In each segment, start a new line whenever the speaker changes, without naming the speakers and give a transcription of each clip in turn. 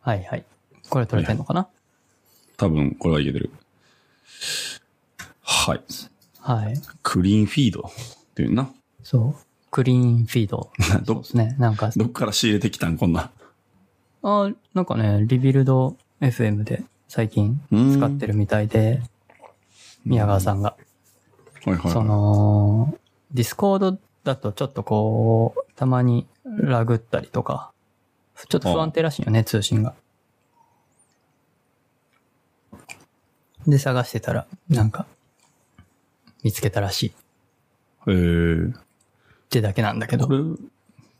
はいはい。これ取れてんのかな
多分、これはいけてる。はい。
はい。
クリーンフィードっ ていうな。
そう。クリーンフィード。そう
ど
で、すね。なんか、
どっから仕入れてきたんこんな。
あなんかね、リビルド FM で最近
うん
使ってるみたいで、宮川さんが。
はいはい。
その、ディスコードだとちょっとこう、たまにラグったりとか、ちょっと不安定らしいよね、通信が。で、探してたら、なんか、見つけたらしい。っ
えー、
てだけなんだけど
こ。れ、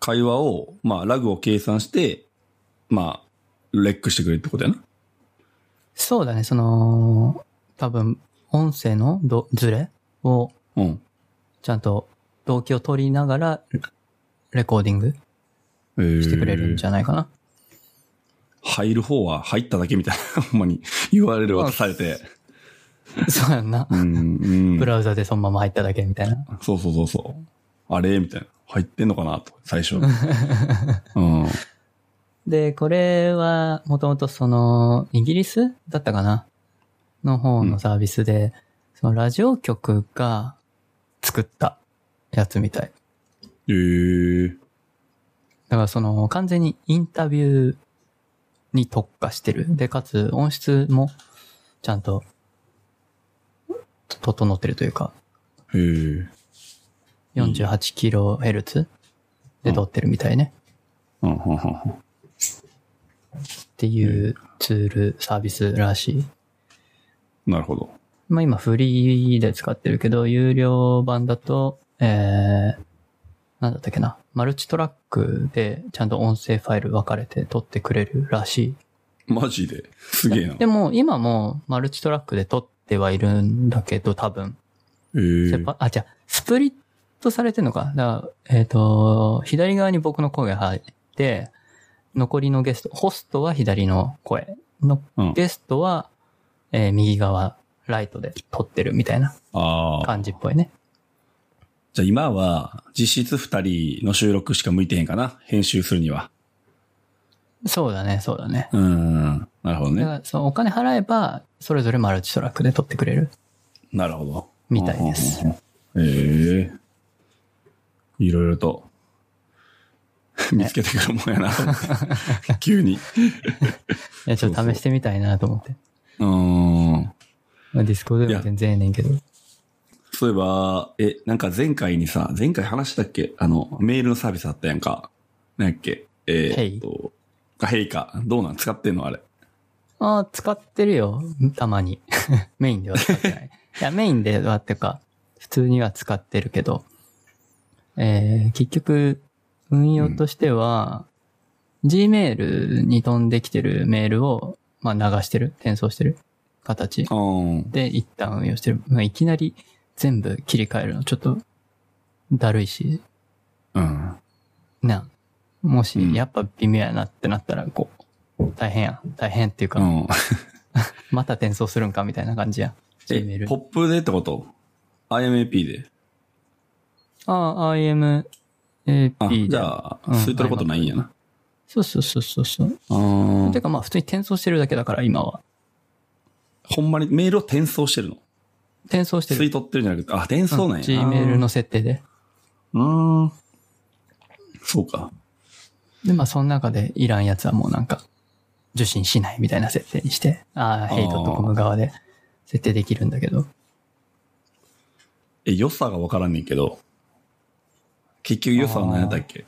会話を、まあ、ラグを計算して、まあ、レックしてくれるってことやな。
そうだね、その、多分、音声のどズレを、
うん。
ちゃんと、動機を取りながら、レコーディング
えー、
してくれるんじ
ゃん。
ゃないかな。
入る方は入っただけみたいな、 ほんまに URL 渡されて。
そうやんな。
うん、うん
ブ。ラウザでそのまま入っただけみたいな。
そうそうそうそう。あれみたいな。入ってんのかなと、最 初。うん。
で、これは、もともとその、イギリスだったかなの方のサービスで、そのラジオ局が作ったやつみたい。
えー、
だからその、完全にインタビューに特化してる。で、かつ音質もちゃんと、整ってるというか、
えー、
48kHz で撮ってるみたいね。
うん、うん、うんうん。
っていうツール、サービスらしい。
なるほど。
まあ今フリーで使ってるけど、有料版だと、えー、なんだったっけな。マルチトラックでちゃんと音声ファイル分かれて撮ってくれるらし
マジで。すげえな。
い。でも今もマルチトラックで撮ってはいるんだけど、多分。
え
セ
ー、
パあ、じゃスプリットされてんのか。だから、えっ、と、左側に僕の声が入って、残りのゲスト、ホストは左の声の
うん
ゲストは、えー右側、ライトで撮ってるみたいな
ああ。
感じっぽいね。
じゃあ今は、実質二人の収録しか向いてへんかな。編集するには。
そうだね、そうだね。
うん。なるほど
だ
ね
か。ら、そのお金払えば、それぞれマルチトラックで撮ってくれる。
なるほど。
みたいです
うんうんうんうん。ええいろいろと、見つけてくるも んやな。急に。
いや、ちょっ
そうそ
と
う
試してみたいなと思って。
うーん。
まあディスコードでも全然ええねんけど。
そういえば、え、なんか前回にさ、前回話したっけあの、メールのサービスあったやんか。なんやっけえ
ヘイ
ー、っと、あ、ヘイか。どうなん使ってんのあれ。
ああ、使ってるよ。たまに。 メインでは使って ない。いや、メインではってか、普通には使ってるけど、えー、結局、運用としては、Gmail に飛んできてるメールを、まあ流してる、転送してる形
うん。
で一旦運用してる。まあ、いきなり全部切り替えるのちょっと、だるいし、
うん。
な、も
うん
し、やっぱ微妙やなってなったら、こう、大変やん。大変っていうか、
うん。
また転送するんかみたいな感じや。
え、
Gmail
ポッ。プでってこと ?IMAP で。
ああ、IMAP
あ、
で。
じゃあ、
うん
吸い取ることないんやな。
そうそうそうそうそう。
あー
てかまあ普通に転送してるだけだから今は。
ほんまにメールを転送してるの
転送して
吸
る。
い取ってるんじゃなくて、あ、転送なんや。
Gmail の設定で。
あー。うーん。そうか。
でまあその中でいらんやつはもうなんか受信しないみたいな設定にして、ああ、
あー
hey.com 側で設定できるんだけど。
え、良さがわからんねんけど。結局良さは何やったっけ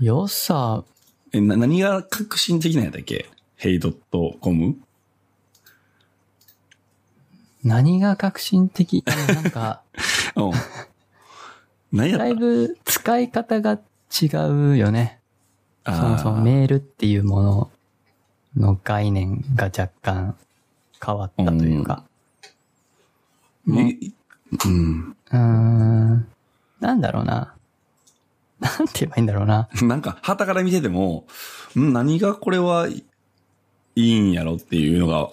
良さ、
え、な、何が革新的なんやったっけ ?hey.com?
何が革新的あのなん か、
うん。何やった
だいぶ使い方が違うよね。そもそも
あー
メールっていうものの概念が若干変わったというか。もう
えうん。
うーん。なんだろうな。 なんて言えばいいんだろうな。
なんか、旗から見てても、ん何がこれはいいいんやろっていうのが、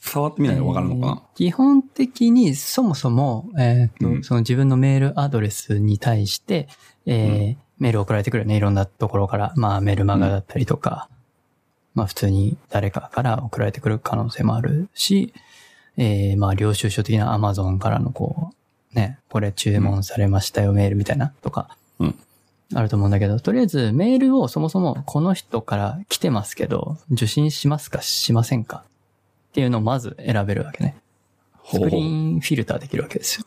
触ってみないとわかるのかな、
えー基本的にそもそも、えーと
うん
その自分のメールアドレスに対して、えーメール送られてくるよね。いろんなところから。まあメールマガだったりとか、まあ普通に誰かから送られてくる可能性もあるし、えー、まあ領収書的な Amazon からのこう、ね、これ注文されましたよ、メールみたいなとか、
うん
あると思うんだけど、とりあえずメールをそもそもこの人から来てますけど、受信しますかしませんかっていうのをまず選べるわけね。ス
ほう
ク
ほ
リ
う。
ーンフィルターできるわけですよ。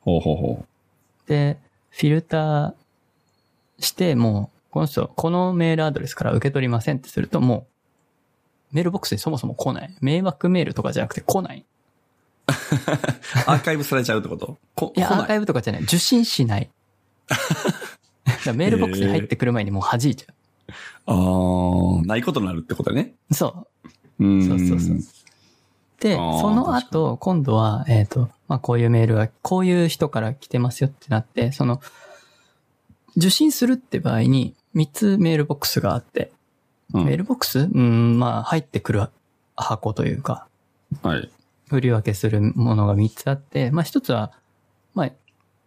ほうほうほ
で、フィルターして、もう、この人、このメールアドレスから受け取りませんってすると、もう、メールボックスにそもそも来ない。迷惑メールとかじゃなくて来ない。
う。アーカイブされちゃうってことこ、
いや、
来
アー
な
カ
い。
イブとかじゃない。受信しない。だからメールボックスに入ってくる前にもう弾いちゃ
あー、ないことになるってことだね。
う。そう。
うーん。
そうそうそう。で、
あー
その後、今度は、えっ、と、まあ、こういうメールは、こういう人から来てますよってなって、その、受信するって場合に、3つメールボックスがあって、
うん
メールボックスうん、まあ、入ってくる箱というか、
はい。
振り分けするものが3つあって、まあ、1つは、まあ、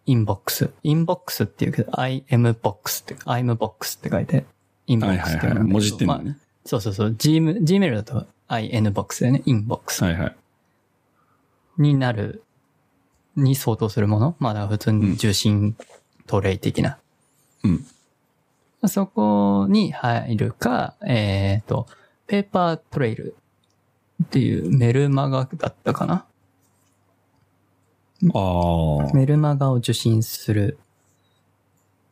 インボックス。インボックスっていうけど、im ボックスって、im ボックスって書いて、インボ
はい
ック
は
ス
い
っていう
は
のなんだ
い。
けど
文字ってん
ま
の
あ
ね。
そうそうそう、G、Gmail だと in ボックスだよね、インボックス。
はいはい。
になる、に相当するものまあだから普通に重心トレイ的な。
うん。
そこに入るか、えっ、と、ペーパートレイルっていうメルマガだったかな
あー。
メルマガを受信する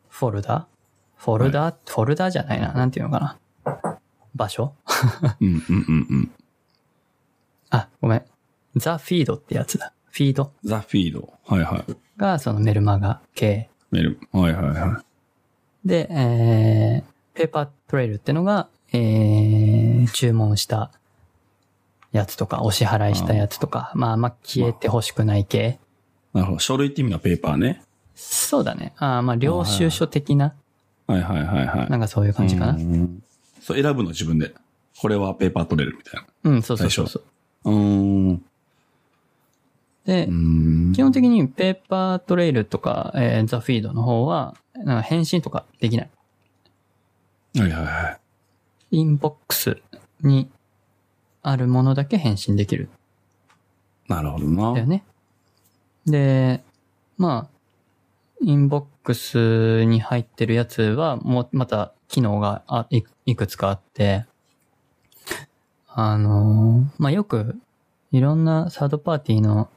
フォルダフォルダ、フォルダじゃないな。なんていうのかな場所
うんうんうんうん。
あ、ごめん。ザ・フィードってやつだ。フィード
ザ・フィード。はいはい。
がそのメルマガ系
メール。はいはいは
で、えー、ペーパートレイルってのが、えー、注文したやつとか、お支払いしたやつとか、まあ、あんま消えてほしくない系。
い。なるほど。書類って意味のペーパーね。
そうだね。あーまあ、領収書的な、
はいはいはいはい。
なんかそういう感じか
う
な。
んそう、選ぶの自分で。これはペーパー取れるみたいな。
うん、そうそうそうそう。
うーん。
で、
うん
基本的にペーパートレイルとか、えー、ザフィードの方は、なんか返信とかできない。
はいはいはい。
インボックスにあるものだけ返信できる
なるほど
だ
な
よ。ね。で、まあ、インボックスに入ってるやつは、もう、また、機能があいいくつかあって、あのーまあ、よく、いろんなサードパーティーの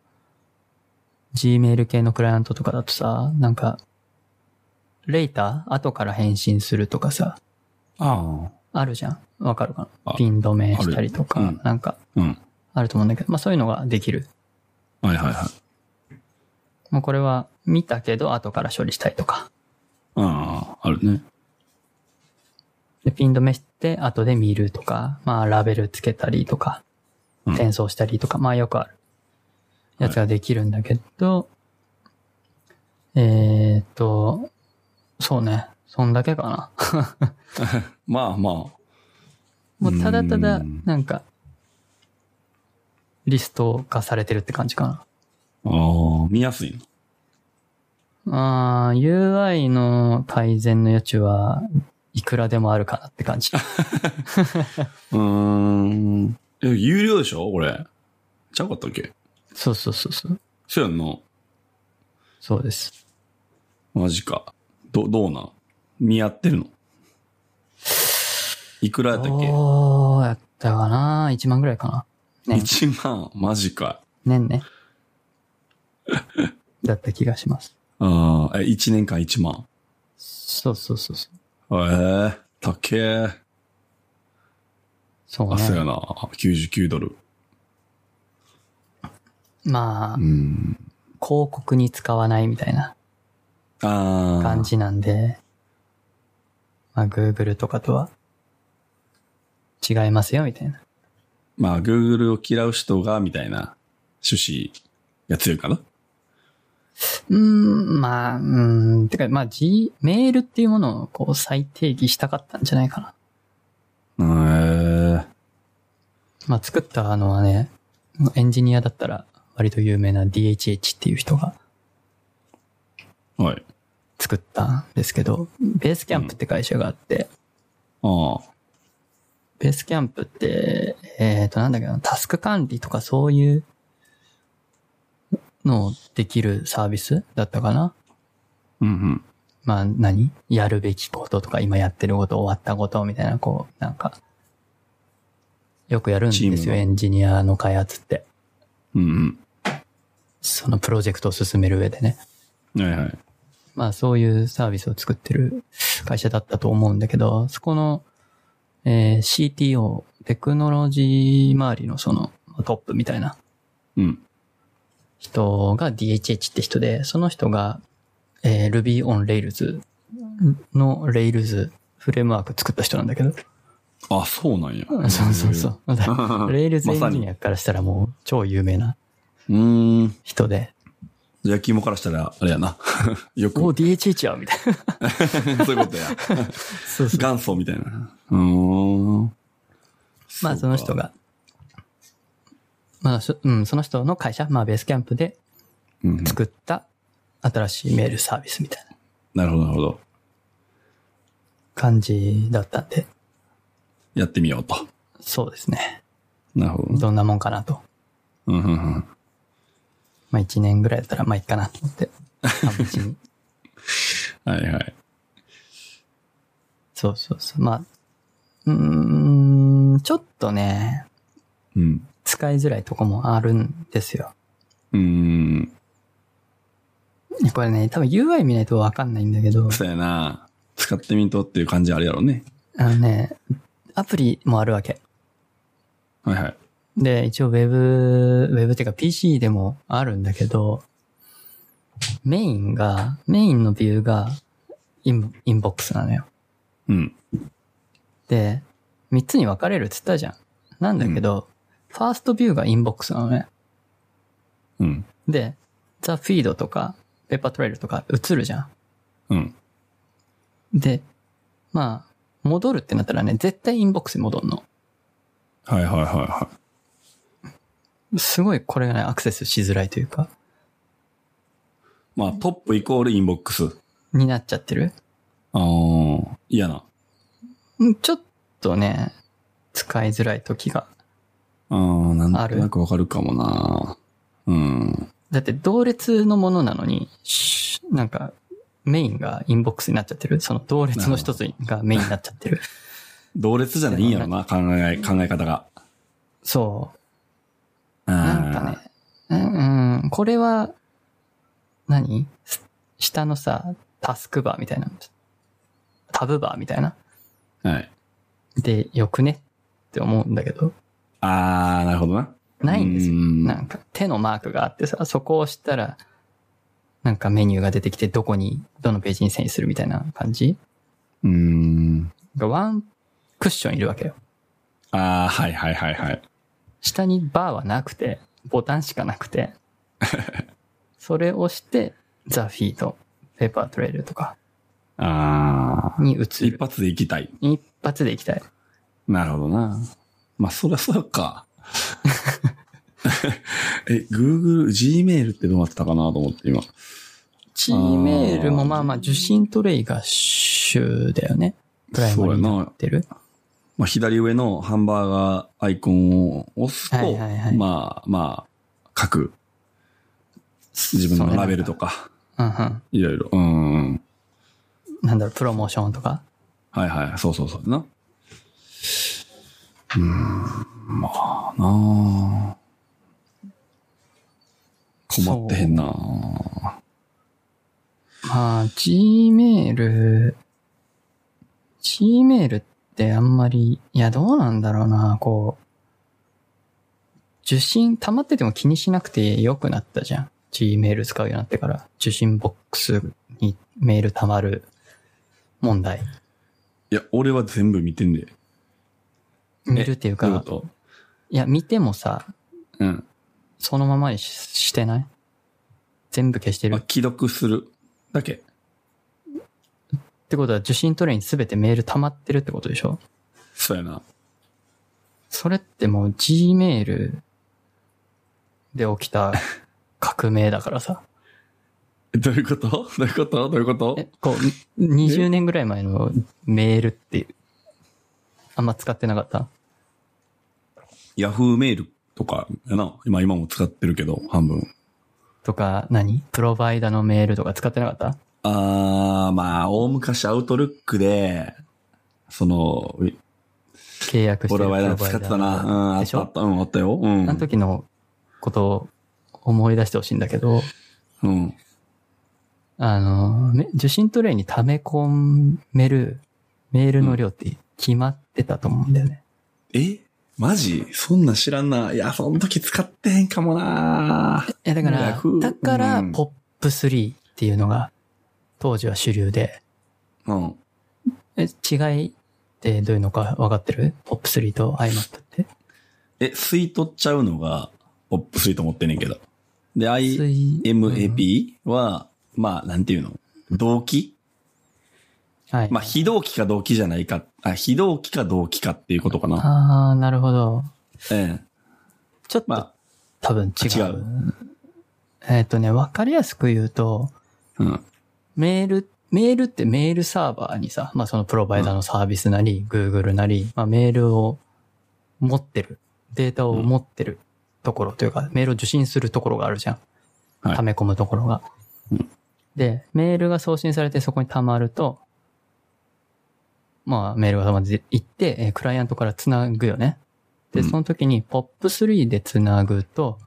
Gmail 系のクライアントとかだとさ、なんか、レイター後から返信するとかさ、
あ
あるじゃんわかるかな
あ
ピン止めしたりとか、
あるうん
なんか、
あ。うん。
あると思うんだけど、まあ、そういうのができる。
はいはいはい。
もうこれは見たけど後から処理したいとか。
ああ、あるね。
でピン止めして後で見るとか、まあラベルつけたりとか、
うん
転送したりとか、まあよくあるやつができるんだけど、えーっと、そうね。そんだけか な。
まあま
もうただた
う
だ
ん、
なんか、リスト化されてるって感じか
あ。ああ、見やすいの。
な。あー UI の改善の余地はいくらでもあるかなって感 じ。
うーん。え、有料でしょこれ。ちゃうかったっけ
そうそうそうそう。
そうやんの
そうです。
マジか。ど、どうなん見合ってるのいくらやったっけ
どうやったかな ?1 万ぐらいかな年。
?1 万、マジか。
年 ね。だった気がします。
ああ、え、1年間1万。
そうそうそうそう。
ええたっけー。
そう
あ、そう
ね。
やな。99ドル。
まあ、
う
広
ん。
告に使わないみたいな
ああ。
感。じなんで、まあ、Google とかとは違いますよみたいな。
まあ、Google を嫌う人が、みたいな趣旨が強いかな。
うーん、まあ、うーん、てか、まあ、G、メールっていうものをこう再定義したかったんじゃないかな。
ええ
まあ、作ったのはね、エンジニアだったら割と有名な DHH っていう人が
はい。
作ったんですけど、ベースキャンプって会社があって、
ああ。
ベースキャンプって、えっ、と、なんだっけな、タスク管理とかそういうのをできるサービスだったかな
うんうん。
まあ何やるべきこととか今やってること終わったことみたいな、こう、なんか、よくやるん
チー
で
ム
す
の
よ、エンジニアの開発って。
うん
そのプロジェクトを進める上でね。
うん。はいはい。
まあそういうサービスを作ってる会社だったと思うんだけど、そこの、えー CTO、テクノロジー周りのそのまあトップみたいな
うん。
人が DHH って人で、その人が、えー Ruby on Rails の Rails フレームワーク作った人なんだけど、
あ、そうなんや。
そうそうそう。だ から Rails エ
まさ
ンジ
に
ニアからしたらもう超有名な
うーん。
人で、
焼き芋からしたら、あれやな。 よく、
お、DHH やみたいな。
そういうことや。
そうそう。
元祖みたいな。うーん。
まあその人が、まあそ、うん、その人の会社、まあベースキャンプで
うん。
作った新しいメールサービスみたいな
なるほど、なるほど。
感じだったんで、
やってみようと。
そうですね。
なるほどね。
どんなもんかなと。
うんうんうん。
まあ一年ぐらいだったらまあいいかなと思って。半日に。
はいはい。
そうそうそう。まあ、うーん、ちょっとね、
うん。
使いづらいとこもあるんですよ。
うーん。
これね、多分 UI 見ないとわかんないんだけど、
そうやな。使ってみんとっていう感じあるやろうね。
あのね、アプリもあるわけ。
はいはい。
で、一応 Web、Web っていうか PC でもあるんだけど、メインが、メインのビューがインインボックスなのよ。
うん。
で、三つに分かれるって言ったじゃん。なんだけど、ファーストビューがインボックスなのね。
うん。
で、ザ・フィードとか、ペーパートレイルとか映るじゃ
うん。
ん。で、まあ、戻るってなったらね、絶対インボックスに戻んの。
はいはいはいは
すごいこれがね、アクセスしづらいというか、
い。まあ、トップイコールインボックス。
になっちゃってる。
ああ、嫌な。
うんちょっとね、使いづらい時が。
ああ、な
あ
んと
る
なくわかるかもな。うん。
だって同列のものなのに、シュなんか、メインがインボックスになっちゃってる。その同列の一つがメインになっちゃってる。
同列じゃないんやろな、考え、考え方が。
そう。
な
なんかね、うん、うん、これは、何す下のさ、タスクバーみたいなの。タブバーみたいな。
はい。
で、よくねって思うんだけど、
ああ、なるほどな。
ないんですよ。
うん
なんか手のマークがあってさ、そこを押したら、なんかメニューが出てきて、どこに、どのページに遷移するみたいな感じ
うーん。
がワンクッションいるわけよ。
ああ、はいはいはいはい。
下にバーはなくて、ボタンしかなく て、それを押して、ザ・フィート、ペーパートレイルとか
ああ。
に移
一
る。
発で行きたい。
一発で行きたい。
なるほどな。まあ、そりゃそうか。 え、Google、Gmail ってどうなってたかなと思って今。
Gmail もまあまあ受信トレイが主だよね。プライ
そう
マ
や
リーにな
な
っ。てる。
まあ、左上のハンバーガーアイコンを押すと、
はいはいはい
まあ、まあ、書く。自分
そう
の
ね
ラベルとか、
うんうん。
いろいろ。うんうん。
なんだろう、プロモーションとか。
はいはい。そうそうそう。な。うーん、まあなあ困ってへんなあ
まあ、Gmail、Gmail ってあんまり、いや、どうなんだろうな、こう、受信溜まってても気にしなくて良くなったじゃん。Gmail 使うようになってから、受信ボックスにメール溜まる問題。
いや、俺は全部見てんで。
見るっていう
どういう
か、
こと
いや、見てもさ、
うん。
そのままにししてない全部消してる。
あ
っ
既読するだけ。
てことは受信トレイに全てメール溜まってるってことでしょ
そうやな。
それってもう Gmail で起きた革命だから さ。
えどういうこと どういうことどういうこと
え、こう、20年ぐらい前のメールってあんま使ってなかった
ヤフーメールとかやな。今、今も使ってるけど、半分。
とか何、プロバイダのメールとか使ってなかった
あー、まあ、大昔アウトルックで、その、
契約して
俺
る
はや使ってたな。うん、あ
で
っ、
した
あ
ょ
った、うん、あったよ。う
あの
ん。
時のことを思い出してほしいんだけど、
うん。
あの、め受信トレイに溜め込めるメールの量って決まってたと思うんだよね。
えマジそんなん知らんな。いや、その時使ってへんかもない
や、だか
ヤ
ら
フー、
だから、
うん
ポップ3っていうのが、当時は主流で、
うん。
え違いってどういうのか分かってるポップ3と iMap って。
え、吸い取っちゃうのが、ポップスイート持ってんねんけど。で、
うん
IMAP は、まあ、なんていうの動機
はい。
まあ、非同期か同期じゃないか。あ、非同期か同期かっていうことかな。
ああ、なるほど。
ええ。
ちょっと、
まあ、
多分違う。
違う
えっ、とね、分かりやすく言うと、
うん。
メール、メールってメールサーバーにさ、まあそのプロバイダーのサービスなり、Google なり、まあメールを持ってる、データを持ってるところというか、メールを受信するところがあるじゃん。
はい
溜め込むところが。
うん
で、メールが送信されてそこに溜まると、まあメールが溜まっていって、えークライアントから繋ぐよね。で、
うん
その時に POP3 で繋ぐと、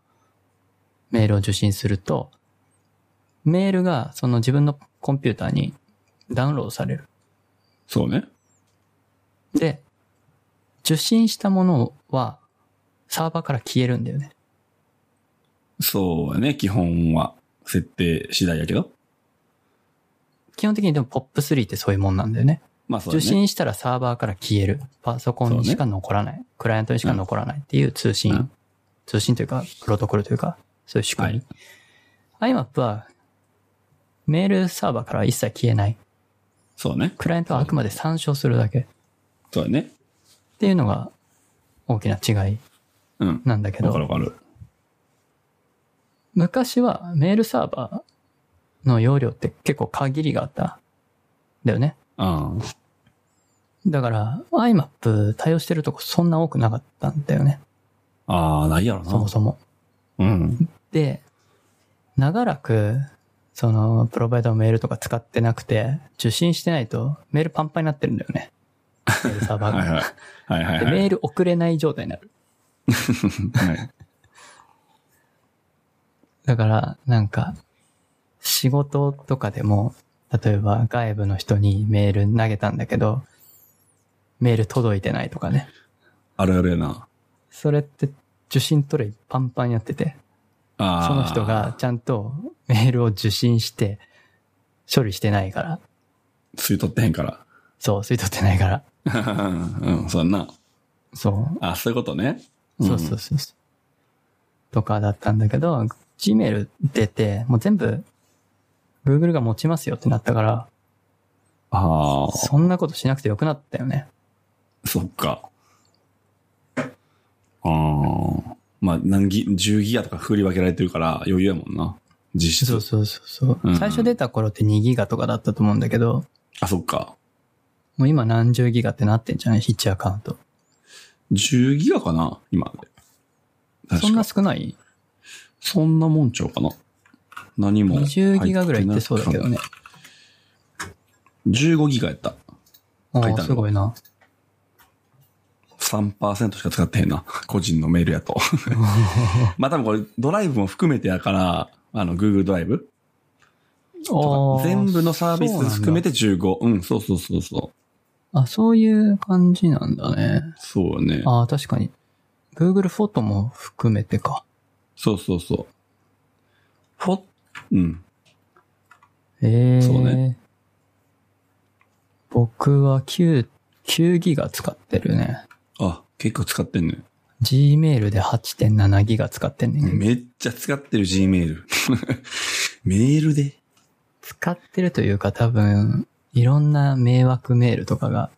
メールを受信すると、メールがその自分のコンピューターにダウンロードされる。
そうね。
で、受信したものはサーバーから消えるんだよね。
そうやね。基本は、設定次第やけど。
基本的にでも POP3 ってそういうもんなんだよね。
まあ、そう
受
だね。
信したらサーバーから消える。パソコンにしか残らない。クライアントにしか残らないっていう通信、
うん
通信というか、プロトコルというか、そういう仕組み。IMAP は、メールサーバーからは一切消えない。
そうね。
クライアントはあくまで参照するだけ。っ
そうやね。
ていうのが大きな違い
うん。
なんだけ
わか
ど、
るわかる。
昔はメールサーバーの容量って結構限りがあった。だよね。
ああ。
だから、IMAP 対応してるとこそんな多くなかったんだよね。
ああ、ないやろな。
そもそも。
うん。
で、長らく、その、プロバイダーのメールとか使ってなくて、受信してないと、メールパンパンになってるんだよ ね。メールサーバー
はい
が。
はい。はいはい
で
はい。
メール送れない状態になる。
はい。
だから、なんか、仕事とかでも、例えば外部の人にメール投げたんだけど、メール届いてないとかね。
あるあるやな。
それって受信トレイパンパンになってて、
ああ。
その人。がちゃんとメールを受信して処理してないから、
吸い取ってへんから。
そう、吸い取ってないから、
うん、そんな。
そう。
あ、そういうことね。
そうそうそうそう。とかだったんだけど、Gmail 出て、もう全部 Google が持ちますよってなったから、
ああ、
そんなことしなくてよくなったよね。
そっか。ああ。まあ、何ギ、10ギガとか振り分けられてるから余裕やもんな。実質。
そうそうそうそう、
うん
最初出た頃って2ギガとかだったと思うんだけど、
あ、そっか。
もう今何十ギガってなってんじゃないヒッチアカウント。
10ギガかな今で。確か
そんな少ない
そんなもんちゃうかな何も。
?20 ギガぐらいいってそうだけどね。。
15ギガやった。
あ
書い
あ
てあるわ
すごいな。
3%しか使ってへんな。 個人のメールや と。まあ多分これドライブも含めてやから、あの Google ドライブ
ああ
全部のサービス
そうなんだ
含めて15。うん、そうそうそうそう。
あ、そういう感じなんだね。
そうよね。
ああ、確かに。Google フォトも含めてか。
そうそうそう。フォうん。
ええ
そうね。
僕は9、9ギガ使ってるね。
あ、結構使ってんね。
Gmail で8.7ギガ使ってんねんけど、
めっちゃ使ってる Gmail。メールで。
使ってるというか多分、いろんな迷惑メールとかが、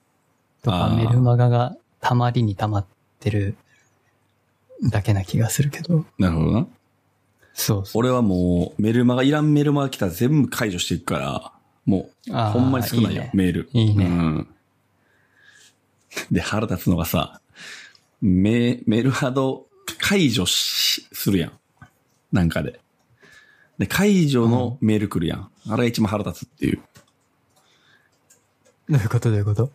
と
あ
か
ー
メルマガがたまりにたまってるだけな気がするけど。
なるほどな。
そうそう。
俺はもうメルマガ、いらんメルマガ来たら全部解除していくから、もう、
あー
ほんまに少ないよ、
いい ね
メール。
いいね
うん。で、腹立つのがさ、メ、メルハド解除し、するやん。なんかで。で、解除のメール来るやん。あれが一番腹立つっていう。
どういうことどういうこと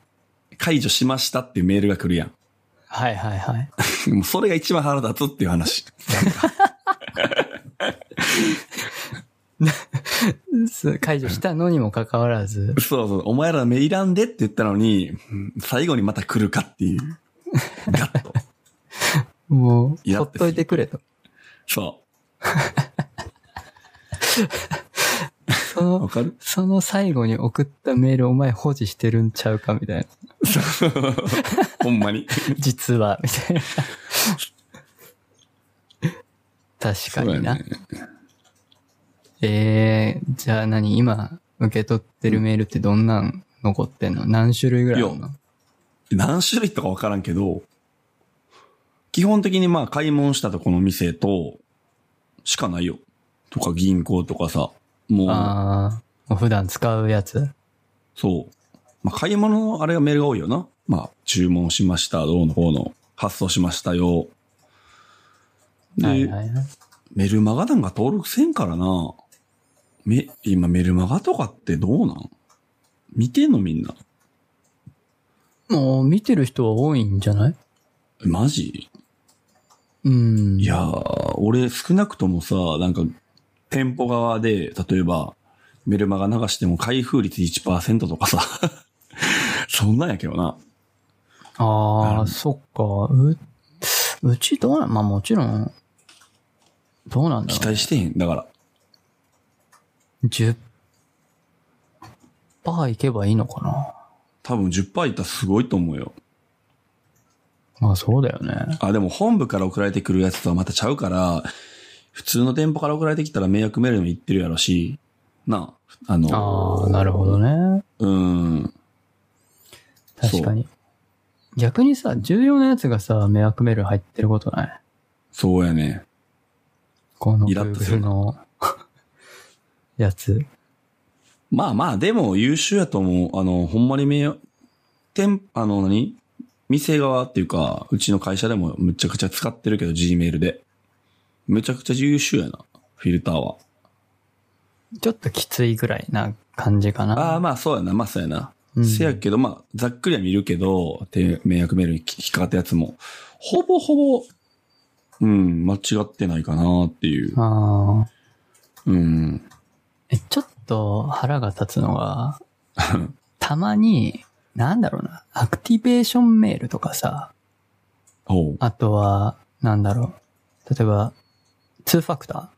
解除しましたっていうメールが来るやん。
はいはいはい。
もうそれが一番腹立つっていう話。
す解除したのにもかかわらず、
そうそう。お前らメイランでって言ったのに、うん最後にまた来るかっていう。ガッと。
もう、
や
ほ
っ
ってといてくれと。
そ。
そう
わ
の、
かる
その最後に送ったメールお前保持してるんちゃうかみたい な。
ほんまに。
実は、みたいな。確かにな。
そうやね
えー、じゃあ何今受け取ってるメールってどんなん残ってんの何種類ぐらいあるの
何種類とかわからんけど、基本的にまあ買い物したとこの店と、しかないよ。とか銀行とかさ、もう、
ああ、もう普段使うやつ
そう。まあ買い物のあれがメールが多いよな。まあ注文しました、どうのこうの、発送しましたよ。で、
はいはいはい。
メルマガなんか登録せんからな。め、今メルマガとかってどうなん見てんのみんな。
もう見てる人は多いんじゃない
マジ
うん。
いや。ー、俺少なくともさ、なんか、店舗側で、例えば、メルマガ流しても開封率1%とかさ。 そんなんやけどな。
あ
な
あ、
る
そっか。う、うちどうなんまあもちろん、どうなんだ
期
ろう。
待してへん。だから、
10%いけばいいのかな。
多分10%いったらすごいと思うよ。
まあそうだよね。
あ、でも本部から送られてくるやつとはまたちゃうから、普通の店舗から送られてきたら迷惑メールにも言ってるやろし、なあ、あの、
ああ、なるほどね。
うん。
確かに。逆にさ、重要なやつがさ、迷惑メール入ってることない
そうやね。
この
イラッとす
Google
る
の やつ。
まあまあ、でも優秀やと思う。あの、ほんまに名誉、店、あの何、店側っていうか、うちの会社でもむちゃくちゃ使ってるけど、Gmail で。むちゃくちゃ優秀やな、フィルターは。
ちょっときついぐらいな感じか
ああ、
な。
まあそうやな、まあそうやな。
うん
せやけど、まあ、ざっくりは見るけど、で、迷惑メールに引っかかったやつも、ほぼほぼ、うん、間違ってないかなっていう。
ああ。
うん。
え、ちょっと腹が立つの が、たまに、なんだろうな、アクティベーションメールとかさ、
ほう。
あとは、なんだろう、例えば、2ファクタ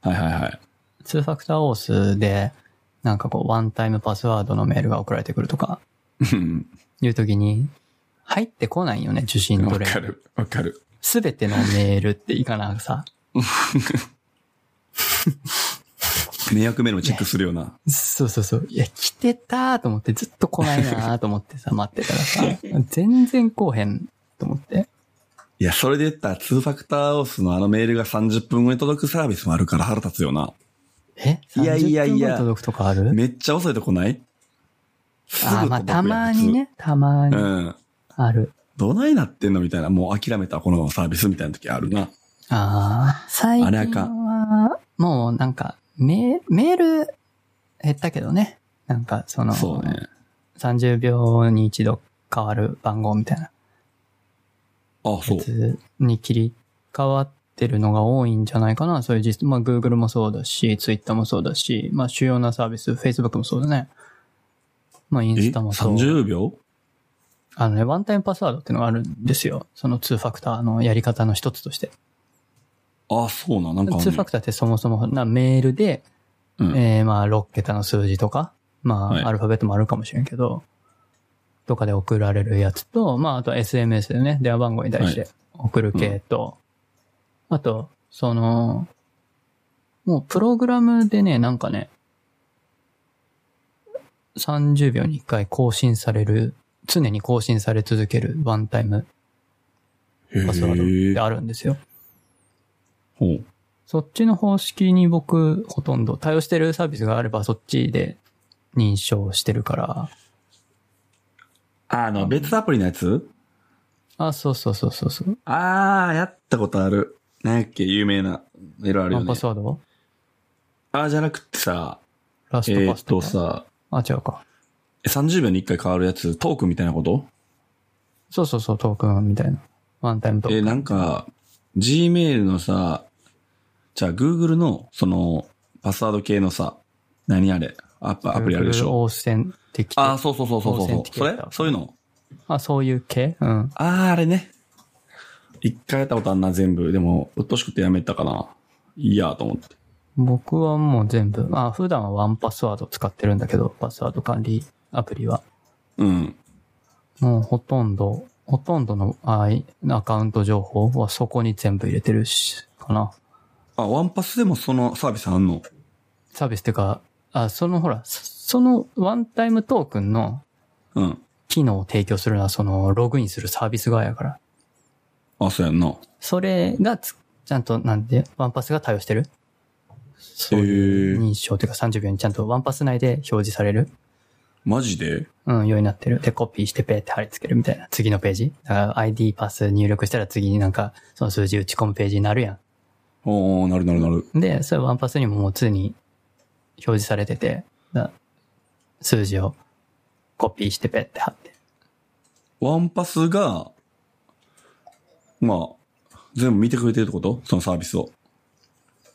はいはいはい。
ー ?2 ファクターオースで、なんかこう、ワンタイムパスワードのメールが送られてくるとか、
うん
いうときに、入ってこないよね、受信
わ
トレ
かる、わかる。
すべてのメールっていかなさ。
迷惑メールもチェックするよな。
そうそうそう。いや、来てたーと思って、ずっと来ないなーと思って さ、待ってたらさ、全然来おへんと思って。
いや、それで言ったら、2ファクターオースのあのメールが30分後に届くサービスもあるから腹立つよな。
え
いやいやい
?30 分後
や
に届くとかある
めっちゃ遅いとこないすぐ
あー
届く
ま
や
あ、
ん
たまに。ね、たま
普通
に
うん。
ある。
どないなってんのみたいな。もう諦めたこのサービスみたいな時あるな。
ああ、最近
あれあか
は、もうなんか、メメール減ったけどね。なんか、その、
そうね。
30秒に一度変わる番号みたいな
あ、そ
や
う。
つに切り替わってるのが多いんじゃないかな。そういう実、まあ、Google もそうだし、Twitter もそうだし、まあ、主要なサービス、Facebook もそうだね。まあ、イ
え
ンスタもそう。
?30 秒
あのね、ワンタイムパスワードっていうのがあるんですよ。その2ファクターのやり方の一つとして。
あ、そうな。なんかあんねん
2ファクターってそもそもなメールで、
うん
えーまあ6桁の数字とか、まあ、
はい
アルファベットもあるかもしれんけど、とかで送られるやつと、まああとは SMS でね、電話番号に対して送る系と、あと、その、もうプログラムでね、なんかね、30秒に1回更新される、常に更新され続けるワンタイムパスワードって
へえ。
あるんですよ。
ほう。
そっちの方式に僕、ほとんど対応してるサービスがあれば、そっちで認証してるから、
あの、別アプリのやつ
あ、そうそうそうそうそう。
あー、やったことある。なんやっけ、有名な。いろいろあるよ
あ
ね
パ。スワード
あーじゃなくてさ、
ラス
え
ト
ー
パ
っ
スと
と
か。
さ、
あ、違うか。
え30秒に1回変わるやつ、トークみたいなこと
そうそうそう、トークンみたいな。ワンタイムト
え
ー
ー
クン。
なんか、Gmail のさ、じゃあ Google の、その、パスワード系のさ、何あれアプアプリあるでし
Google
ょ
オーセンテキ。
ああ、
あ、
そうそうそうそうそう
オーセンティケ
それ
ーター
そういうの
そういう系うん。
ああ、あれね。一回やったことあんな、全部。でも、うっとしくてやめたかな。いいや、と思って。
僕はもう全部、まあ普段はワンパスワード使ってるんだけど、パスワード管理アプリは。
うん。
もうほとんど、ほとんどのあいアカウント情報はそこに全部入れてるし、かな。
あ、ワンパスでもそのサービスあんの
サービスっていうか、あ、そのほら、そそのワンタイムトークンの
うん。
機能を提供するのはそのログインするサービス側やから。
あ、そうやんな。
それがつ、ちゃんとなんで、ワンパスが対応してるそうい
へ
う
ー
認証というか30秒にちゃんとワンパス内で表示される、
マジで
うん、ようになってる。で、コピーしてペーって貼り付けるみたいな。次のページ。だから ID パス入力したら次になんか、その数字打ち込むページになるや
おーおーなるなるなる。
ん。で、それワンパスにももう常に表示されてて、だ数字をコピーしてペーって貼って。
ワンパスが、まあ、全部見てくれてるってことそのサービスを。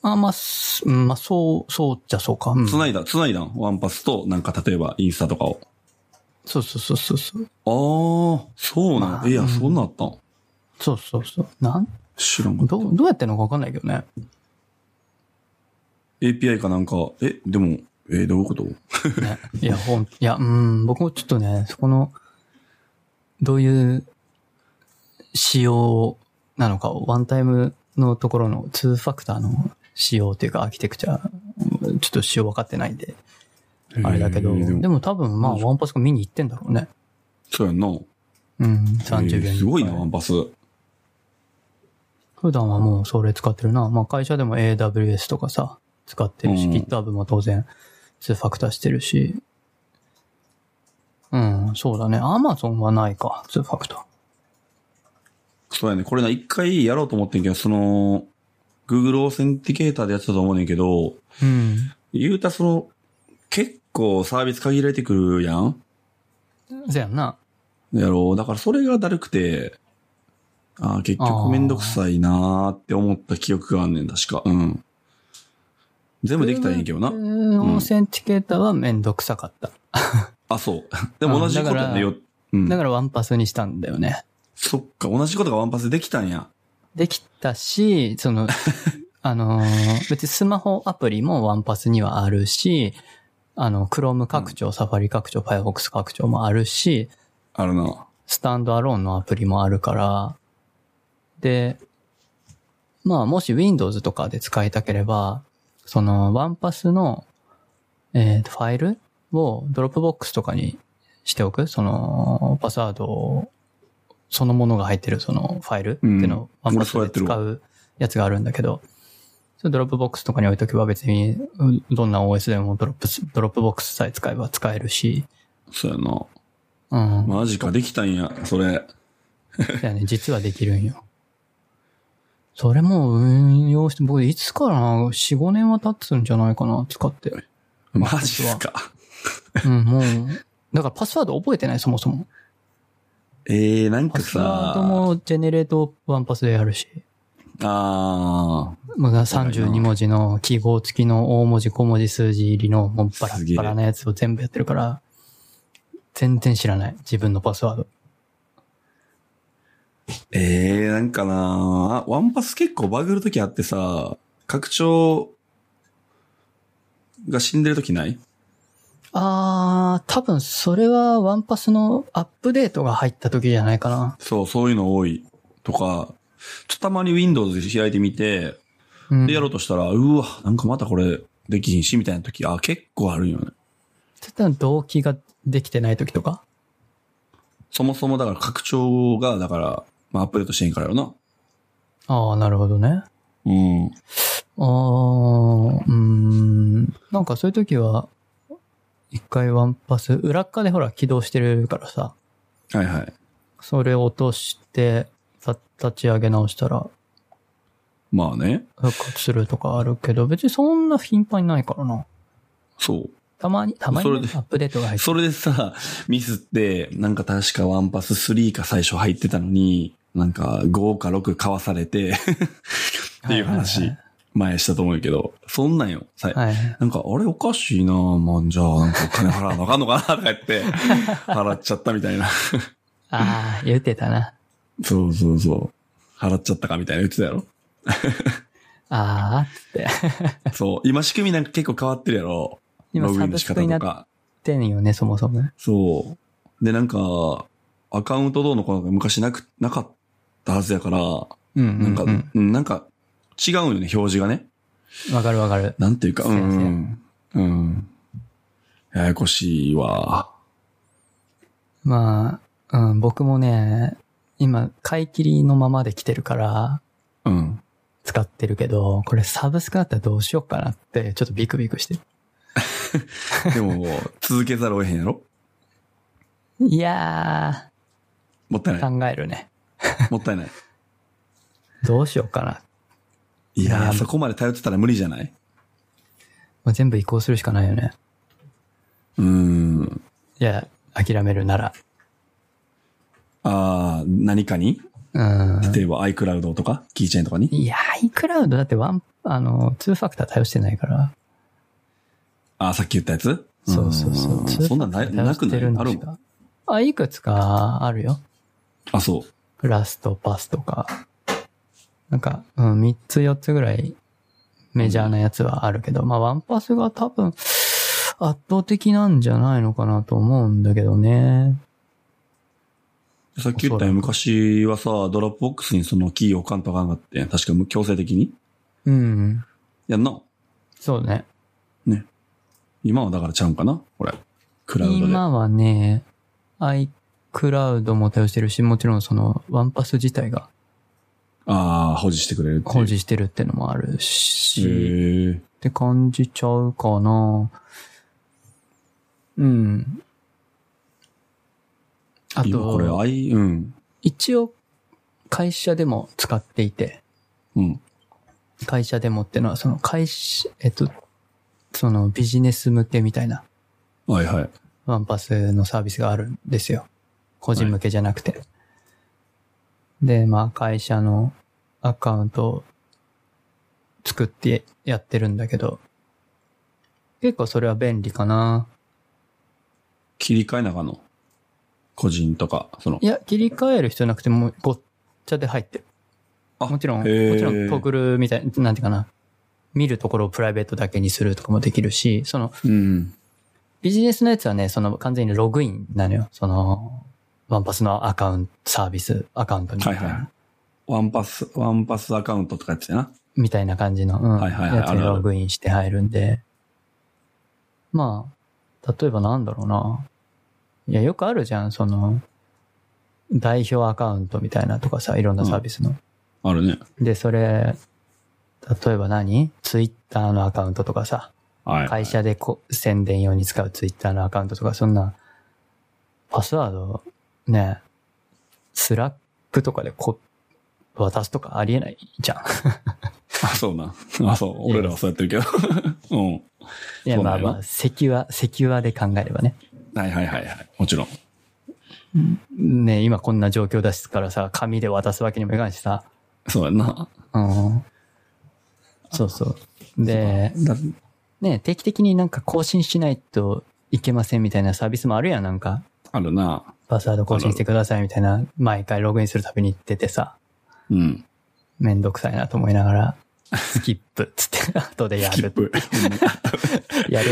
あ、まあ、すうんまあ、そう、そうじゃそうか。うん、
繋いだ、繋いだんワンパスと、なんか例えばインスタとかを。
そうそうそうそうそう。
ああ、そうなん、
まあ
いや、
うん
そんなんあったん
そうそうそう。なん、
知らんかった。
どう、どうやってんのかわかんないけどね。
API かなんか、え、でも、えーどういうこと
ねいや、ほん、いや、うん、僕もちょっとね、そこの、どういう仕様なのかを、ワンタイムのところの2ファクターの仕様というかアーキテクチャ、ちょっと仕様分かってないんで、あれだけど、
えー
で
でも
も多分まあワンパスが見に行ってんだろうね。
そうやんな。
うん、30
え
秒
ー
に。
すごいな、ワンパス。
普段はもうそれ使ってるな。まあ会社でも AWS とかさ、使ってるし、
うん
GitHub も当然2ファクターしてるし。うん、そうだね。Amazon はないか、2ファクター。
そうやね。これな、一回やろうと思ってんけど、その、Google オーセンティケーターでやってたと思うねんけど、
うん。
言うたその、結構サービス限られてくるやん
そうやんな。
やろう。だからそれがだるくて、ああ、結
あ
局
ー
めんどくさいなーって思った記憶があんねん、確か。うん。全部できたらいいけどな
う。んオーセンティケーターはめんどくさかった。
あ、そう。でも同じことだよ。うん。
だからワンパスにしたんだよね。
そっか、同じことがワンパスでできたんや。
できたし、その、あのー別にスマホアプリもワンパスにはあるし、あの、Chrome 拡張、Safari 拡張、Firefox 拡張もあるし、
あるな。
スタンドアローンのアプリもあるから、で、まあもし Windows とかで使いたければ、そのワンパスの、えーとファイルをドロップボックスとかにしておく、そのパスワードをそのものが入ってるそのファイルっていうのを
う
ワ
ん
ンパスで使うやつがあるんだけど、それドロップボックスとかに置いとけば別にうんどんな OS でもドロップス、ドロップボックスさえ使えば使えるし、
そうやな。
うん。
マジか、できたんや、それ。
だよね、実はできるんよ。それも運用して、僕いつからな、4、5年は経つんじゃないかな、使 って。
マジっすか。
うん、もう。だからパスワード覚えてない、そもそも。
えー、なん
パ
か
スワード
さ、
もジェネレートワンパスでやるし。
あ
まあ、32文字の記号付きの大文字、小文字、数字入りの、もうバラ
すげえ
ッバラなやつを全部やってるから、全然知らない、自分のパスワード。
ー、えー、なんかなあワンパス結構バグるときあってさ、拡張が死んでるときない
あー、多分それはワンパスのアップデートが入った時じゃないかな。
そう、そういうの多い。とか、ちょっとたまに Windows で開いてみて、
うん
でやろうとしたら、うわ、なんかまたこれできひんし、みたいなとき、あ、結構あるんよね。
そしたら動機ができてない時とか
そもそもだから拡張が、だから、まあアップデートしてへんからよな。
ああ、なるほどね。
うん。
ああ、うーん。なんかそういう時は、一回ワンパス、裏っ側でほら起動してるからさ、
はいはい。
それ落として、た立ち上げ直したら
まあね。
復活するとかあるけど、別にそんな頻繁にないからな。
そう。
たまに、たまにね、
それで
アップデートが入って
それでさ、ミスって、なんか確かワンパス3か最初入ってたのに、なんか5か6かわされて、 っていう
は
話
い、
前したと思うけど、そんなんよ。さ
はいはい。
なんか、あれおかしいなぁ、まあ、じゃあ、なんかお金払わなあかんのかなとか 言って、払っちゃったみたいな。
ああ、言ってたな。
そうそうそう。払っちゃったかみたいな言ってたやろ。
ああ、つって。
そう。今仕組みなんか結構変わってるやろ。
今
ログイ
サ
ンの
ブ
仕
スクに
方
な
と
っ
か。
てんよね、そもそもね。
そう。で、なんか、アカウントどうのこうのが昔なく、なかったはずやから、
うんう
なん
ん、
か、
うん。
うんなんか、違うよね、表示がね。
わかるわかる。
なんていうか、う、
そうやそうん
うん。うん。ややこしいわ。
まあ、うん、僕もね、今、買い切りのままで来てるから、
うん。
使ってるけど、これサブスクだったらどうしようかなって、ちょっとビクビクしてる。
でも、続けざるを得へんやろ
いや
もったい ない。
ー、考えるね。
もったいない。
どうしようかな。
いや
悩
ー、
む
そこまで頼ってたら無理じゃない
まあ、全部移行するしかないよね。
うーん。
いや、諦めるなら。
あー、何かに
うん。
例えば iCloud とか、キーチェーンとかに
いや、iCloud だってワン、あの、2ファクター対応してないから。
あー、さっき言ったやつ
そうそうそ
ーん
う。
そんなんななくないあるもん。
んあ、いくつかあるよ。
あ、そう。
ラストパスとか。なんか、うん、3つ4つぐらいメジャーなやつはあるけど、まあ、ワンパスが多分、圧倒的なんじゃないのかなと思うんだけどね。
さっき言ったように昔はさ、ドロップボックスにそのキーを置かんとあかんかって、確か強制的に。
うん。
やんな。
そうね。
今はだからちゃうんかなこれ。クラウドで。
今はね、iCloud も対応してるし、もちろんその、ワンパス自体が
ああ、保持してくれるっていう。
保持してるってのもあるし、
へえ。
って感じちゃうかな。うん。あ
今これ、
と、
あい、うん。
一応、会社でも使っていて、
うん。
会社でもってのは、その会社、えっと、そのビジネス向けみたいな
はいはい。
ワンパスのサービスがあるんですよ。個人向けじゃなくて。で、まあ会社のアカウントを作ってやってるんだけど、結構それは便利かな。
切り替えなあかんの。個人とか、その
い。や、切り替える必要なくてもうごっちゃで入ってる。
あ
もちろん、も
へー
ちろんトグルみたい、なんていうかな。見るところをプライベートだけにするとかもできるし、その
うん。
ビジネスのやつはね、その完全にログインなのよ。その、ワンパスのアカウント、サービス、アカウントみたいな。
はいはいワンパス、ワンパスアカウントとかやってたな。
みたいな感じの、うん
はいはいはい
やつ
ある
に
ある
ログインして入るんで。まあ、例えばなんだろうな。いや、よくあるじゃん、その、代表アカウントみたいなとかさ、いろんなサービスの。
あるね。
で、それ、例えば何ツイッターのアカウントとかさ、
はい。
会社でこ宣伝用に使うツイッターのアカウントとか、そんな、パスワード、ね、スラックとかでこ渡すとかありえないじゃん。
あ、そうな。あ、そう。俺らはそうやってるけど。 うん。
いや、
そ
ま
うな
あ
んやな
まあ、セキュア、セキュアで考えればね。
はいはいはいはい。もちろん。
ね今こんな状況だしからさ、紙で渡すわけにもいかないしさ。
そうやんな。
うん。そうそう。で、
だ
ね定期的になんか更新しないといけませんみたいなサービスもあるやん、なんか。
あるな。
パスワード更新してくださいみたいな、毎回ログインするたびに言っててさ、
うん。
めんどくさいなと思いなが ら、スキップっつって、後でや
スキッ
る。
プ。
やる。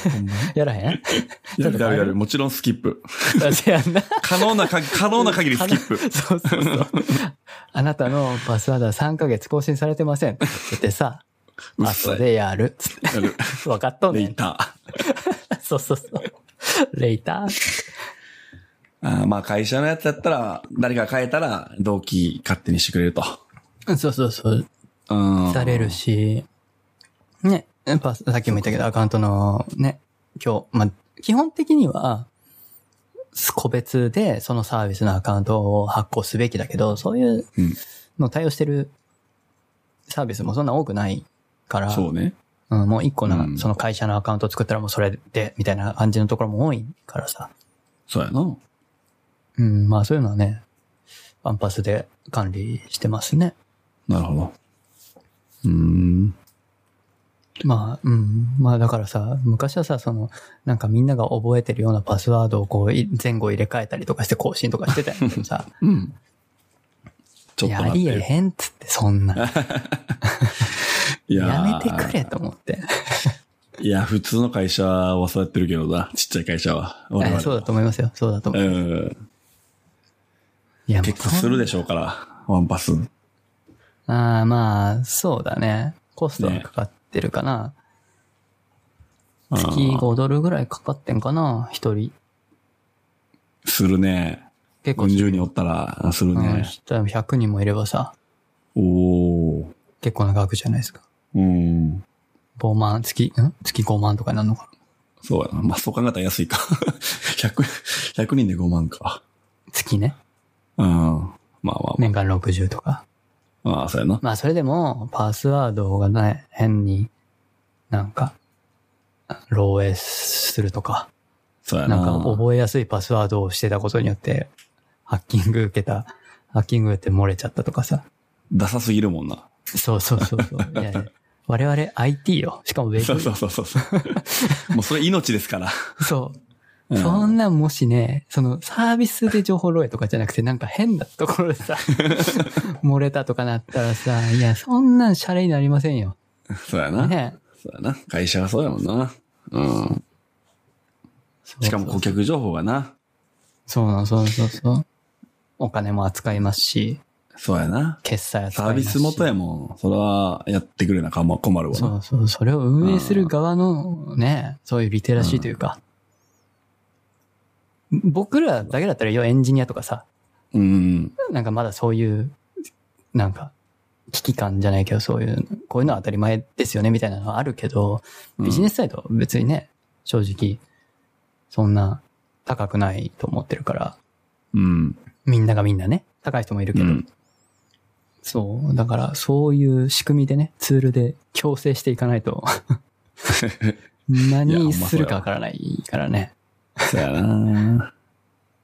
やらへん
やるやるやる。もちろんスキップ。
だってやんな。
可能なか、可能な限りスキップ。
そうそうそう。あなたのパスワードは3ヶ月更新されてません。って言ってさ、
うっ
後
さい。
でやる。つって
やる。
分かっとん
レ
ね
イ
ん。
タ
そうそうそう。レイター
ー。あーまあ会社のやつやったら、誰か変えたら、同期勝手にしてくれると。
そうそうそう。
うん。
されるし、ね、パス、さっきも言ったけど、アカウントのね、今日、まあ、基本的には、個別でそのサービスのアカウントを発行すべきだけど、そういう
うん
の対応してるサービスもそんな多くないから、
そうね。
うん、もう一個な、
うん
その会社のアカウントを作ったらもうそれで、みたいな感じのところも多いからさ。
そうやな。
うん、まあそういうのはね、アンパスで管理してますね。
なるほど。うーん。
まあ、うん。まあだからさ、昔はさ、その、なんかみんなが覚えてるようなパスワードをこう、い前後入れ替えたりとかして更新とかしてたんやけ どさ、
うん。ちょっと
や
待
り
って
え
よ。
へんっつって、そんな。
い
や
ー
めてくれと思って。
いや、普通の会社はそうやってるけどな。ちっちゃい会社は。我々 は
そうだと思いますよ。そうだと思う。
うん。
いや、もう
結構するでしょうから、ワンパス。
そんああ、まあ、そうだね。コストがかかってるかな。
ね
月5ドルぐらいかかってんかな、一人。
するね。
結構する、
40人おったら、する
うん、
ね。
人は100人もいればさ、
おー。
結構な額じゃないですか。
うん。
5万、月、ん月5万とかになるのかな。
そうやな。まあ、そう考えたら安いか。100、100人で5万か。
月ね。
うん。まあまあまあ。
年間60とか。
まあ、そうやな。
まあそれでも、パスワードがね、変になんか、漏洩するとか、
そうやな。
なんか覚えやすいパスワードをしてたことによって、ハッキング受けた、ハッキングって漏れちゃったとかさ。
ダサすぎるもんな。
そうそうそうそう。 いやいや我々 IT よ。しかもウェブ。
そうそうそうそう。もうそれ命ですから。
そう。
うん
そんなんもしね、そのサービスで情報漏洩とかじゃなくて、なんか変なところで さ、漏れたとかなったらさ、いや、そんなんシャレになりませんよ。
そうやな。
ね。
そうやな。会社はそうやもんな。うん。しかも顧客情報がな。
そうなの、そうそうそう。お金も扱いますし、
そうやな。
決済扱
サー
いま
ビ
すし。
ス元やもん。それはやってくれなかま困るわな。
そうそう、それを運営する側のね、そういうリテラシーというか、僕らだけだったら、要はエンジニアとかさ、
うん。
なんかまだそういう、なんか、危機感じゃないけど、そういう、こういうのは当たり前ですよね、みたいなのはあるけど、ビジネ
ス。
スサイトは別にね、正直、そんな高くないと思ってるから、
うん。
みんながみんなね、高い人もいるけ
う
ど、
ん。
そう。だから、そういう仕組みでね、ツールで強制していかない と、
いやほん
何
まそうや
するかわからないからね。
そうやな。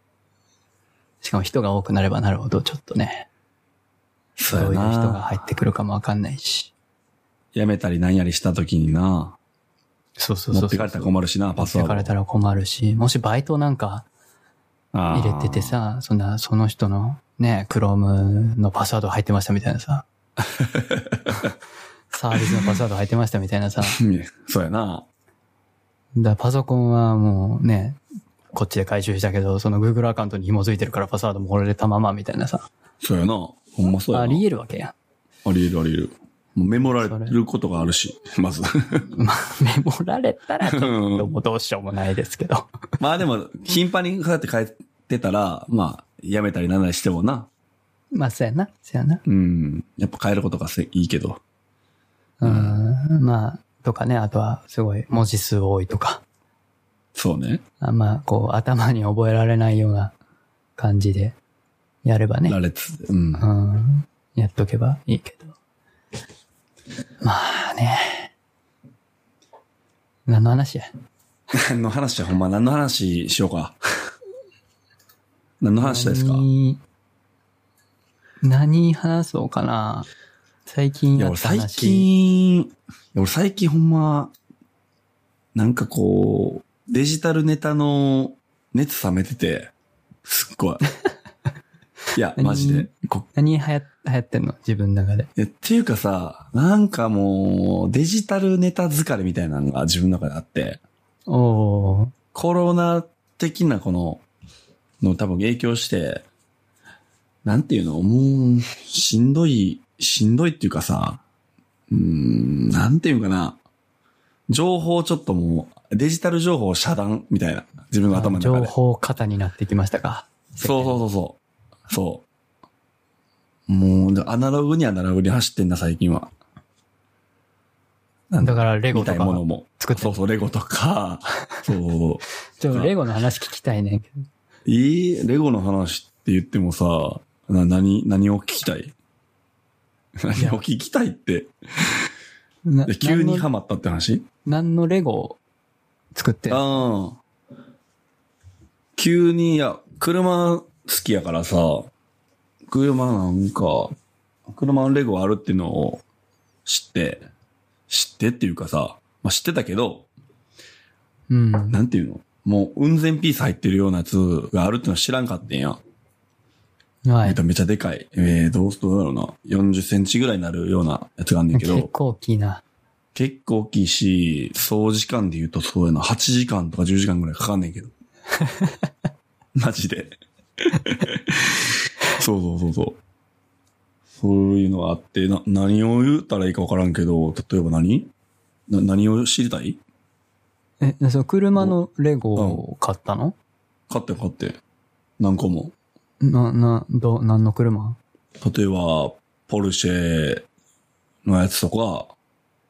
しかも人が多くなればなるほど、ちょっとね、
そ
ど
う
う
や
いう人が
な。
入ってくるかもわかんないし。
辞めたり何やりした時にな。
そうそうそう。
持ってかれたら困るしな、パスワ
持ってかれ
ー
たら困るし、もしバイトなんか
ド。入
入れてて。さ、そんな、その人のね、クロームのパスワード入ってましたみたいな さ、サービスのパスワード入ってましたみたいなさ、
うんそうやな。
だからパソコンはもうね、こっちで回収したけど、その Google アカウントに紐づいてるからパスワードも漏れたままみたいなさ。
そうやな。ほんまそうやな。
あり得るわけや
あり得るあり得る。もうメモられることがある し、まず。
ん。まあ、 メモられたらちょっ
う
と
ん
もうどうしようもないですけど。
まあでも、頻繁にそうやって帰ってたら、まあ、辞めたりなんなりしてもな。
まあ、そうやな。そうやな。
うん。やっぱ変えることがせいいけど。
うん。まあ、とかね、あとはすごい文字数多いとか。
そうね。
あんまあ、こう、頭に覚えられないような感じでやればね。
羅列。うん。
うん。やっとけばいいけど。まあね。何の話や。
何の話やほんま何の話しようか。何の話ですか
何何話そうかな最近
いや、
や
俺
った
最
話。
近、いや俺最近ほんま、なんかこう、デジタルネタの熱冷めてて、すっごい。いや、
何
マジで。こ
何流行流行ってんの自分の中で。
えっていうかさ、なんかもう、デジタルネタ疲れみたいなのが自分の中であって、
おおー。
コロナ的なこの、の多分影響して、なんていうのもう、しんどい、しんどいっていうかさ、うーん、なんていうかな。情報ちょっともう、デジタル情報遮断みたいな。自分の頭の中
情
で。
報型になってきましたか。
そうそうそうそう。そう。もう、でアナログにアナログに走ってんな、最近は。なん
だからレゴ
みた
と
いもの
か
も。
作って
そうそう、レゴとか、そう。
ちょ、レゴの話聞きたいねんけど。
いいレゴの話って言ってもさ、な、何、何を聞きたい 何を聞きたいって。
な
で急に
何の
ハマったって話
何のレゴを作ってんの
ああ。急に、いや、車好きやからさ、車なんか、車のレゴあるっていうのを知って、知ってっていうかさ、まあ、知ってたけど、
うん。
なんていうのもう、雲仙ピース入ってるようなやつがあるっての知らんかってんや。
は
め
い
ち。ゃめちゃでかい。えー、どうすどうやろうな。40センチぐらいになるようなやつがあんねんけ
結
ど、
構大きいな。
結構大きいし、総時間で言うとそうやな、8時間とか10時間ぐらいかかんねん けど。マジで。そうそうそうそう。そういうのがあって、な、何を言ったらいいかわからんけど、例えば何な、何を知りたい
え、その車のレゴを買ったの、
買って買って。何個も。
な、な、ど、何の車
例えば、ポルシェのやつとか、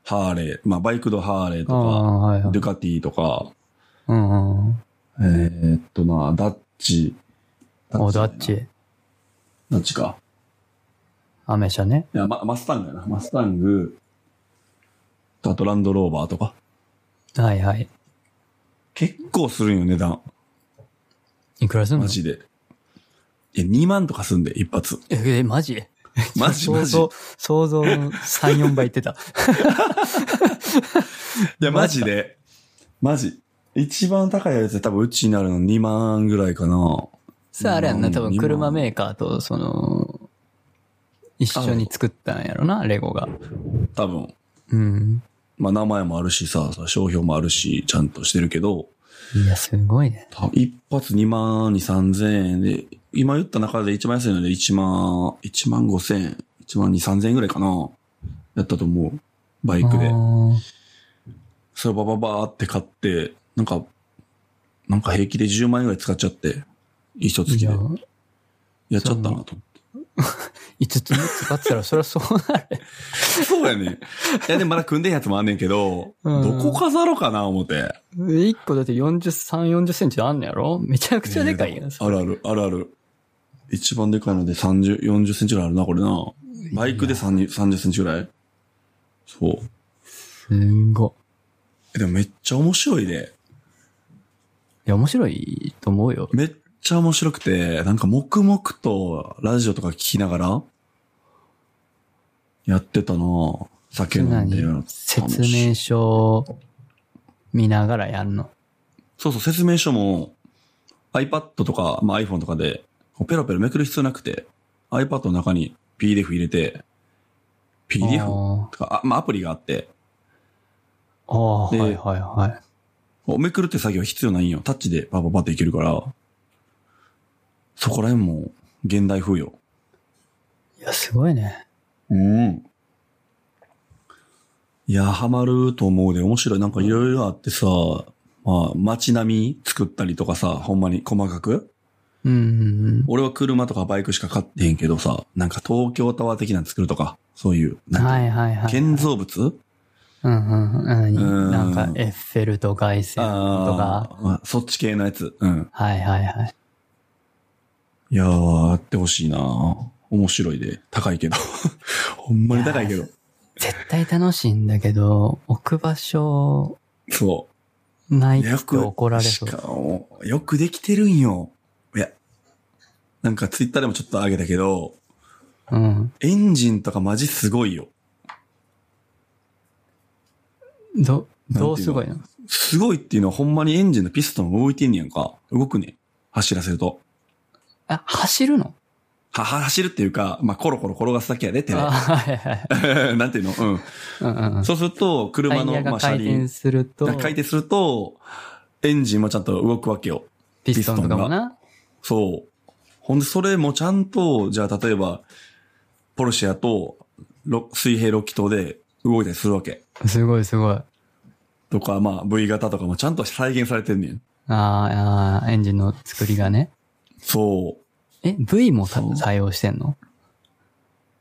ハーレー、まあ、バイクのハーレーと
あ
か、
あ、はいはい
デュ。カティとか、
うんうん。
えーっとな、ダッチ。
お、
だ
ダッ。チ。
ダッチか。
アメ車ね。
いや、まマスタングやな。マスタング、あとランドローバーとか。
はいはい。
結構するんよ、値段。
いくらすんの
マジで。いや、2万とかすんで、一発。
え、えマジ
マジ
想
マジ。
像、想像の3、4倍言 ってた。
いや、マジで。マジ。一番高いやつで多分うちになるの2万ぐらいかな。
さあ、あれやんな、多
うん
分車メーカーと、その、一緒に作ったんやろな、レゴが。
多分。
うん。
まあ、名前もあるしさ、さ商標もあるし、ちゃんとしてるけど、
いや、すごいね。
多分一発2万2、3000円で、今言った中で一番安いので1万、1万5千円、1万2、3000円ぐらいかな。やったと思う。バイクで
あ。ー
それをバババーって買って、なんか、なんか平気で10万円ぐらい使っちゃって、一月
い
で。
や、
やっちゃったなと思
5つ6つ買ってたら、そりゃそうなる。
って。そうやね。いや、でもまだ組んでんやつもあんねんけど、
うん
どこ飾ろうかな思って。
1個だって43、40センチあんのやろめちゃくちゃでかいやん。
あるある、あるある。一番でかいので30、40センチぐらいあるな、これな。バイクで30 30センチぐらいそう。
すんご。
えでもめっちゃ面白いで。
いや、面白いと思うよ。
めっちゃ面白くて、なんか黙々とラジオとか聞きながら、やってたなぁ酒
つ
飲
ま
んで
り。説明書を見ながらやんの。
そうそう、説明書も iPad とか、まあ、iPhone とかで、こうペロペロめくる必要なくて、iPad の中に PDF 入れて、PDF?
あ
とか、あまあ、アプリがあって、
ああー、
で
はいはいはい。
こうめくるって作業は必要ないんよ。タッチでパパパっていけるから、そこら辺も現代風よ。
いや、すごいね。
うん。いや、ハマると思うで、面白い。なんかいろいろあってさ、まあ、街並み作ったりとかさ、ほんまに細かく。
うんうんうん。
俺は車とかバイクしか買ってへんけどさ、なんか東京タワー的なの作るとか、そういう、なんか、
はいはいはい。
建造物
うんうんうん。
うん
なんか、エッフェルと凱旋とか。
あー、そっち系のやつ。うん。
はいはいはい。
いやー、やってほしいな面白いで。高い けど。ほんまに高いけど。
絶対楽しいんだけど、置く場所
そう。
ない
よ
と
く、
怒られそう
し。かも、よくできてるんよ。いや、なんかツイッターでもちょっと上げたけど、
うん。
エンジンとかマジすごいよ。
ど、
なんていうの
どうすごいの
すごいっていうのはほんまにエンジンのピストン動いてんねやんか。動くね。走らせると。
あ、走るの
は、は走るっていうか、まあ、コロコロ転がすだけやで、手
あ
で。
はいはい。
なんていうの
うんうんう
うんん。。そうすると、
タ
車
イヤ
の、ま
が
あ、車
回転
輪
すると、
が回転すると、エンジンもちゃんと動くわけよ。
ピストンとかもな。
そう。ほんで、それもちゃんと、じゃあ、例えば、ポルシェやと、ろ水平6気筒で動いたりするわけ。
すごいすごい。あ
とか、まあ、V 型とかもちゃんと再現されてんねん。
ーあー、エンジンの作りがね。
そう。
え、V もた
そう
採用してんの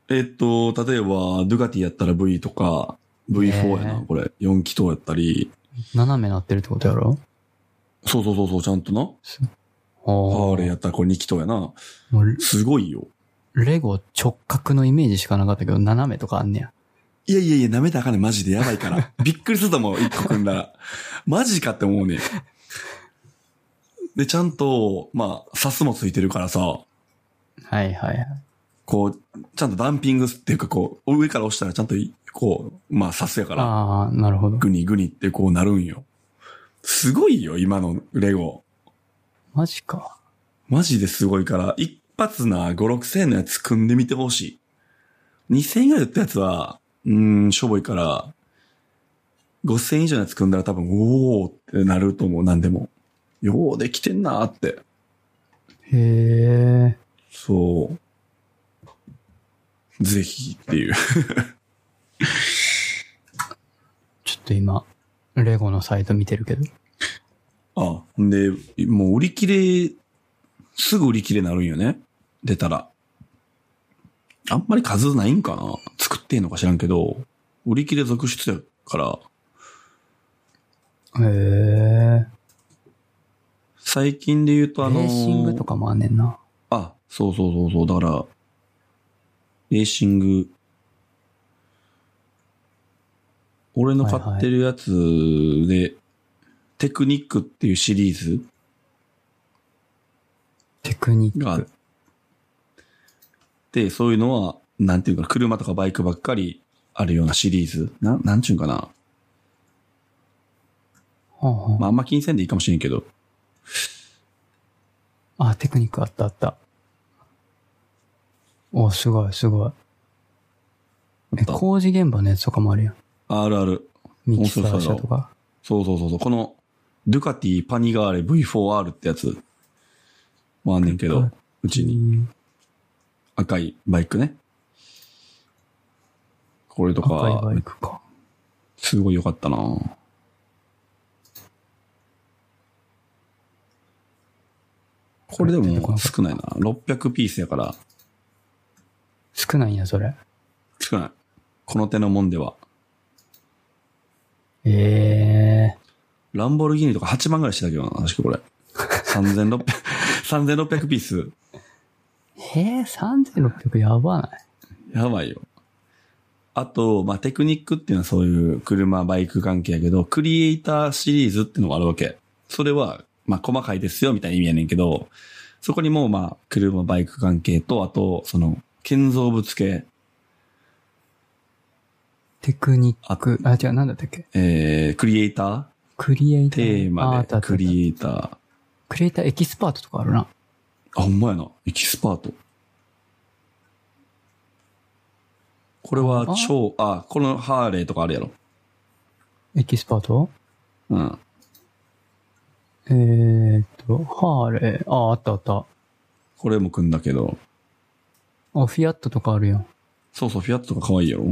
えっと、例えば、ドゥカティやったら V とか、V4 やな、
ねえ
これ。4気筒やったり。
斜めなってるってことやろ
そうそうそう、そうちゃんとな。
あお
あ
ー
れやったらこれ2気筒やな。
もう
すごいよ。
レゴ直角のイメージしかなかったけど、斜めとかあんねや。
いやいやいや、舐めたらあかんねんマジでやばいから。びっくりすると思う、一個組んだら。マジかって思うねん。で、ちゃんと、まあ、サスもついてるからさ、
はいはいはい。
こう、ちゃんとダンピングっていうか、こう、上から押したらちゃんとい、こう、まあ、サスやから、
ああ、なるほど。
グニグニってこうなるんよ。すごいよ、今のレゴ。
マジか。
マジですごいから、一発な5、6千円のやつ組んでみてほしい。2千円ぐらいだったやつは、うーん、しょぼいから、5千円以上のやつ組んだら多分、おーってなると思う、なんでも。ようできてんなーって。
へえ。
そう。ぜひっていう。
ちょっと今、レゴのサイト見てるけど。
あ、んで、もう売り切れ、すぐ売り切れなるんよね。出たら。あんまり数ないんかな作ってんのか知らんけど、売り切れ続出やから、
へえ。
最近で言うと
レ
あの
ーシングとかもあんねんな。
あ、そうそうそうそう。だから、レーシング。俺の買ってるやつで、テクニックっていうシリーズ
テクニッ
があっ
ク。
て、そういうのは、なんていうか、車とかバイクばっかりあるようなシリーズ。な、なんちゅうんかな。
はあは
まあ、あんま金銭でいいかもしれんけど。
あ、あ、テクニックあったあった。お、すごいすごい。え、
あった
工事現場のやつとかもあるやん。
あるある。
ミキサー車
面白そ
と
うだ
か。
そうそうそうそう。この、ドゥカティパニガーレ V4R ってやつ。もあんねんけ
は
ど
い、
うちに。
うん
赤いバイクね。これと
赤い
か
バ、イクか。
すごい良かったなこれでも少ないな。600ピースやから、
少ないんや、それ。
少ない。この手のもんでは。
ええ
ランボルギーニとか8万ぐらいしてたけどな、確かこれ。3600、3600ピース。
へえ、3600やばない。
やばいよ。あと、まあ、テクニックっていうのはそういう車、バイク関係やけど、クリエイターシリーズっていうのがあるわけ。それは、まあ、細かいですよ、みたいな意味やねんけど、そこにもう、まあ、車、バイク関係と、あと、その、建造物系、
テクニック、あ、違う、なんだったっけ
えー、クリエイター
クリエイター。
テーマ
ああ
で、
った
クリエイター。
クリエイターエキスパートとかあるな。
あ、ほんまやな。エキスパート。これは超、あ、このハーレーとかあるやろ。
エキスパート
うん。
えーっと、ハーレー。あ、あったあった。
これも組んだけど。
あ、フィアットとかあるやん。
そうそう、フィアットとか可愛いやろ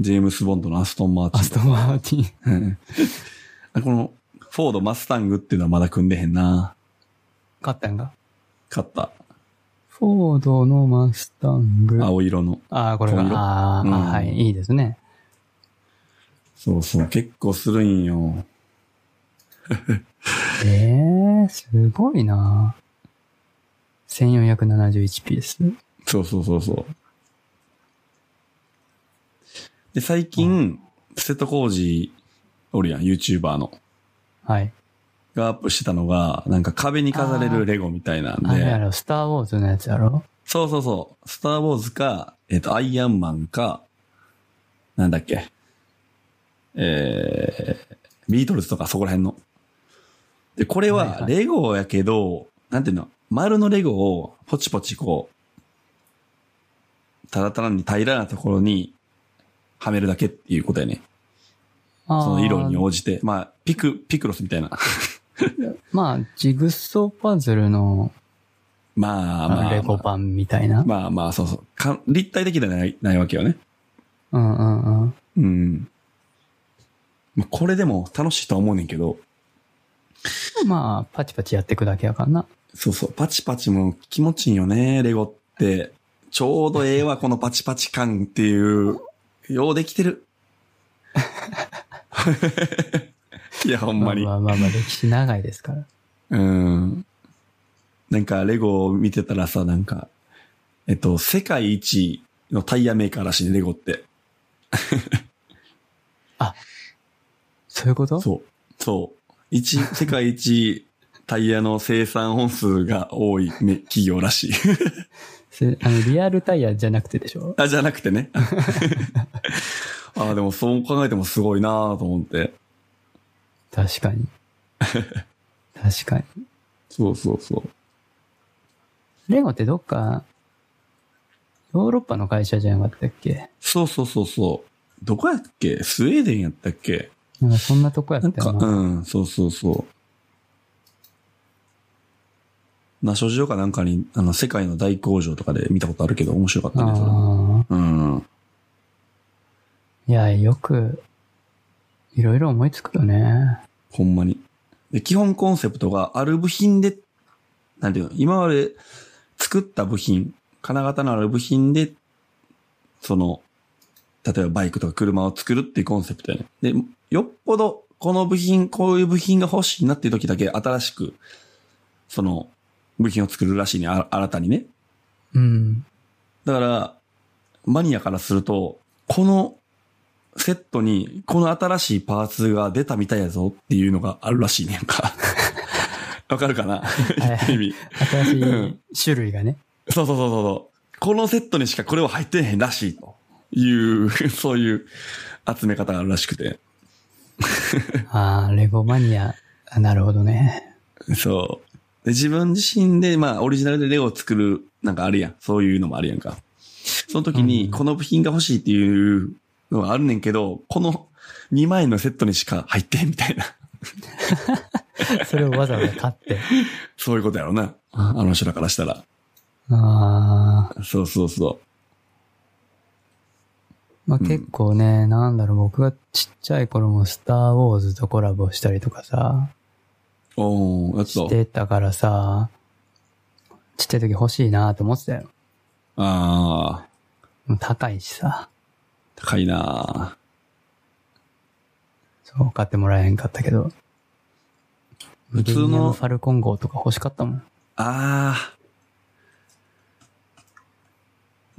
ジェームス・ボンドのアストン・マー
アス
チ
トンマーティン。
ン。あこの、フォード・マスタングっていうのはまだ組んでへんな。
買ったんが。
買った。
フォードのマスタング。
青色の。
ああ、これが。
紺色
あーあ、
うん
はい、いいですね。
そうそう、結構するんよ。
えー、すごいな1471ピース。
そうそうそうそう。で、最近、瀬戸康二、おるやん、YouTuber の。
はい。
がアップしてたのが、なんか壁に飾れるレゴみたいなん
あれや
で。
ろ、スターウォーズのやつやろ
そうそうそう。スターウォーズか、えっ、と、アイアンマンか、なんだっけ。えー、ビートルズとかそこら辺の。で、これ
はい
は
はい
レゴやけど、なんていうの、丸のレゴをポチポチこう、ただただに平らなところにはめるだけっていうことやね。
あー
その色に応じて。まあ、ピク、ピクロスみたいな。
まあ、ジグソーパズルの
まあまあ、まあ。
レゴ版みたいな。
まあまあ、そうそう。か立体的ではないないわけよね。
うんうんうん。
うん。まあこれでも楽しいとは思うねんけど、
まあ、パチパチやっていくだけやからな。
そうそう、パチパチも気持ちいいよね、レゴって。ちょうどええわ、このパチパチ感っていう、ようできてる。 いや、ほんまに。
まあまあまあ、歴史長いですから。
うん。なんか、レゴを見てたらさ、なんか、えっと、世界一のタイヤメーカーらしいね、レゴって。
そういうこと
そう。そう。一、世界一タイヤの生産本数が多いめ企業らしい。
せあの、リアルタイヤじゃなくてでしょ
あ、じゃなくてね。 あーでもそう考えてもすごいなーと思って。
確 かに。確かに。
そうそうそう。
レゴってどっか、ヨーロッパの会社じゃなかったっけ
そうそうそうそう。どこやっけスウェーデンやったっけ
なんかそんなとこや
な
っ
ん
た
か、
よな。
うん、そうそうそう。ナショジオかなんかに、あの、世界の大工場とかで見たことあるけど、面白かったね、それも。
ああ。
うん。
いや、よく、いろいろ思いつくよね。
ほんまに。で、基本コンセプトが、ある部品で、なんていうの、今まで作った部品、金型のある部品で、その、例えばバイクとか車を作るっていうコンセプトやね。で、よっぽど、この部品、こういう部品が欲しいなっていう時だけ、新しく、その、部品を作るらしいね、あ新たにね。
うん。
だから、マニアからすると、このセットに、この新しいパーツが出たみたいやぞっていうのがあるらしいねんか。わかるかな言 ってる意味。
新しい種類がね。
そうそうそうそうそう。このセットにしかこれは入ってへんらしいという、そういう集め方があるらしくて。
ああ、レゴマニア。あなるほどね。
そう。で自分自身で、まあ、オリジナルでレゴを作る、なんかあるやん。そういうのもあるやんか。その時
う
に、
ん
この部品が欲しいっていうのはあるねんけど、この2枚のセットにしか入ってんみたいな。
それをわざわざ買 って。
そういうことやろな。あの人らからしたら。
ああ。
そうそうそ
まあ、
うん
結構ね、なんだろう、僕がちっちゃい頃もスターウォーズとコラボしたりとかさ、
う。おー、やつ
し
と。
てたからさ、ちっちゃい時欲しいなと思ってたよ。
あー、
でも高いしさ。
高いな
そう、買ってもらえへんかったけど。
普通
ミ
の
レニアムファルコン号とか欲しかったもん。
あー。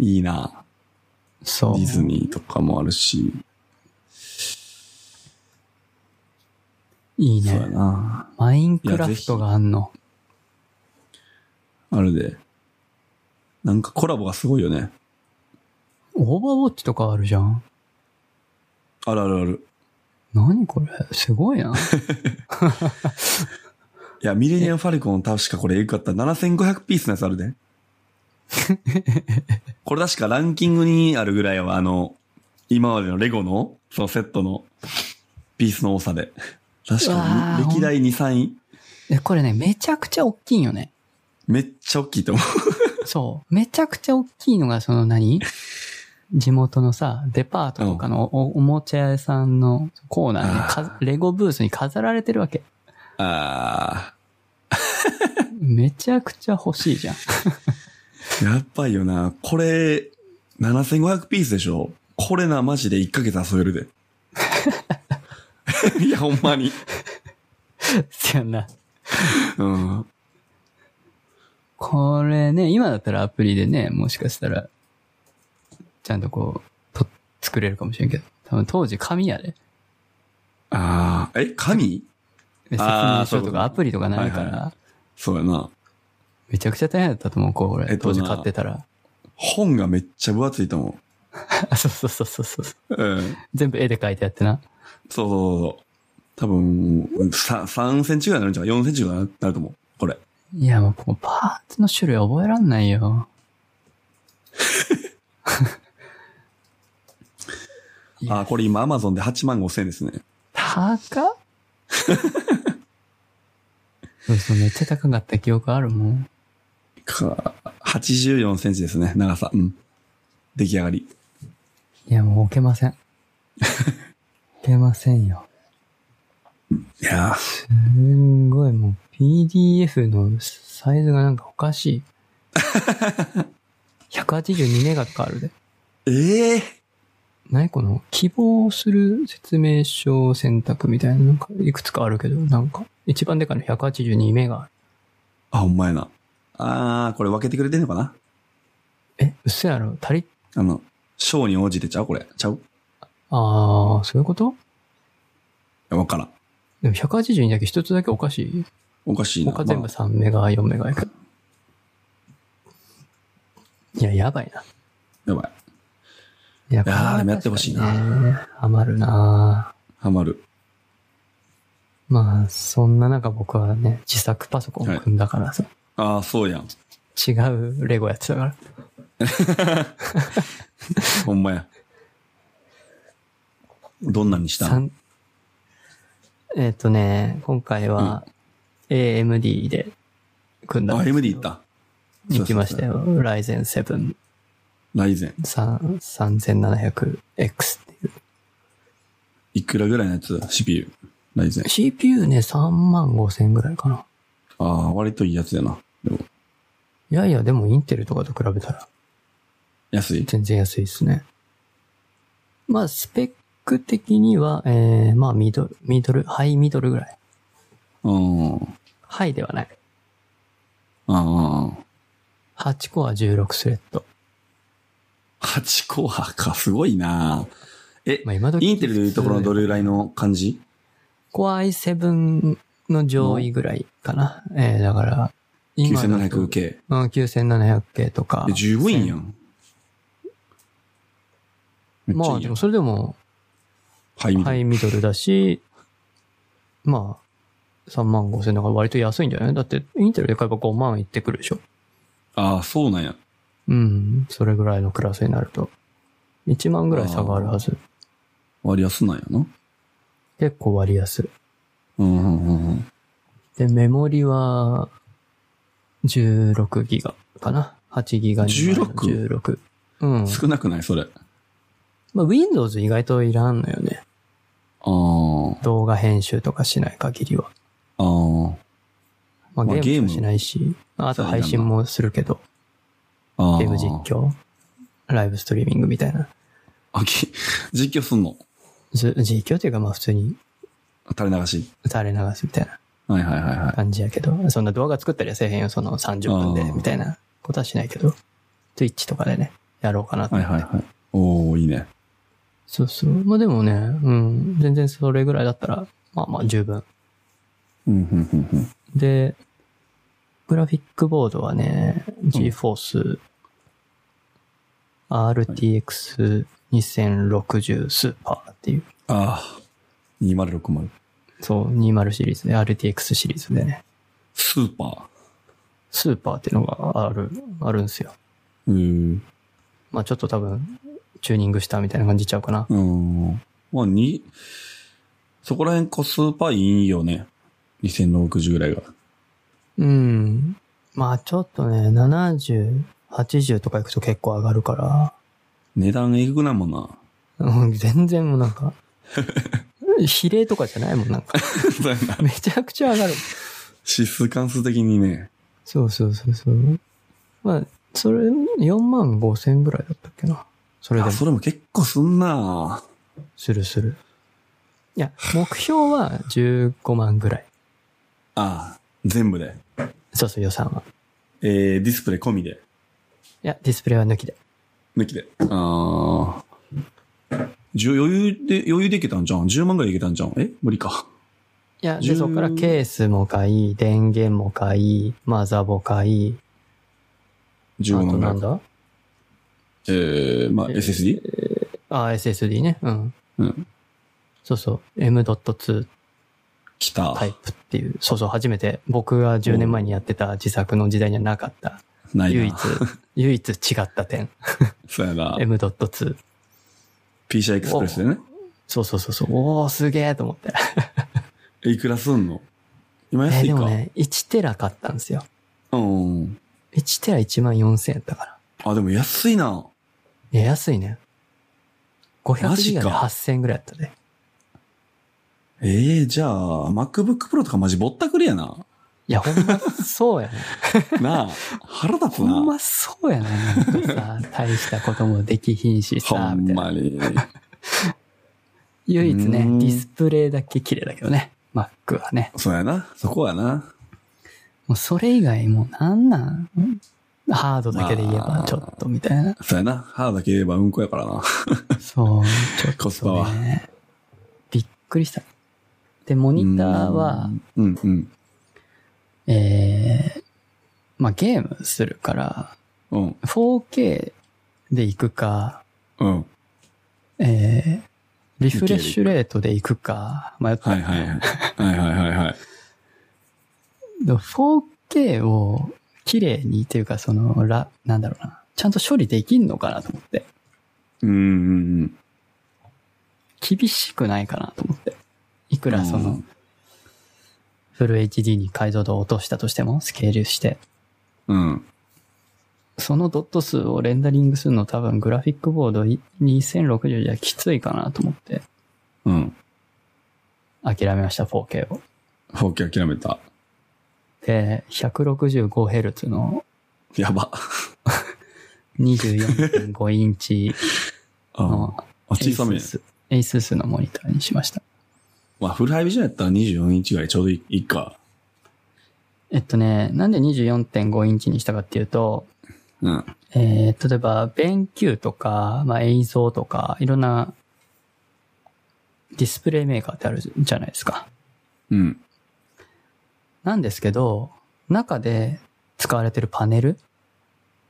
いいな
そ
デ
う。
ィズニーとかもあるし。
いい
そうや
ね。
な
マインクラフトがあんの。
あるで。なんかコラボがすごいよね。
オーバーウォッチとかあるじゃん。
あるあるある。
何これすごいな。
いや、ミレニアムファルコン確かこれエグかった。7500ピースのやつある で。これ確かランキングにあるぐらいは、あの、今までのレゴの、そのセットのピースの多さで。確
うわ
か
ー
に、歴代2、3位。
えこれね、めちゃくちゃ大きいんよね。
めっちゃ大きいと思
そう。めちゃくちゃ大きいのが、その何地元のさ、デパートとかのお,、おもちゃ屋さんのコーナーにか、レゴブースに飾られてるわけ。
う。あ
めちゃくちゃ欲しいじゃん。
ー、やっばいよな。これ、7500ピースでしょこれな、マジで1ヶ月遊べ るで。いや、ほんまに。
そやな。
うん。
これね、今だったらアプリでね、もしかしたら、ちゃんとこう、と、作れるかもしれんけど。多分当時紙やで。
ああ、え、神
で説
あ
明
ー
書とかアプリとかないか
はい
ら、
そうやな。
めちゃくちゃ大変だったと思う、こ
え
れ。
っと
当
な
時買ってたら。
本がめっちゃ分厚いと思
あそうそうそうそうそう。
う。うん。
全部絵で描いてやってな。
そうそうそうそう。多分、3, 3センチぐらいになるんちゃう ?4 センチぐらいになると思う。これ。
いや、もうこのパーツの種類覚えらんないよ。いや
あー、これ今 Amazon で8万5千円ですね。
高っ そうそう、めっちゃ高かった記憶あるもん。
か、84センチですね。長さ。うん。出来上がり。
いや、もう置けません。置けませんよ。
いや
すんごい、もう PDF のサイズがなんかおかし い。182メガとかあるで。
ー。ええ
何この、希望する説明書選択みたいな、なんか、いくつかあるけど、なんか、一番でかいの182目がある。
あ、ほんまやな。あー、これ分けてくれてんのかな
え、うっせやろ足り、
あの、章に応じてちゃうこれ。ちゃうい
あー、そういうこと
や、わからん。
でも182だけ一つだけおかしい。
おかしいな。
他全部
ま
3
あ
メガ、4メガやけど。いや、やばいな。
やばい。
や
いやーでもやってほしいな。
余るな
ハマる。
まあ、そんな中僕はね、自作パソコンを組んだからさ、
あー、そうやん。
違うレゴやってたから。
ほんまや。どんなにしたん
三えっ、とね、今回は AMD で組んだ
あ、
んです
AMD 行った。
行きましたよ。Ryzen 7
ライゼン。
3 3700X っていう。
いくらぐらいのやつ ?CPU。ライゼン。
CPU ね、3万5千ぐらいかな。
ああ、割といいやつやな。でも、
いやいや、でもインテルとかと比べたら
安い。
全然安いですね。まあ、スペック的には、えー、まあ、ミドル、ミドル、ハイミドルぐらい。
うん。あ
ハイではない。
あ。
8コア16スレッド。
8コアか、すごいなえ、
まあ、今時
インテルでいうところのどれぐらいの感じ
コア i7 の上位ぐらいかな。えー、だから、今だと
?9700K。で
うん、9700系とか。
十分いいやん。めっち
まあ、
ゃいい
で
や
も
ん。
それでも、
はい、見
ハ
て
イミドルだし、まあ、3万5千だから割と安いんじゃないだって、インテルで買えば5万いってくるでしょ。
ああ、そうなんや。
うん、それぐらいのクラスになると。1万ぐらい差があるはず。
割安なんやな。
結構割安。
うん、うん、うんうん。
で、メモリは、16ギガかな。8ギガに。
16
16。うん。
少なくないそれ。あ
まあ、Windows 意外といらんのよね。
あー、
動画編集とかしない限りは。
ああ、
まあ、
ま
ゲー
あ
ムも
ゲーム
しないし、あと配信もするけど、
ああ。
ゲーム実況、ライブストリーミングみたいな。
あ、き 実況すんの
ず実況というかまあ普通に
垂れ流し。
垂れ流すみたいな
はいはいはいはい。
感じやけど、そんな動画作ったりはせえへんよ、その30分で
あ、ー
みたいなことはしないけど、Twitch とかでね、やろうかなと
はいはいはい。おー、いいね。
そうそう。まあでもね、うん、全然それぐらいだったら、まあまあ十分。
うん、うん、うん、うん。
で、グラフィックボードはね、GForce、RTX 2060スーパーっていう、
ああ、2060。
そう、20シリーズで、RTX シリーズでね、
スーパー。
スーパーっていうのがある、あるんですよ。
うーん。
まあちょっと多分、チューニングしたみたいな感じちゃうかな。
うん。まあ、に、そこら辺こうスーパーいいよね。2060ぐらいが。
うん。まあちょっとね、70、80とか行くと結構上がるから、
値段えぐくないもんな。
うん 全然もうなんか、 比例とかじゃないもん、なんか。
そうやな
めちゃくちゃ上がる。
指数関数的にね。
そうそうそうそう。まあ、それ、4万5千ぐらいだったっけな。それで
あ、
も、
それも結構すんな
するする。いや、目標は15万ぐらい。
ああ、全部で。
そうそう、予算は。
えー、ディスプレイ込みで。
いや、ディスプレイは抜きで。
抜きで。ああ。じゅ余裕で、余裕でいけたんじゃん ?10 万ぐらいいけたんじゃんえ無理か。
いや、で、
10
そこからケースも買い、電源も買い、マザーも買い、あ
15
と
万ぐら
ないん。だ
えー、まあ、
えー
SSD?
あ、SSD ね。うん。
うん。
そうそう。M.2
来た。
タイプっていう、そうそう、初めて僕が10年前にやってた自作の時代にはなかった、
ない
唯一
な。、
唯一違った点、
そうやな。
M.2。
PCI エクスプレスでね。
そうそうそうそう、おー、すげえと思って。
えいくらすんの今
え
安
ー
い
で
か、
もね、1テラ買ったんですよ。
うん。
1テラ1万4000円だったから。
あ、でも安いな。
いや、安いね。500
マ
ギ
ジ
ガ
か
で8000円ぐらいだったね。
ええじゃあ、MacBook Pro とかマジぼったくりやな。
いや、ほんま、そうやね。
なあ、腹立つ
ほん
な。
まそうやね。なんかさ、大したこともできひんし
ほ
さ、み
ん
たいな。
まに。
唯一ね、デ
うん
ィスプレイだけ綺麗だけどね。Mac はね。
そうやな。そこやな。
もうそれ以外もうなんなんハードだけで言え
ま
ば
あ
ちょっとみたいな。
そうやな。歯だけ言えばうんこやからな。
そう、ちょっと、ね。
コスパは
びっくりした。で、モニターは、
うんうん。
えー、まあゲームするから、
うん。
4K で行くか、
うん。
えー、リフレッシュレートで行くか、迷った。
はいはいはい。はいはいはいはい。
でも 4K を綺麗にっていうか、その、ら、なんだろうな。ちゃんと処理できんのかなと思って。
うんうんうん。
厳しくないかなと思って。いくらそうの
ん、
フル HD に解像度を落としたとしても、スケールして。
うん。
そのドット数をレンダリングするの多分グラフィックボードい2060じゃきついかなと思って、
うん。
諦めました、4K を。
放棄諦めた。
で、165Hz の
やば。
24.5インチ
あ
の
あ。小さめ。
ASUS, ASUS のモニターにしました。
まあ、フルハイビジョンやったら24インチぐらいちょうどいいか。
えっとね、なんで24.5インチにしたかっていうと、
うん。
えー、例えば、勉強とか、まあ、映像とか、いろんなディスプレイメーカーってあるじゃないですか。
うん。
なんですけど、中で使われてるパネル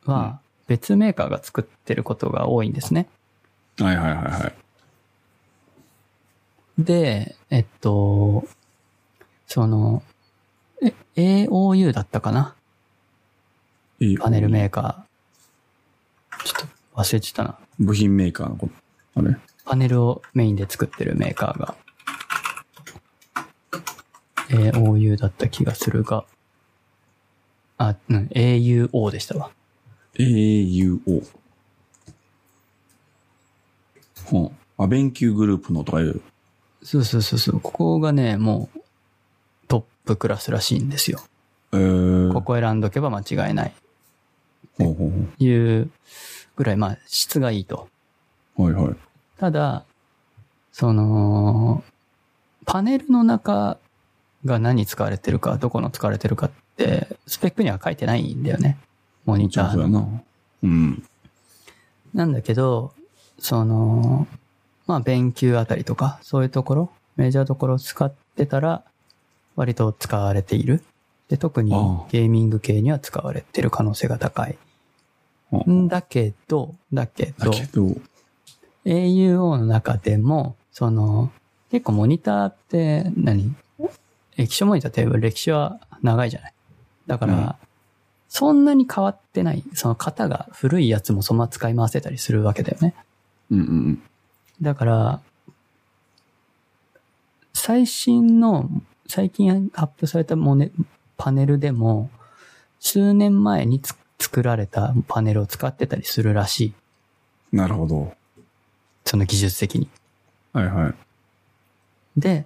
は別メーカーが作ってることが多いんですね。
はいはいはいはい。
で、えっと、その、え AOU だったかない
い
パネルメーカー。ちょっと忘れちゃったな。
部品メーカーのこと。あれ
パネルをメインで作ってるメーカーが、AOU だった気がするが、あ、うん、AUO でしたわ。
?AUO。ほん。あ、勉強グループのとかいう。
そうそうそうそう。ここがね、もう、トップクラスらしいんですよ。
えー。
ここ選んどけば間違いない。
ほうほうほ
いうぐらい、まあ、質がいいと。
う。はいはい。
ただ、その、パネルの中が何使われてるか、どこの使われてるかって、スペックには書いてないんだよね。モ
も
ニ
ちろ
ター
んそうや
の。
な。うん。
なんだけど、その、まあ、勉強あたりとか、そういうところ、メジャーところを使ってたら、割と使われている。で、特に
ああ
ゲーミング系には使われてる可能性が高い。
あ
んだけど、だけ
だ
ど、
けど、
AUO の中でも、その、結構モニターって何、液晶モニターって歴史は長いじゃない。だから、
うん
そんなに変わってない。その型が古いやつもそのまま使い回せたりするわけだよね。
うんうん
だから、最新の、最近発表されたモネパネルでも、数年前につ作られたパネルを使ってたりするらしい。
うん。なるほど。
その技術的に。
はいはい。
で、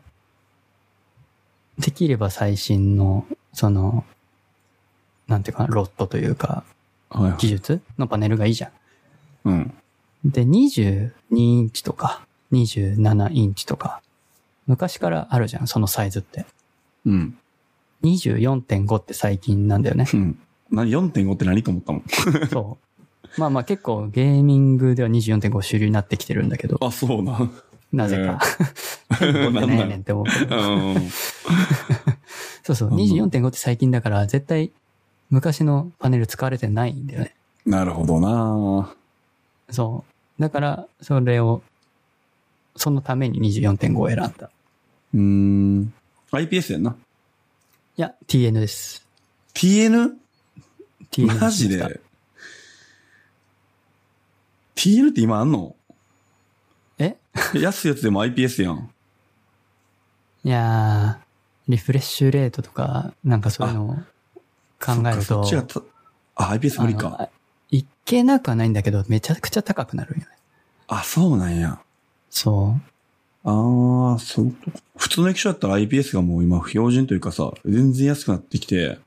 できれば最新の、その、なんていうかな、ロットというか、
はいは
技
い。
術のパネルがいいじゃ
うん。
ん。で、22インチとか、27インチとか、昔からあるじゃん、そのサイズって。
うん。。
24.5って最近なんだ よね
うん。 な、4.5って何と思ったもん。
そう。まあまあ結構ゲーミングでは24.5主流になってきてるんだけど、
あ、そう な。
なぜか。 変更ってねえねんって思うけど。
うん。
そうそう、
うん
24.5って最近だから、絶対昔のパネル使われてないんだよね。
なるほどな。
そう。だから、それを、そのために24.5を選んだ。
うーん。iPS やんな。
いや、TN です。
TN?
TN にしま
マ
し
ジ
た
で ?TL って今あんの
え
安いやつでも IPS やん。
いやー、リフレッシュレートとか、なんかそういうのを考えると
そっかそっち、がた、あ、IPS 無理
あ
か。
のいけなくはないんだけど、めちゃくちゃ高くなるよね。
あ、そうなんや。
そう。
ああ、そういうこと。普通の液晶だったら IPS がもう今不標準というかさ、全然安くなってきて、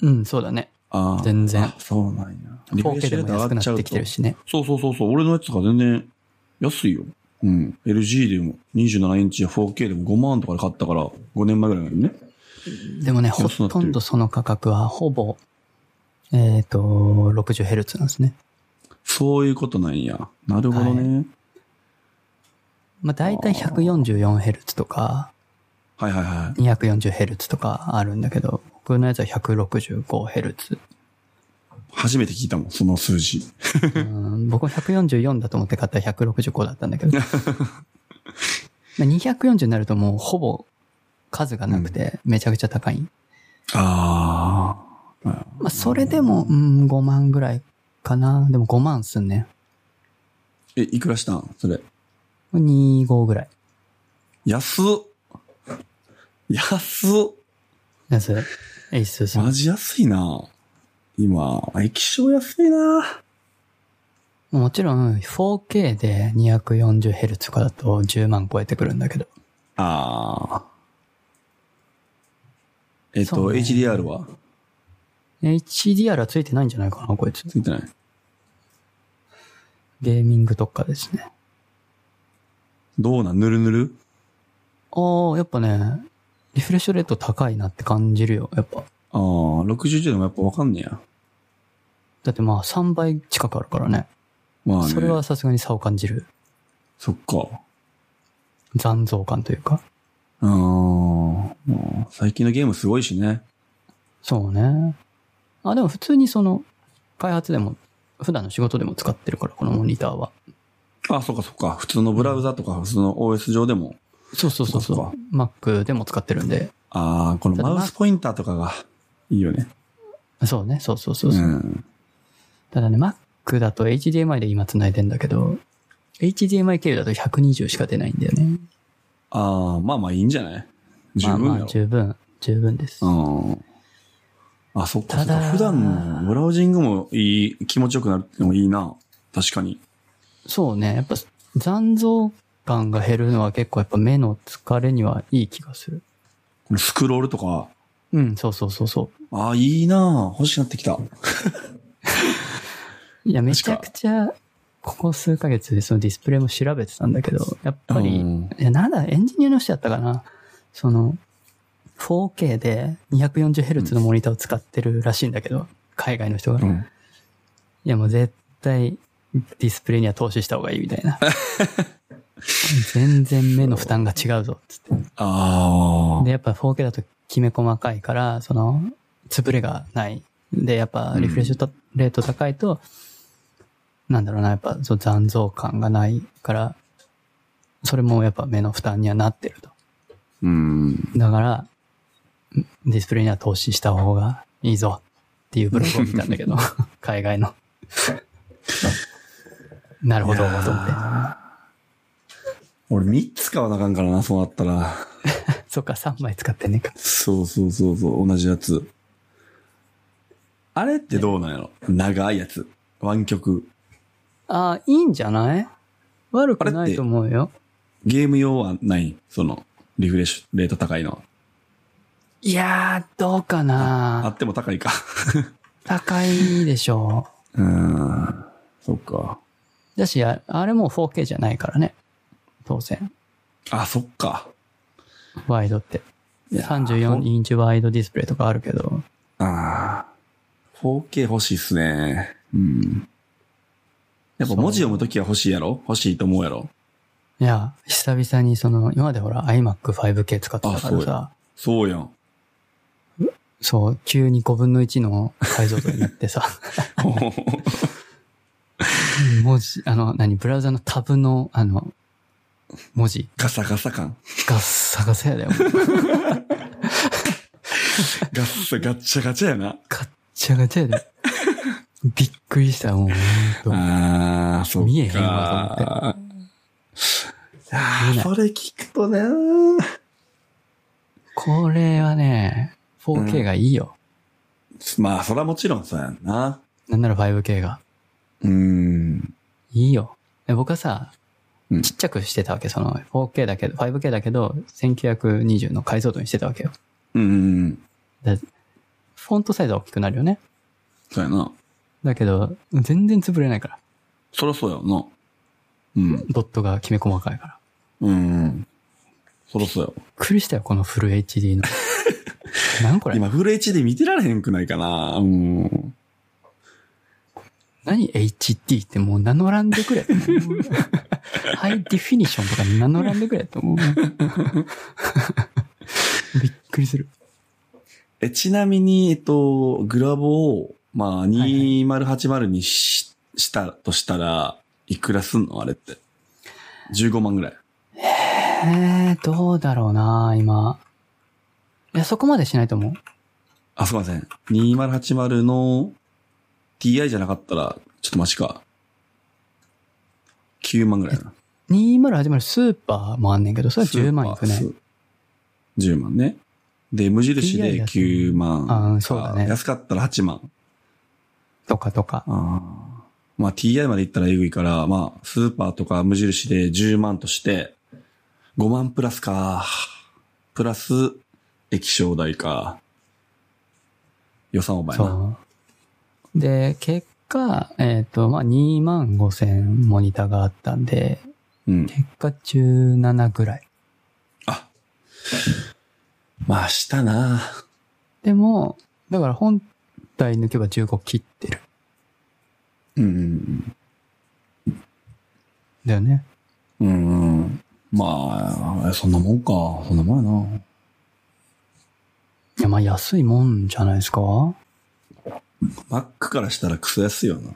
うん、そうだね。
ああ。
全然
あそうなんや。
4K でも安くなってきてるしね。
そうそうそうそう、俺のやつが全然安いよ。うん。LG でも27インチや 4K でも5万とかで買ったから、5年前ぐらいにね。
でもね、
安くな
ほ
ってる
とんどその価格は、ほぼ、えっ、と、60Hz なんですね。
そういうことなんや。なるほどね。
まあ、だいたい 144Hz とか、
はい、はい、はいはいはい
240Hz とかあるんだけど、僕のやつは 165Hz。
初めて聞いたもん、その数字。
うん僕は144だと思って買ったら165だったんだけど。まあ240になるともうほぼ数がなくてめちゃくちゃ高い。
ああ。
まあそれでも、うん、5万ぐらいかな。でも5万っすね。
え、いくらしたんそれ。
25ぐらい。
安っ安っ
なんすエイスさ
マ
ん。
ジ安いな今、液晶安いな
もちろん 4K で 240Hz とかだと10万超えてくるんだけど。
ああ。えっ
そ
と、
うね
HDR は
HDR はついてないんじゃないかな、こいつ。
ついてない
ゲーミング特化ですね。
どうなんぬるぬる
ああ、やっぱね、リフレッシュレート高いなって感じるよ、やっぱ。
ああ、60でもやっぱわかんねや。
だってまあ3倍近くあるからね。
まあね。
それは。さすがに差を感じる。
そっか。
残像感というか。
あーまあ、最近のゲームすごいしね。
そうね。あ、でも普通にその、開発でも、普段の仕事でも使ってるから、このモニターは。
あ、そっかそっか。普通のブラウザとか、普通の OS 上でも。
そうそうそう
そっ
そ
か
う。Mac でも使ってるんで。
ああ、この
ただまあ
マウスポインターとかがいいよね。
そうね、そうそうそう
う
そう、
ん。
ただね、Mac だと HDMI で今繋いでんだけど、HDMI 経由だと120しか出ないんだよね。
ああ、まあまあいいんじゃない十分
まあ
や
まあ、
ろ。
十分、十分です。
うん。あ、そっかそ
た
っか。
だ
普段のブラウジングもいい、気持ちよくなるのもいいな。確かに。
そうね、やっぱ残像感が減るのは結構やっぱ目の疲れにはいい気がする。
このスクロールとか、
うん、そうそうそうそう。
ああ、いいな欲しくなってきた。
いや、めちゃくちゃ、ここ数ヶ月でそのディスプレイも調べてたんだけど、やっぱり、
うん
いや、なんだ、エンジニアの人やったかな。その、4K で 240Hz のモニターを使ってるらしいんだけど、海外の人が。
う
い
ん。
や、もう絶対、ディスプレイには投資した方がいいみたい な。全然目の負担が違うぞ、つって。
あ
で、やっぱ 4K だときめ細かいから、その、潰れがない。で、やっぱリフレッシュとレート高いと、なんだろうな、やっぱそう残像感がないから、それもやっぱ目の負担にはなってると。
あ。うん。
だから、んディスプレイには投資した方がいいぞっていうブログを見たんだけど、海外の。なるほど、と思って。
俺3つ買わなあかんからな、そうなったら。
そっか、3枚使ってんねえか。
そうそうそうそう、同じやつ。あれってどうなんやろ長いやつ。湾曲。
ああ、いいんじゃない悪く
あ
な
れっ
い
て
と思うよ。
ゲーム用はないその、リフレッシュ、レート高いのは。
いやー、どうか
あ
な
っても高いか。
高いでしょ
うーん。そっか。
う。だし、ああれも 4K じゃないからね。当然。
あ、そっか。
ワイドって。
いや
34インチワイドディスプレイとかあるけど。
ああ。4K 欲しいっすね。うん。やっぱ文字読むときは欲しいやろ欲しいと思うやろ
いや、久々にその、今までほら iMac5K 使ってたか
あそ
ら
うや
さ、
そうやん。
そう、急に5分の1の解像度になってさ、文字、あの、何、ブラウザのタブの、あの、文字、
ガサガサ感。
ガッサガサやだよ。もう
ガッサガッチャガチャやな。
ガッチャガチャやだよ。びっくりした、もう。ほんと
ああ、そっか。
見えへんわと
あ
見
あ、
えな
それ聞くとね。
これはね、4K がいいよ。
まあ、それはもちろんそうやんな。
なんなら 5K が。
うーん。
いいよ。え僕はさ、
うん
ちっちゃくしてたわけ、その 4K だけど、5K だけど、1920の解像度にしてたわけよ。
うんうんうん。
でフォントサイズは大きくなるよね。
そうやな。
だけど、全然潰れないから。
そらそうやな。うん。
ドットがきめ細かいから。
うんうん。そらそうやわ。
びっくりしたよ、このフル HD の。何これ
今、フル HD 見てられへんくないかな。うん。
何 HD ってもう名乗らんでくれ。ハイディフィニッションとか名乗らんでくれと 思う。びっくりする。
え、ちなみに、えっと、グラボを、まあ、
いはい
2080にし,、したとしたら、いくらすんのあれって。15万ぐらい。
えー、どうだろうな今。いや、そこまでしないと思う。
あ、すいません。2080の TI じゃなかったら、ちょっとマシか。9万ぐらいやな。
2080スーパーもあんねんけど、それは10万いくね
スー。パー。10万ね。で、無印
TI
で
安い
9万。
あーそうだね
安かったら8万。
とかとか。
あーまあ TI まで行ったらえぐいから、まあ、スーパーとか無印で10万として、5万プラスか。プラス、液晶代か。予算オーバーやな。
そう。で、結果、えっ、と、まあ、2万5千モニターがあったんで、
うん。
結果17ぐらい。
あ。まあ、したな。
でも、だから本体抜けば15切ってる。
うん。
だよね。
うんうん。まあ、そんなもんか。そんなもんやな。
いや、まあ安いもんじゃないですか
Mac からしたらクソ安いよな。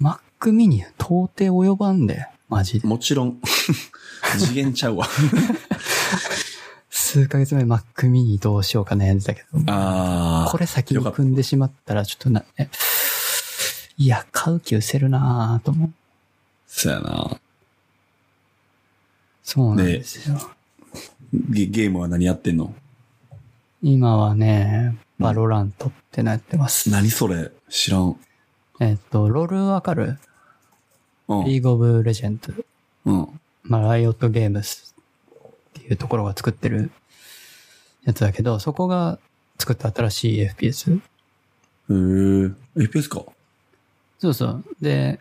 ?Mac mini 到底及ばんで、マジで。
もちろん。 次元ちゃうわ。
数ヶ月前 Mac mini どうしようか悩んでたけど。
あ
これ先に組んでしまったら、ちょっとな、えいや、買う気失せるなぁと思う。
そうやな。
そうなんですよ。
ゲゲームは何やってんの
今はね、バロラントってなってます。
何それ知らん。
えっと、ロールわかる
うん
リ。ーグオブレジェンド。
うん。
まあ、ライオットゲームスっていうところが作ってるやつだけど、そこが作った新しい FPS。
へー FPS か
そうそう。で、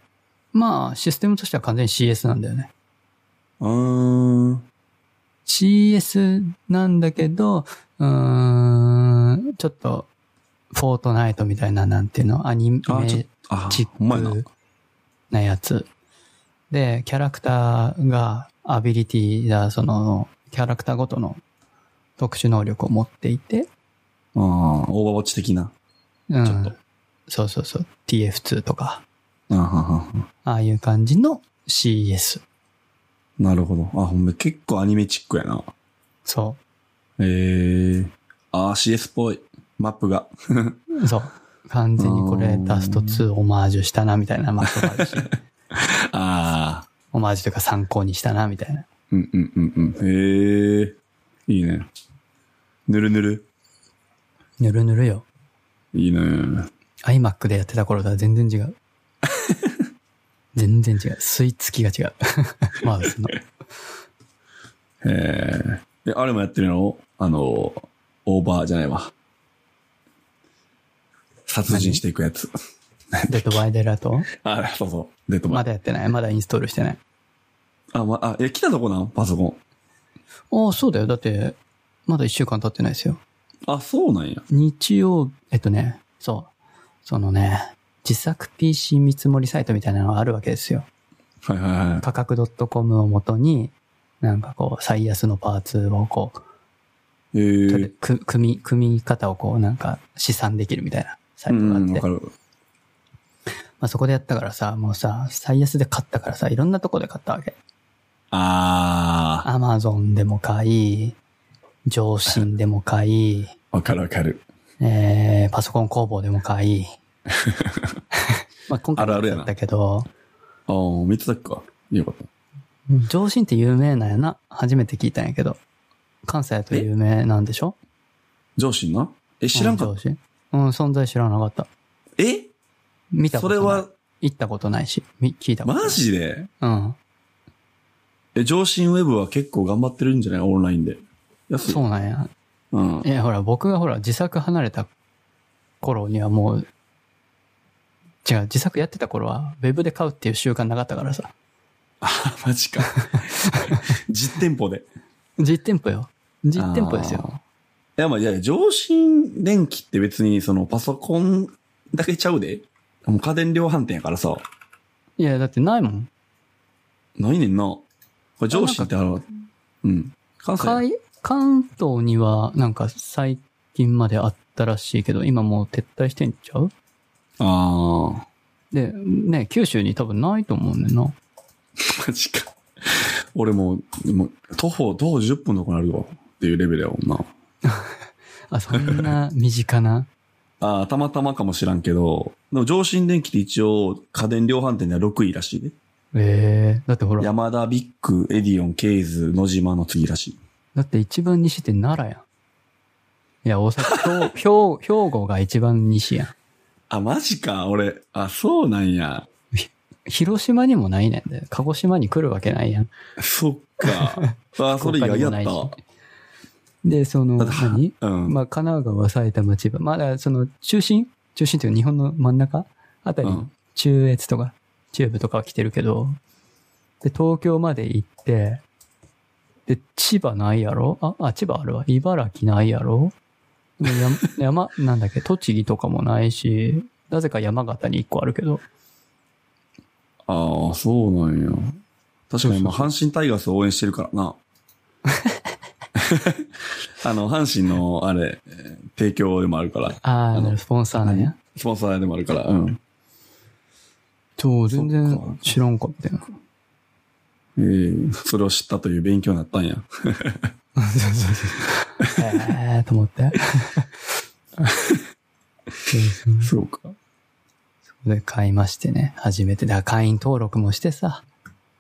まあ、システムとしては完全に CS なんだよね。
うーん。
CS なんだけど、うーん、ちょっと、フォートナイトみたいな、なんていうの、アニメ
あ、ちょっと、あ
チ、
ほんまやな
ッ。クなやつ。で、キャラクターがアビリティだ、その、キャラクターごとの特殊能力を持っていて、
あーオーバーウォッチ的な。
うん、
ちょっと
そうそうそう、TF2 とか、
あはは
ああいう感じの CS。
なるほど。あ、ほんま結構アニメチックやな。
そ
ええあー、CS っぽい。マップが。
う。そう。完全にこ
うー
れ、
ん
ダスト2オマージュしたな、みたいなマップもあるし、
ああ。
オマージュというか参考にしたな、みたいな。
うんうんうんうん。へえ。いいね。ぬるぬる。
ぬるぬるよ。
いいね。
iMac でやってた頃とは全然違 う。全然違う。吸い付きが違う。 マウスの。
へえ。で、あれもやってるのあの、オーバーじゃないわ。殺人していくやつ。
デッドバイデラと
あ、そうそう。デッドバ
ま
イ。
だやってない。まだインストールしてない。
あ、ま、あ、え、来たとこなんパソコン。
ああ、そうだよ。だって、まだ一週間経ってないですよ。
あ、そうなんや。
日曜、えっとね、そう。そのね、自作 PC 見積もりサイトみたいなのがあるわけですよ。
はいはいはい。
価格 .com をもとに、なんかこう、最安のパーツをこう、
え
取る
ー。
く組み、組み方をこう、なんか試算できるみたいなサ
う
イトがあっ
ん、
て
わ。かる。
まあ、そこでやったからさ、もうさ、最安で買ったからさ、いろんなとこで買ったわけ。
あ
アマゾンでも買い、上信でも買い、
ー。わかるわかる。
えー、パソコン工房でも買 い。まあ今回
あるあるや
だ
な
ったけど、
あー、見てたっけか。よかった。
上信って有名なんやな。初めて聞いたんやけど。関西だと有名なんでしょ
上司なえ、知らんか
う
っ
上信うん、存在知らなかった。
た。え
見たこ
そ
とな
れ
い。
は、
行ったことないし、み聞いたことない。
マジで
うん。
え、上信ウェブは結構頑張ってるんじゃないオンラインで。安い。
そうなんや。
うん。
いや、ほら、僕がほら、自作離れた頃にはもう、違う、自作やってた頃は、ウェブで買うっていう習慣なかったからさ。
あ、 マジか。実店舗で。い
実店舗よ。実店舗ですよ。
や、まあ、いや、上信電機って別に、その、パソコンだけちゃうで。もう家電量販店やからさ。
いや、だってないもん。
ないねんな。これ上信ってあるわ。うん。関西
かい関東には、なんか最近まであったらしいけど、今もう撤退してんちゃう
ああ。
で、ね、九州に多分ないと思うねんな。
マジか。俺もう、もう、徒歩、徒歩10分とかなるわ。っていうレベルやもんな。
あ、そん な身近な。
ああ、たまたまかもしらんけど、でも上信電機って一応家電量販店では6位らしいね。
ええだってほら、
山田、ビッグ、エディオン、ケイズ、野島の次らしい。
だって一番西って奈良やん。いや、大阪、兵庫、兵兵庫が一番西やん。
あ、マジか、俺。あ、そうなんや。
広島にもないねんで、鹿児島に来るわけないやん。
そっ か。あ、それ意
福岡
外
に
や
も
っ。
ないしたで、その、
だって
何
うん。
まあ、神奈川、埼玉、千葉。まあだから、その、中心中心というか日本の真ん中あたり、
うん
中越とか、中部とかは来てるけど、で、東京まで行って、で、千葉ないやろあ、あ、千葉あるわ。茨城ないやろでや 山、なんだっけ、栃木とかもないし、なぜか山形に一個あるけど、
ああ、そうなんや。確かに、まあ、阪神タイガースを応援してるから な。あの、阪神の、あれ、えー提供でもあるから。
あ
あ
あ、
の
スポンサーなんや。
スポンサーでもあるから。うん。
そう、全
そっ
然
か
知らんかったよ。
ええそれを知ったという勉強になったんや。
ええと思って。そうそう
そうか。
で、買いましてね、初めて。だから会員登録もしてさ、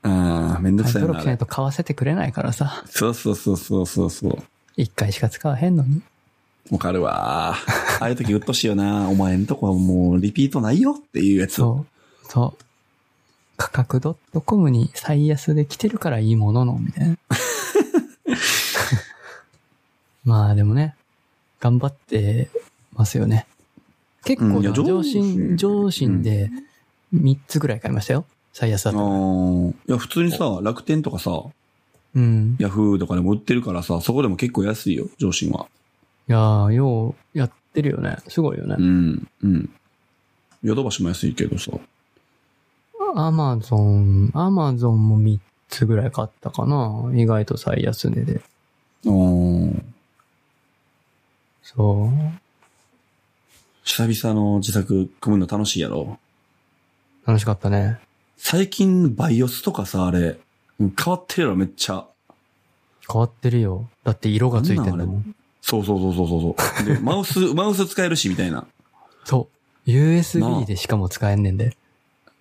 ああ、めんどく
会員
さい
登
な。
録
あ
しない
れ
と買わせてくれないからさ、
そうそうそうそうそうそう。
一回しか使わへんのに。
わかるわ。ああいう時うっとしいよな。 お前んとこはもうリピートないよっていうやつ。
そう。そう。価格 .com に最安で来てるからいいものの、みたいな。まあでもね、頑張ってますよね。結
う
構
んい
な、
や
上
上心
心、上心で3つぐらい買いましたよ。最安だ
あ
と。
ーいや、普通にさ、楽天とかさ、
うん。
ヤフーとかでも売ってるからさ、そこでも結構安いよ、上信は。
いやー、ようやってるよね。すごいよね
う。ん、うん。ヨドバシも安いけどさ。
アマゾン、アマゾンも3つぐらい買ったかな。意外と最安値で。
あー
そう。
久々の自宅組むの楽しいやろ。
楽しかったね。
最近、バイオスとかさ、あれ、変わってるやろ、めっちゃ。
変わってるよ。だって色がついてるんだ
なん
も
なん
ん。
そうそうそうそうそうそう。で、 マウス、マウス使えるし、みたいな。
そう。
な
USB
あ
でしかも使えんねんで。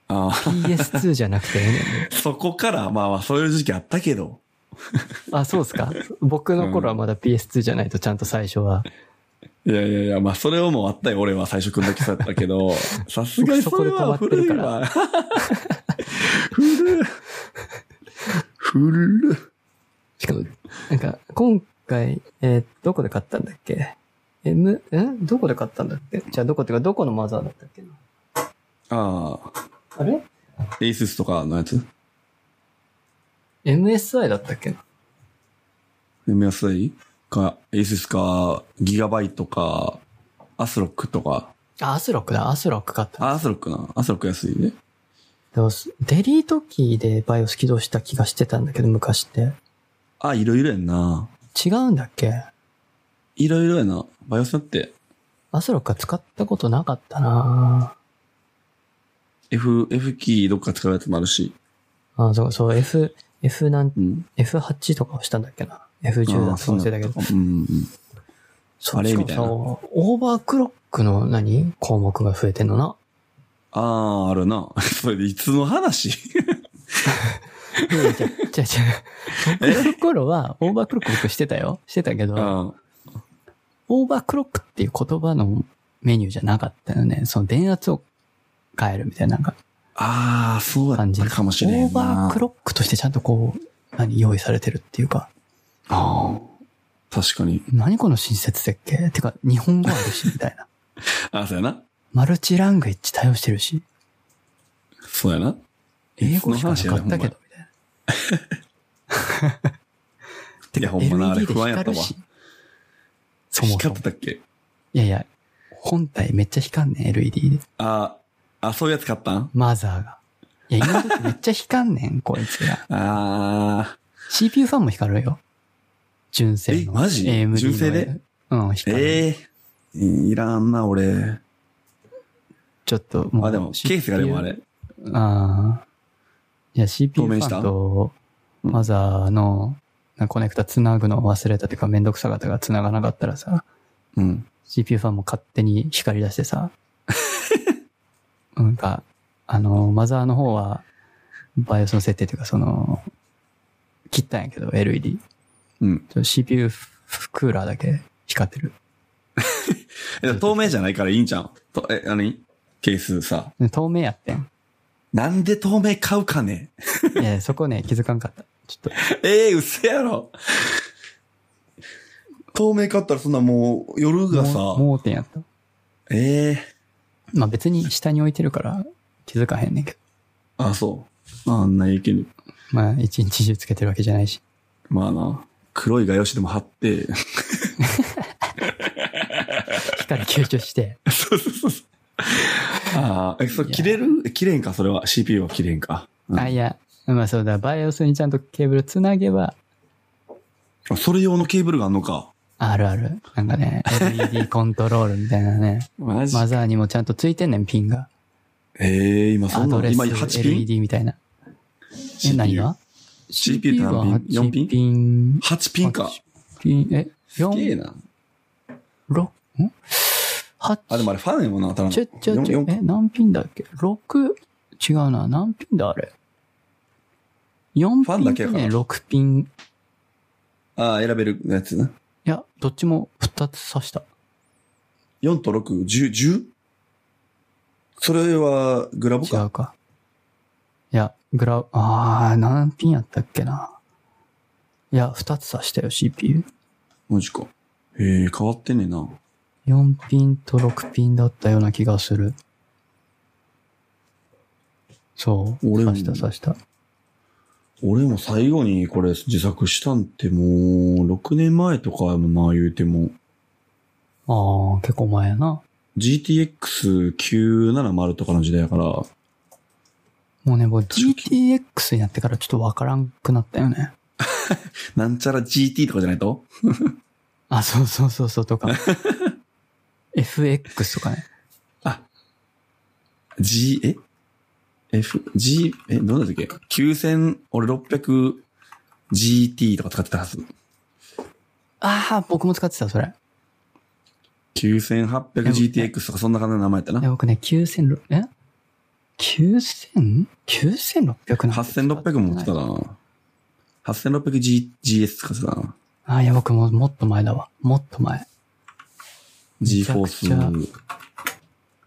ああ、
PS2 じゃなくてええねん で。
そこから、まあまあ、そういう時期あったけど。
あ、そうっすか。僕の頃はまだ PS2 じゃないとちゃんと最初は。
いやいやいや、まあ、それをもうあったよ、俺は最初組んだけさったけ ど、さすがにそれは古いわ。 古い。古い。
しかも、なんか、今回、えーどこで買ったんだっけ ?M、んどこで買ったんだっけじゃあどこっていうか、どこのマザーだったっけな
ああ、
あれ
エイススとかのやつ
?MSI だったっけ
?MSI? か、エイススか、ギガバイトか、アスロックとか。
あ、アスロックだ、アスロック買った。
あ、アスロックな。アスロック安いね。
でもすデリートキーでバイオス起動した気がしてたんだけど、昔って。
あ、いろいろやんな。
違うんだっけ
いろいろやな。バイオスだって、
アスロックは使ったことなかったな
F、F キーどっか使うやつもあるし。
あ、そう、そう、F、F なん、
うん。
F8 とかをしたんだっけな。F10 だっ
ああ
たか忘れたけど。
うんうんうん。
そう
あれ
しかもさオーバークロックの何項目が増えてんの な。
ああ、あるな。 それでいつの話
いやいやじゃ、じゃ、じゃ、僕の頃はオーバークロック僕してたよ。してたけど、
あ
オーバークロックっていう言葉のメニューじゃなかったよね。その電圧を変えるみたいな、なんか、
あああ、そうだ
感
っ
じ
た
です。
かもしれ
オ
ん
ー
な。
バークロックとしてちゃんとこう、何、用意されてるっていうか、
ああ。確かに。
何この親切設計てか、日本語あるし、みたいな。
ああ、そうやな。
マルチラングエッジ対応してるし、
そうやな。
英語しかなかったけど、みたいな。
いや、ほんまな、あれ
LED で
不安や
光
った
る
わ。
し。そもそ
光
も
って。たっけ
いやいや、本体めっちゃ光んねん、LED で。
ああ、あ、そういうやつ買ったん
マザーが。いや、今の時めっちゃ光んねん、こいつら。
ああ、
CPU ファンも光るよ。純正の。
えマジ
AMD の
純正で
うん、光る。
ええいらんな、俺。
ちょっともう。
あ、でも、ケースがでもあれ。
ああ。いや、CPU
透
フ
明した
ァンと
うん
マザーのなんかコネクタ繋ぐのを忘れたというかめんどくさかったから繋がなかったらさ、
うん。
CPU ファンも勝手に光り出して さ、なんか、あの、マザーの方は、バイオスの設定というかその、切ったんやけど、LED。
うん。
ちょ CPU フクーラーだけ光ってる。
え、でも透明じゃないからいいんじゃん。と、え、何ケースさ。
で透明やって ん。
なんで透明買うかね
いや、そこね、気づかんかった。ちょっ
ええ嘘やろ。 透明買ったらそんなもう、夜
と、
がさ、
もう盲点やった。
ええ
まあ別に下に置いてるから気づかへんねんけど。
あ、そう。あんな影響に。
まあ一日中つけてるわけじゃないし。
まあな。黒い画用紙でも 貼って、
光吸収して。
そうそうそうそう。ああ、え、そう、切れるえ切れんか、それは。CPU は切れんか。うん
あ、いや、まあそうだ、バイオスにちゃんとケーブルつなげば、
あそれ用のケーブルがあんのか。
あるある。なんかね、LED コントロールみたいなね。
マジ
マザーにもちゃんとついてんねん、ピンが。
ええ今そ
ア
んな
ド
の
レス、
今8ピン
LED みたいな。え、
CPU
何が
CPU って何
8
ピン4ピン
ピン
?8 ピンか。
ピン、え、
すげえ
4、
な。
6、ん ?8、
あ、でもあれファンやもんな、当たらん。
ちょ、ちょ、ちょ
4、
え、何ピンだっけ ?6、違うな、何ピンだあれ。4
ファンだけ
ピ
や
ンと
から
ね、6ピン。い
ああ、選べるやつな。
や、どっちも2つ刺した。
4と6、10、10? それは、グラボ
違
か。
うか。いや、グラ、あー、何ピンやったっけな。いや、2つ刺したよ、CPU。
マジか。へえ変わってんねんな。
4ピンと6ピンだったような気がする。そう。
俺も
刺した刺した。
俺も最後にこれ自作したんってもう、6年前とかやもんな、言うても。
あー、結構前やな。
GTX970 とかの時代やから、
もうね、僕
確か
GTX になってからちょっとわからんくなったよね。
なんちゃら GT とかじゃないと
あ、そうそうそうそう とか。FX とかね。
あ、G、え ?F、G、え、どうだったっけ ?9000、俺 600GT とか使ってたはず。
ああ、僕も使ってた、それ。
9800GTX とかそんな感じの名前やった
で
な。
僕ね、9600、え ?9000?9600 なんて使ってない
8600も持ってたな。8600GS 使ってたな。
ああ、いや、僕ももっと前だわ。もっと前。
G
めち
フ
ゃ
ォー
くちゃ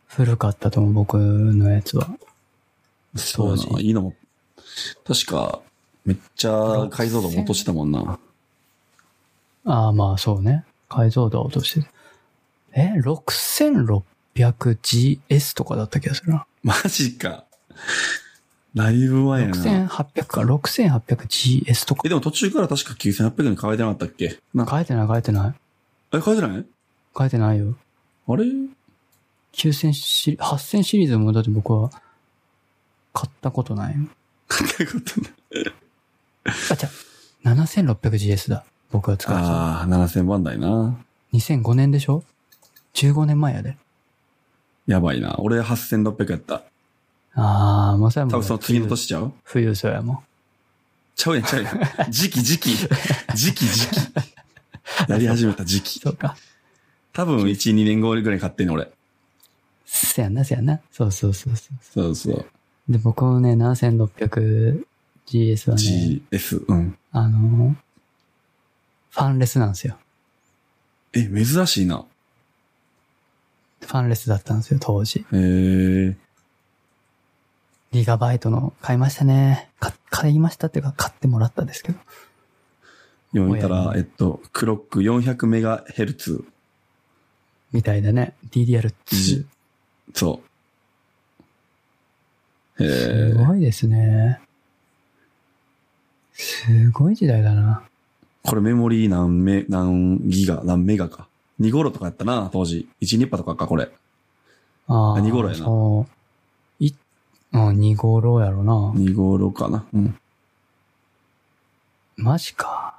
ス。
古かったと思う、僕のやつは。
そうや
当
な。
時
いいのも。確か、めっちゃ解像度も落としてたもんな。
ああ、まあ、そうね。解像度は落としてる。え ?6600GS とかだった気がするな。
マジか。だいぶ前やな。
6800か、6800GS とか
え、。でも途中から確か9800に変えてなかったっけなんか、
書いてない、書いてない。
え、変えてない
書いてないよ。
あれ
9000シリ、8000シリーズもだって僕は買ったことないよ。
買ったことない。
あ、じゃ 7600GS だ。僕が使ってた。
ああ、7000番台な。
2005年でしょ ?15 年前やで。
やばいな。俺8600やった。
ああ、まさや
多
も
分その次の年ちゃう
富裕層やもん。
ちゃうやん、ちゃうやん。時期、時期。時期、時期。やり始めた時期。
そうか。
多分1、2年後ぐらいに買ってんの俺。
せやんな、せやんな。そうそうそうそ
そうそう。
う。で、僕もね、7600GS はね、
GS。うん。
あの、ファンレスなんですよ。
え、珍しいな。
ファンレスだったんですよ、当時。
へえ。
ギガバイトの買いましたね。か買いましたっていうか、買ってもらったですけど。
読みた
おや
ら
お、や
えっと、クロック400メガヘルツ。
みたいだね。DDR2。
そう。へ
す
え。
ごいですね。すごい時代だな。
これメモリー何メ、何ギガ、何メガか。2頃とかやったな、当時。1、2波とかか、これ。
ああ。
何頃やな
そう。い、うん、2頃やろな。
2頃かな。うん。
マジか。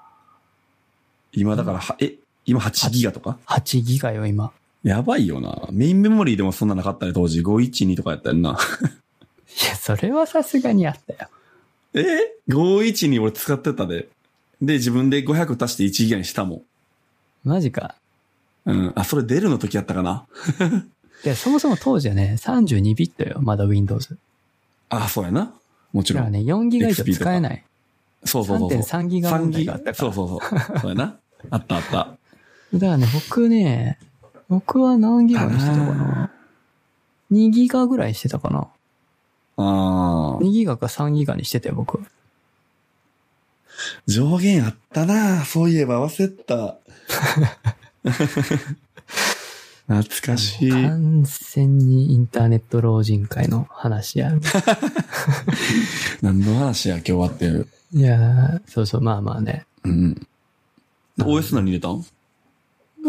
今だから、はえ、今8ギガとか
8ギガよ、今。
やばいよな。メインメモリーでもそんななかったね、当時。512とかやったよな。
いや、それはさすがにあったよ。
えー、?512 俺使ってたで。で、自分で500足して1ギガにしたもん。
マジか。
うん。あ、それ出るの時やったかない
や、そもそも当時はね、32ビットよ、まだ Windows。
あ、そうやな。もち
だ
ろ
から
ん。
ね、4ギガ以上
XP とか
使えない。
そうそうそうそう。
3.3ギガ問題があったから。
そうそうそう。そうやな。あったあった。
だからね、僕ね、僕は何ギガにしてたかな ?2 ギガぐらいにしてたかな
あー
?2 ギガか3ギガにしてたよ、僕。
上限あったなそういえば忘れてた。懐かしい。
完全にインターネット老人会の話 や。
何の話や、今日はっていう。
いやー、そうそう、まあまあね。
うん。OS 何入れたん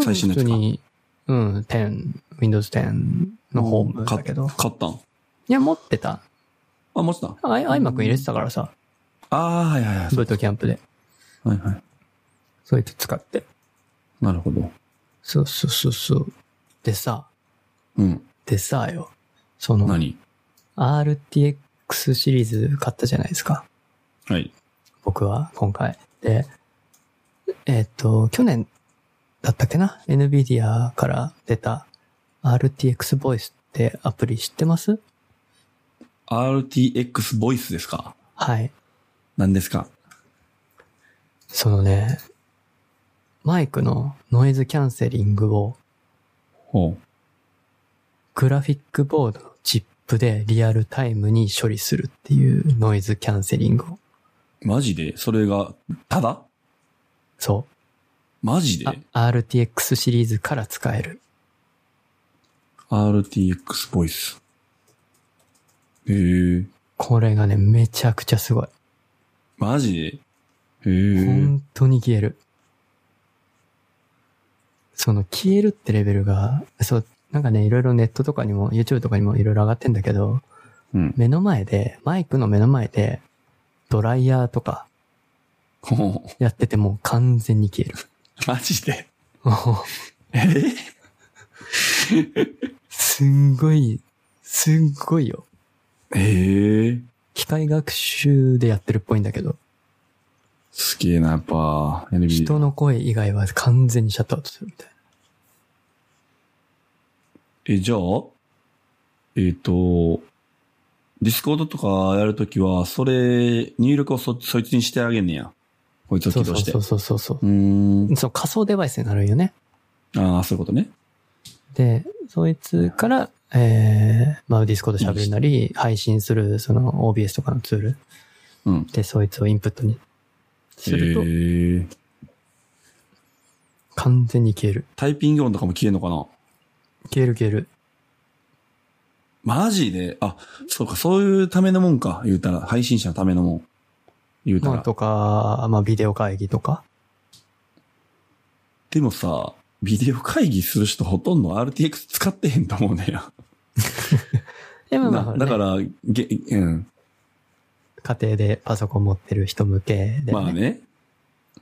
最新のや
普通
つか
に、うん、10、Windows 10のホームだけど。
買ったん
いや、持ってた。
あ、持ってたん
あ iMac 入れてたからさ、
ああ、はいはいはい。
ブートキャンプで。
はいは
そうやって使って。
い。なるほど。
そうそうそうそう。でさ、
うん。
でさよ。その、
何
RTX シリーズ買ったじゃないですか。
はい。
僕は、今回。で、えっと、去年だったっけな ?NVIDIA から出た RTX ボイスってアプリ知ってます
RTX ボイスですか
はい。
何ですか
そのね、マイクのノイズキャンセリングを
ほ
グラフィックボードのチップでリアルタイムに処理するっていうノイズキャンセリングを。
う。マジでそれが、ただ
そ
マジ
う。あ
で
RTX シリーズから使える。
?RTX ボイス。へえ。
これがね、めちゃくちゃすごい。
マジでへえ。
本当に消える。その消えるってレベルが、そう、なんかね、いろいろネットとかにも、YouTube とかにもいろいろ上がってんだけど、
うん。
目の前で、マイクの目の前で、ドライヤーとか
ほう。
やっててもう完全に 消える。
マジで
もう
えー
すんごい、すんごいよ。
へえ。
機械学習でやってるっぽいんだけど、
すげえな、やっぱ。NB。
人の声以外は完全にシャットアウトするみたい
え、じゃあ、えっ、と、ディスコードとかやるときは、それ、入力をそ、そいつにしてあげんねや。こいつを
な。そうそ
起動
う
して。
そううそうそうそう。
ーん。
そう、仮想デバイスになるんよね。
ああ、そういうことね。
で、そいつから、えー、まあ、ディスコード喋るなり、配信する、その OBS とかのツール
うん。
で、そいつをインプットにすると
え、ー、
完全に消える。
タイピング音とかも消えるのかな
消える消える。
マジであ、そうか、そういうためのもんか。言うたら、配信者のためのもん。言うた
まあ、
ら。
とか、まあ、ビデオ会議とか。
でもさ、ビデオ会議する人ほとんど RTX 使ってへんと思うねや。
でもまあ
な
ね
だから、げ、うん。
家庭でパソコン持ってる人向けで、ね。
まあね。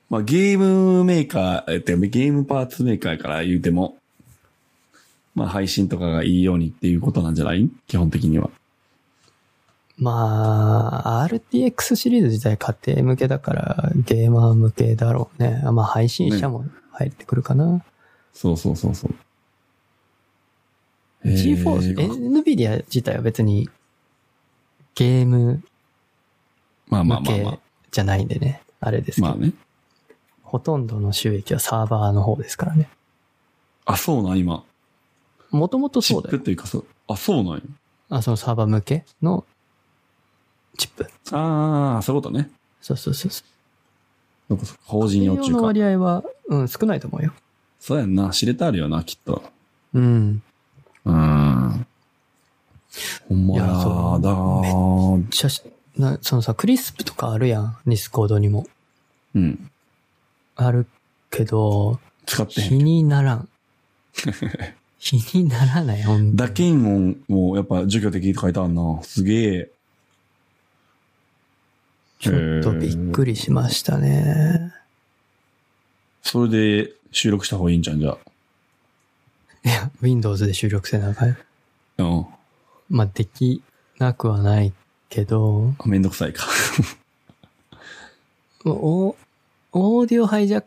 まあゲームメーカー、えってかゲームパーツメーカーやから言うても、まあ配信とかがいいようにっていうことなんじゃない基本的には。
まあ、RTX シリーズ自体家庭向けだから、ゲーマー向けだろうね。まあ、配信者も入ってくるかな。
そうそうそうそう。
GForce、
えー
NVIDIA 自体は別に、ゲーム
まあまあ
向
まあ
け
まあ。
じゃないんでね。あれですけど、
まあね。
ほとんどの収益はサーバーの方ですからね。
あ、そうなん、今。
もともと
チ
そ
ッ
うだ
プ
よ。
というかそう。あ、そうなんや。
あ、そのサーバー向けの
ああ、そういうことね。
そうそうそうそう。
そうかそうか法人用
家
中
庭の
か。
割合は、うん、少ないと思うよ。
そうやんな。知れたあるよな、きっと。
うん。
うーん。ほんまや
いやそう
だー
写真、な、そのさ、クリスプとかあるやん。ディスコードにも。
うん。
あるけど、
使ってへ
比
ん。
にな らん。比にならない、ほんと
打鍵音もやっぱ除去的って書いてあるな。すげえ。
ちょっとびっくりしましたね。
それで収録した方がいいんじゃん、じゃ
いや、Windows で収録せなあかん。
あ。うん。
まあ、できなくはないけど、
あめんどくさいか。
おオーディオハイジャッ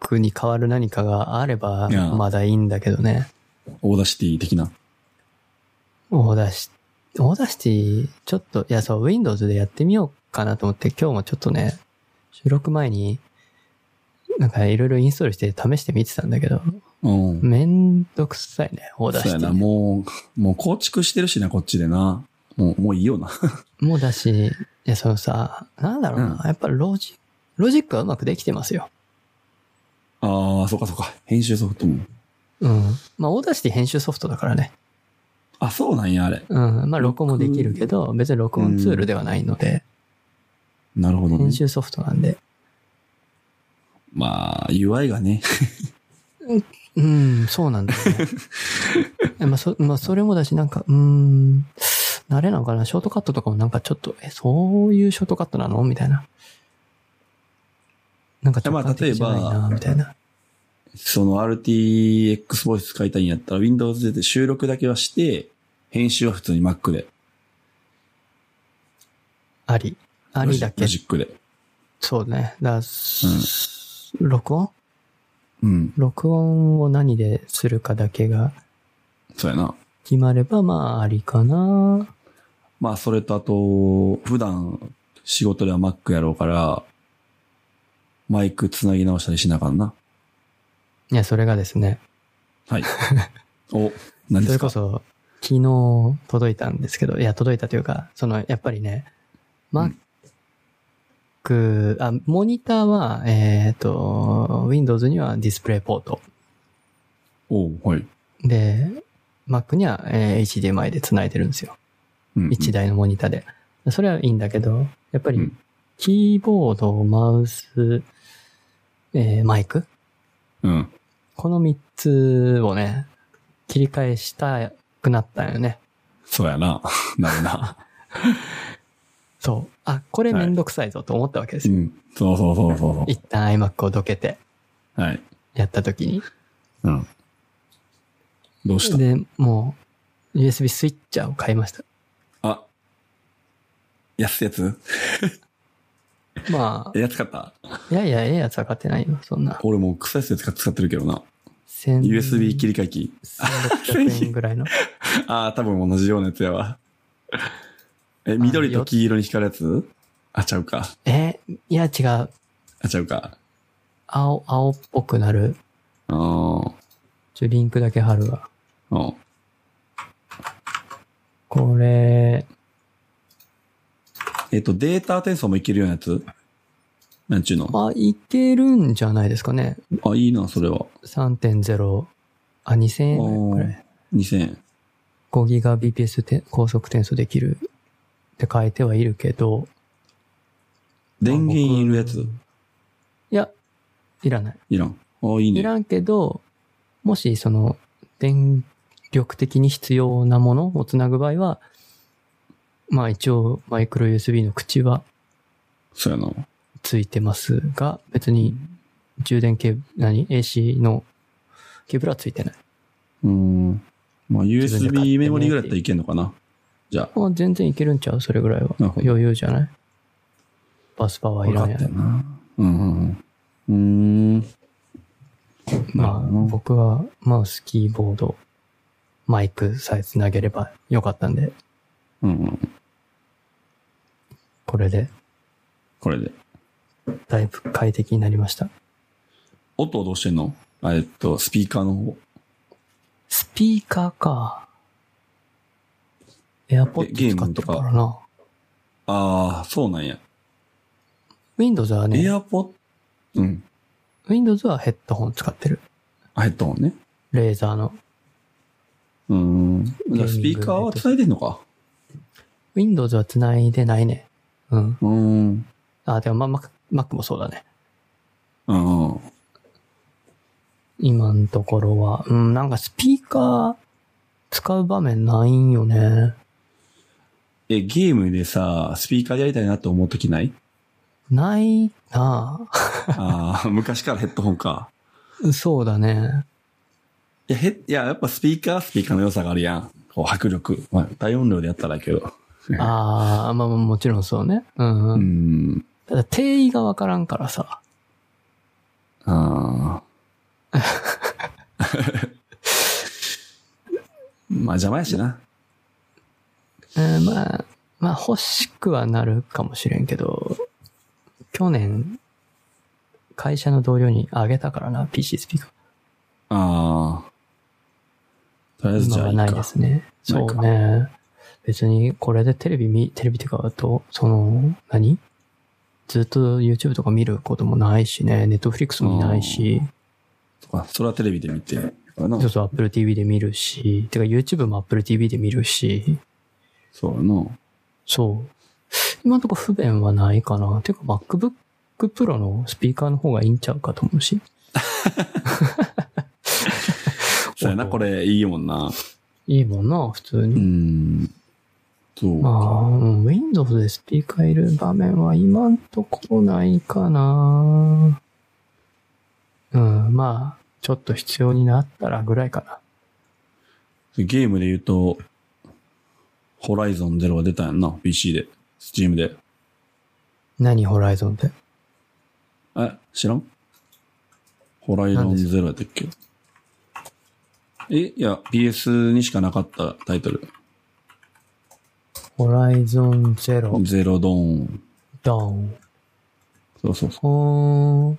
クに変わる何かがあれば
いや、
まだいいんだけどね。
オーダーシティ的な。
オーダーシ、オーダーシティ、ちょっと、いや、そう、Windows でやってみようかなと思って、今日もちょっとね、収録前に、なんかいろいろインストールして試してみてたんだけど、
うん。
めんどくさいね、オーダー
そう
シ
や
テ
な。
ィ。
もう、もう構築してるしな、こっちでな。もう、もういいよな。
もうだし、いや、そのさ、なんだろうな、
う
やっぱロジ、ロジックはうまくできてますよ。
ああ、そうかそうか。編集ソフトも。
うん。まあ、オーダーシティ編集ソフトだからね。
あ、そうなんや、あれ。
うん。まあ、録音もできるけど、別に録音ツールではないので、
なるほどね
編。集ソフトなんで。
まあ、UI がね。
うん、そうなんだよ ね。えまあ、そ、まあ、それもだし、なんか、うーん、慣れなのかなショートカットとかもなんかちょっと、え、そういうショートカットなのみたいな。なんかちょっ
まあ
と、
例えば
じゃないな、みたいな。
その RTX ボイス使いたいんやったら Windows で収録だけはして、編集は普通に Mac で。
あり。ありだけ
ロジ。ロジックで。
そうね。だ、録音
うん。
録音を何でするかだけが
そうやな。
決まれば、まあ、ありかな。
まあ、それとあと、普段仕事では Mac やろうから、マイク繋ぎ直したりしなあかんな。
いや、それがですね、
はい。お、何
それ
です
こ
か
そ、昨日届いたんですけど、いや、届いたというか、その、やっぱりね、Mac、あ、モニターは、えっ、と、Windows にはディスプレイポート。
おうはい。
で、Mac には、えー HDMI で繋いでるんですよ。
うんうん
1台のモニターで。それはいいんだけど、やっぱ
う
り
ん、
キーボード、マウス、えーマイク
うん。
この3つをね、切り替えしたくなったんよね。
そうやな。 なるな。
そう。あ、これ
はい
めんどくさいぞと思ったわけです
う
よ。
ん。そうそうそうそうそ
一旦 iMac をどけて
う。はい。
やった時に。
うん。どうした
で、もう USB スイッチャーを買いました。
あ。安いやつ
まあ、
え安かった
いやいや、ええやつは買ってないよ、そんな。
俺もう臭いやつ使ってるけどな。
千
USB 切り替え機。
1600円ぐらいの。
ああ、多分同じようなやつやわ。え、緑と黄色に光るやつあ、ちゃうか。
え、いや違う。
あ、ちゃうか。
青、青っぽくなる。
あー
ちょ、リンクだけ貼るわ。
うん。
これ、
えっと、データ転送もいけるようなやつなんちゅうの
まあ、いけるんじゃないですかね。
あ、いいな、それは。
3.0。あ、2000円ぐらいこれ。
2000円。
5ギガ BPS て高速転送できるって書いてはいるけど、
電源いるやつ
いや、いらない。
いらん。ああ、いい
い
ね。
らんけど、もしその、電力的に必要なものをつなぐ場合は、まあ一応マイクロ USB の口は
そうやな。
ついてますが、別に充電ケーブル、何 ?AC のケーブルはついてない。
うん。まあ、
自分で買って
USB
ね
メモリーぐらいだったらいけんのかな。じゃあ。
まあ全然いけるんちゃうそれぐらいは。
なるほど
余裕じゃないバスパワーいらんや
わかったよな。うんうんうん。うーん。
まあ、
なるほど
僕はマウス、キーボード、マイクさえつなげればよかったんで、
うんうん。
これで
これで。
だいぶ快適になりました。
音はどうしてんのあえっと、スピーカーの方。
スピーカーか。エアポッ
ゲ
ド
ー
使っ
ム
と
と
く
か
からな。
ああ、そうなんや。
Windows は
エ
ね、
アポッ、うん。
Windows はヘッドホン使ってる。
あヘッドホンね。
レーザーの。
うーん。じ
ゲーミン
ゃあ
グ
スピーカーは繋いでんのか。
Windows は繋いでないね。うん。
うーん。
あ、でもまあ、Mac, Mac もそうだね。
うん。
今のところは。うん、なんかスピーカー使う場面ないんよね。
え、ゲームでさ、スピーカーでやりたいなと思うと きない
ないな あ
ああ、昔からヘッドホンか。
そうだね。
いや、ヘッ、いや、やっぱスピーカー、スピーカーの良さがあるやん。こう、迫力。まあ、大音量でやったらいいけど。
ああ、まあまあもちろんそうね。うん、う。
うんん。
ただ定義がわからんからさ。
ああ。まあ、邪魔やしな。
えーまあ、まあ欲しくはなるかもしれんけど、去年、会社の同僚にあげたからな、PC スピーカー。
ああ。とりあえずじ
今
ゃあ
はい
いか。
ないですね。
な
そ
いか
うね。別にこれでテレビ見、テレビっていうか、あと、その、何ずっと YouTube とか見ることもないしね、Netflix もいないし、
とか、それはテレビで見て。あの
そうそう Apple TV で見るし、てか YouTube も Apple TV で見るし、
そうやな。
そう。今のとこ不便はないかな。てか MacBook Pro のスピーカーの方がいいんちゃうかと思うし。
そうやな、これ、いいもんな。
いいもんな、普通
う
に。
ん。そう。
まあ、うん、Windows でスピーカーいる場面は今んとこないかな。うん、まあ、ちょっと必要になったらぐらいかな。
ゲームで言うと、ホライゾンゼロが出たんやんな、PC で、スチームで。
何、ホライゾンって。
え、知らんホライゾンゼロやったっけえ、いや、PS にしかなかったタイトル。
ホライゾンゼロ、
ゼロドーン。
ダウン。
そうそうそ
ほ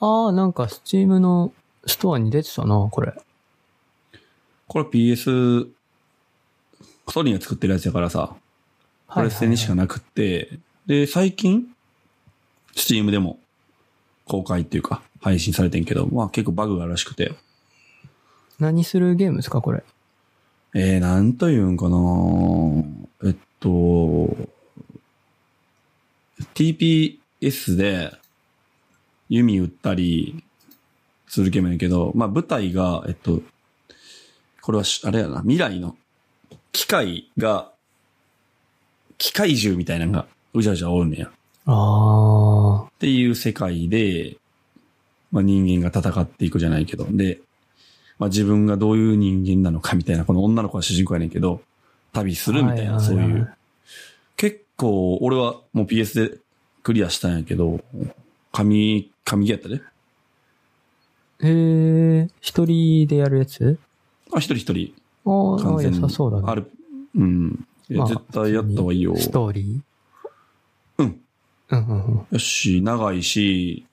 ーん。ああ、なんか、スチームのストアに出てたな、これ。
う。これ PS、ソニーが作ってるやつやからさ、これステにしか
はい
なくって、で、最近、スチームでも公開っていうか、配信されてんけど、まあ結構バグがあるらしくて、
何するゲームですか、これ。
えー、なんというんかなえっと、TPS で弓撃ったりするゲームやけど、まあ舞台が、えっと、これはし、あれやな、未来の機械が、機械獣みたいなのがうじゃうじゃおるねや。っ
ああ、
ていう世界で、まあ人間が戦っていくじゃないけど、で、まあ自分がどういう人間なのかみたいな、この女の子は主人公やねんけど、旅するみたい
はい
な、
はい
そう
はい
いう。結構、俺はもう PS でクリアしたんやけど、神、神ゲーやったで。
ええー、一人でやるやつ
あ、一人一人。
あーあ
完
ー、
全
良
に。
さそうだね。
ある。うん。いや
まあ
絶対やった方がいいよ。
ストーリー
うん。
うんうんうん。
よし、長いし、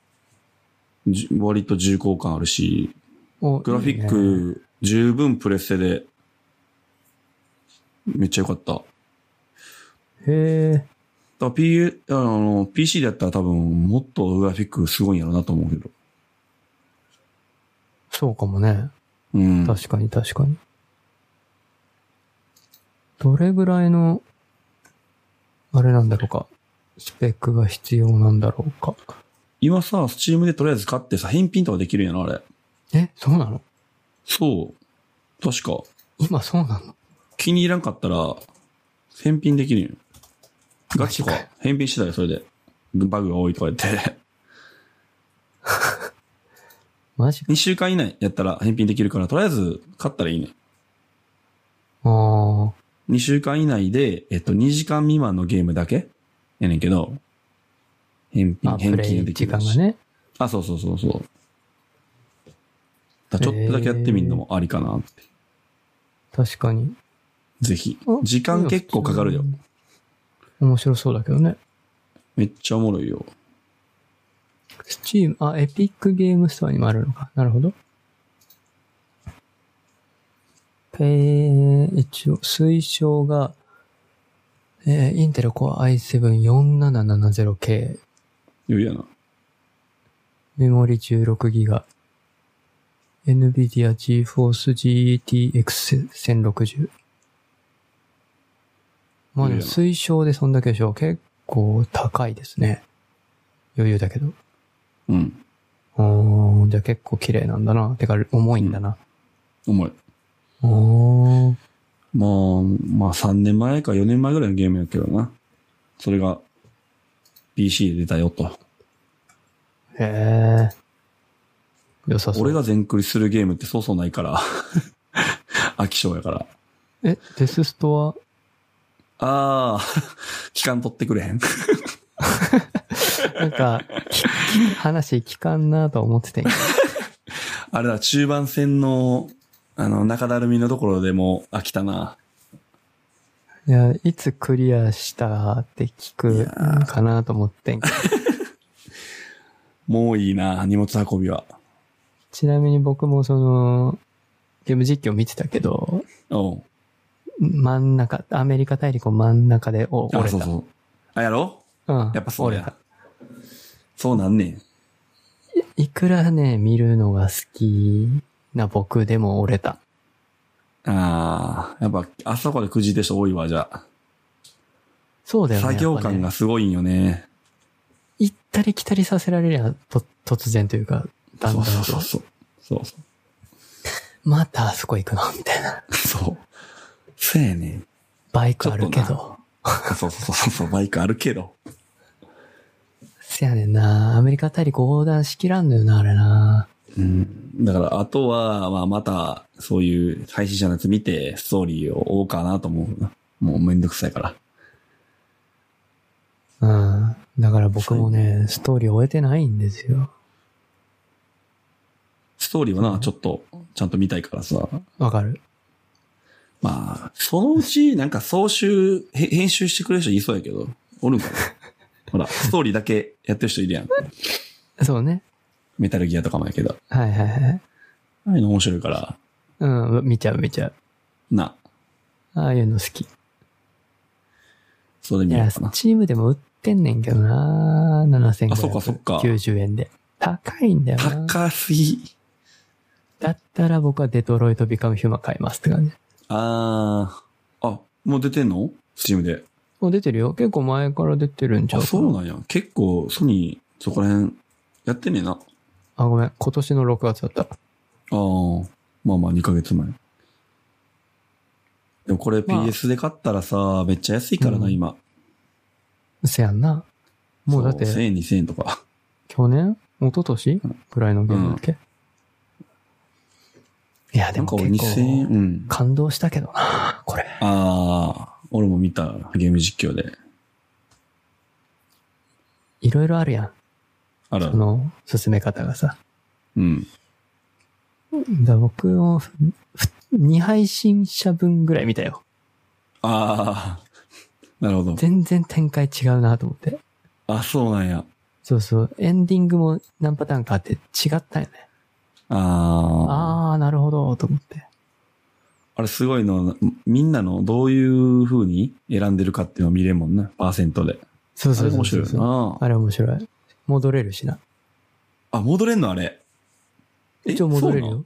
じ割と重厚感あるし、
お
グラフィ
い
ッ
いね
ク、十分プレステで、めっちゃ良かった。だか
へえ。
ら P、あの、PC でやったら多分、もっとグラフィックすごいんやろうなと思うけど。
そうかもね。
うん。
確かに確かに。どれぐらいの、あれなんだろうか。スペックが必要なんだろうか。
今さ、スチームでとりあえず買ってさ、返品とかできるんやな、あれ。
え、そうなの
そう。確か。
今そうなの
気に入らんかったら、返品できるんよ。ガチとか
マジ、
返品してたよ、それで。バグが多いとか言って。
マジか。
2週間以内やったら返品できるから、とりあえず買ったらいいね。
ああ。
2週間以内で、えっと、2時間未満のゲームだけやねんけど、返
まあ、
品、
プレ
返金
イ
でき
時
る
間
し
がね。
あ、そうそうそうそう。だからちょっとだけやってみるのもありかなって。
確かに。
ぜひ
あ。
時間結構かかるよ。。
面白そうだけどね。
めっちゃおもろいよ。
スチーム、あ、エピックゲームストアにもあるのか。なるほど。ペー、一応、推奨がえーインテル Core i7-4770K。
余裕やな。
メモリ 16GB。NVIDIA GeForce GTX1060。まあでも
いいやん
推奨でそんだけでしょ。結構高いですね。余裕だけど。
うん。
おー、じゃあ結構綺麗なんだな。てか重いんだな。
重い。
おー。
もう、まあ3年前か4年前ぐらいのゲームやけどな。それが PC で出たよと。
へー。良さそう。
俺が全クリするゲームってそうそうないから。 飽き性やから。
え、デススト
ああ、 期間取ってくれへん。
ア、なんか、 きき話聞かんなと思っててんけど。
あれだ、中盤戦の、あの、中だるみのところでもう飽きたな。
いや、いつクリアしたって聞
い
く
やー
かなと思ってんけど。
もういいな、荷物運びは。
ちなみに僕もその、ゲーム実況見てたけど、
おう
真ん中、アメリカ大陸を真ん中でお折れ
あ、
た。
そうそう。あ、やろ
うん。
やっぱそう
折れ
や
た。。
そうなんねん。
いくらね、見るのが好きな僕でも折れた。
ああ、やっぱ、あそこでくじで人多いわ、じゃあ。
そうだよね。
作業感
やっぱね
がすごいんよね。
行ったり来たりさせられりゃ、と、突然というか、だん
そ
だ
うん
と
そうそうそう。そうそ
またあそこ行くのみたいな。
う。そう。そうやねん。
バイクあるけ
ちょっ
ど。
そうそうそうそう、バイクあるけど。
せやねんな。アメリカ大陸横断しきらんのよな、あれな。
うん。だから、あとは、まあ、また、そういう配信者のやつ見て、ストーリーを追おうかなと思うな。もうめんどくさいから。
うん。だから僕もね、ストーリー終えてないんですよ。
ストーリーはな、ちょっと、ちゃんと見たいからさ。
わかる。
まあ、そのうち、なんか総集、へ編集してくれる人いそうやけど、おるんかな ほら、ストーリーだけやってる人いるやん。
そうね。
メタルギアとかもやけど。
はいはいはい。
ああいうの面白いから、
うん、見ちゃう見ちゃう。
な、
ああいうの好き。い
それで見よ
や、
うかな。
チームでも売ってんねんけどな7590
あそっかそっか
円で。高いんだよな。
高すぎ。
だったら僕はデトロイトビカムヒューマン買いますって感じ。
あー。あ、もう出てんのスチームで。
もう出てるよ。結構前から出てるんちゃ
あ、
うか
そうなんや。結構、ソニー、そこら辺、やってんねえな。あ
あ、ごめん。今年の6月だった。
あー、まあまあ、2ヶ月前。でもこれ
まあ
PS で買ったらさ、めっちゃ安いからな、
うん
今。
せやんな。もうだっ
そ1000
て、
円、2000円とか。
去年一昨年ぐらいのゲームだっけ、いや、で
なん
も
か俺
結
2000円、
構、
うん。
感動したけどな、これ。
ああ、俺も見た、ゲーム実況で。
いろいろあるやん。
あら
そ、の、進め方がさ。
うん。
だから僕も、ふふ二配信者分ぐらい見たよ。
ああ、 なるほど。
全然展開違うなと思って。
あ、そうなんや。
そうそう。エンディングも何パターンかあって違ったよね。
ああ。
あー、なるほど、と思って。
あれすごいの、みんなのどういう風に選んでるかっていうのを見れんもんな、パーセントで。
そう
あ
そ
れ
うそ
面
うそ
白
う
いよな。
あれ面白い。戻れるしな。
あ、戻れんのあれ。え
一応戻れる
そうなん
よ。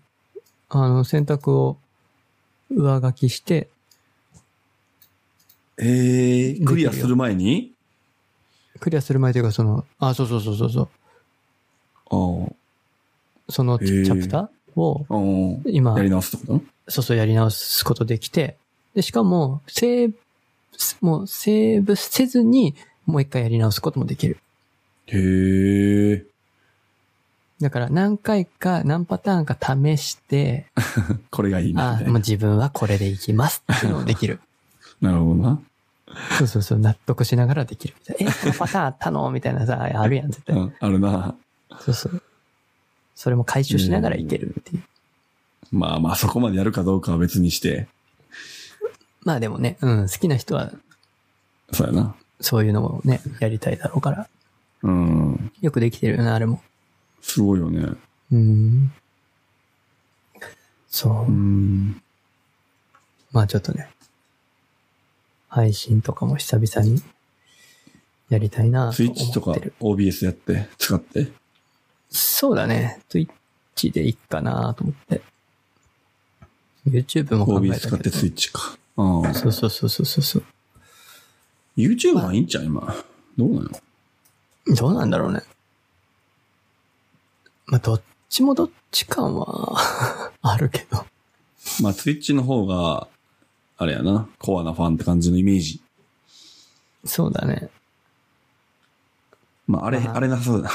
あの、選択を上書きして、
ええ
できるよ
クリアする前に
クリアする前というか、その、あ、そうそうそうそうそう、
ああ、
そのチ
へえ
ャプターを、
ああ
今
や、り直すってこ
そうそうやり直すことできて、で、しかも、セーブ、もうセーブせずに、もう一回やり直すこともできる。
とへえ。
だから、何回か、何パターンか試 して、
これがいい
あ
なみ、たい
もう
な。
自分はこれでいきますっていうのもできる。
なるほどな。
そうそうそう、納得しながらできるみたいな。え、このパターンあったのみたいなさ、あるやん、絶対
う。ん、あるな。
そうそう。それも回収しながらいけるっていう。
まあまあ、そこまでやるかどうかは別にして。
まあでもね、うん、好きな人は
そうやな。
そういうのもね、やりたいだろうから。
うん。
よくできてるよね、あれも。
すごいよね。
うん。そう
う。ん。
まあちょっとね。配信とかも久々にやりたいなと
ツイッチと
思っ
か
てる。
OBS やって、使って。
そうだね。ツイッチでいいかなと思って。YouTube も考え
OBS 使
た
っ
け
て
ど。
ツイッチか。ああ。
そうそうそうそうそう。
YouTube がいいんちゃう今。どうなの
どうなんだろうね。まあ、どっちもどっち感は、 あるけど。
まあ、ツイッチの方が、あれやな、コアなファンって感じのイメージ。
そうだね。
まあ、あれ、
あー
あれなさそうだ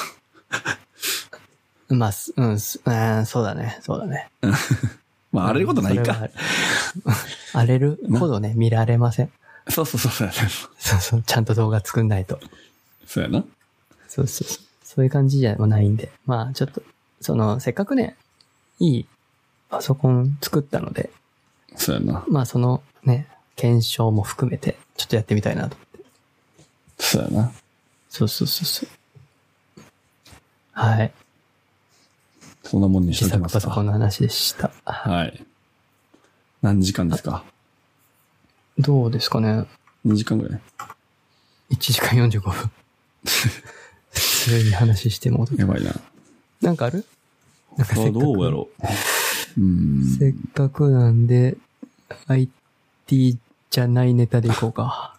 まあ、すうん、すえーそうだね。そうだね。
まあ、荒れることない
それはあ
か。
る。 荒れるほどね、見られません。
そうそうそうそうやな。
そうそう、ちゃんと動画作んないと。
そうやな。
そうそうそう。そういう感じじゃないんで。まあ、ちょっと、その、せっかくね、いいパソコン作ったので、
そうやな。
まあ、そのね、検証も含めて、ちょっとやってみたいなと。
そうやな。
そうそうそうそう。はい。
そんなもんにし
自
と
作
きます
パソコ
か
ン。の話でした。
はい。何時間ですか
どうですかね
?2 時間ぐらい。
?1 時間45分。普通に話しても。
やばいな。
なんかあるなんか
あ
せっかく
どうやろう。うん。
せっかくなんで、IT じゃないネタでいこうか。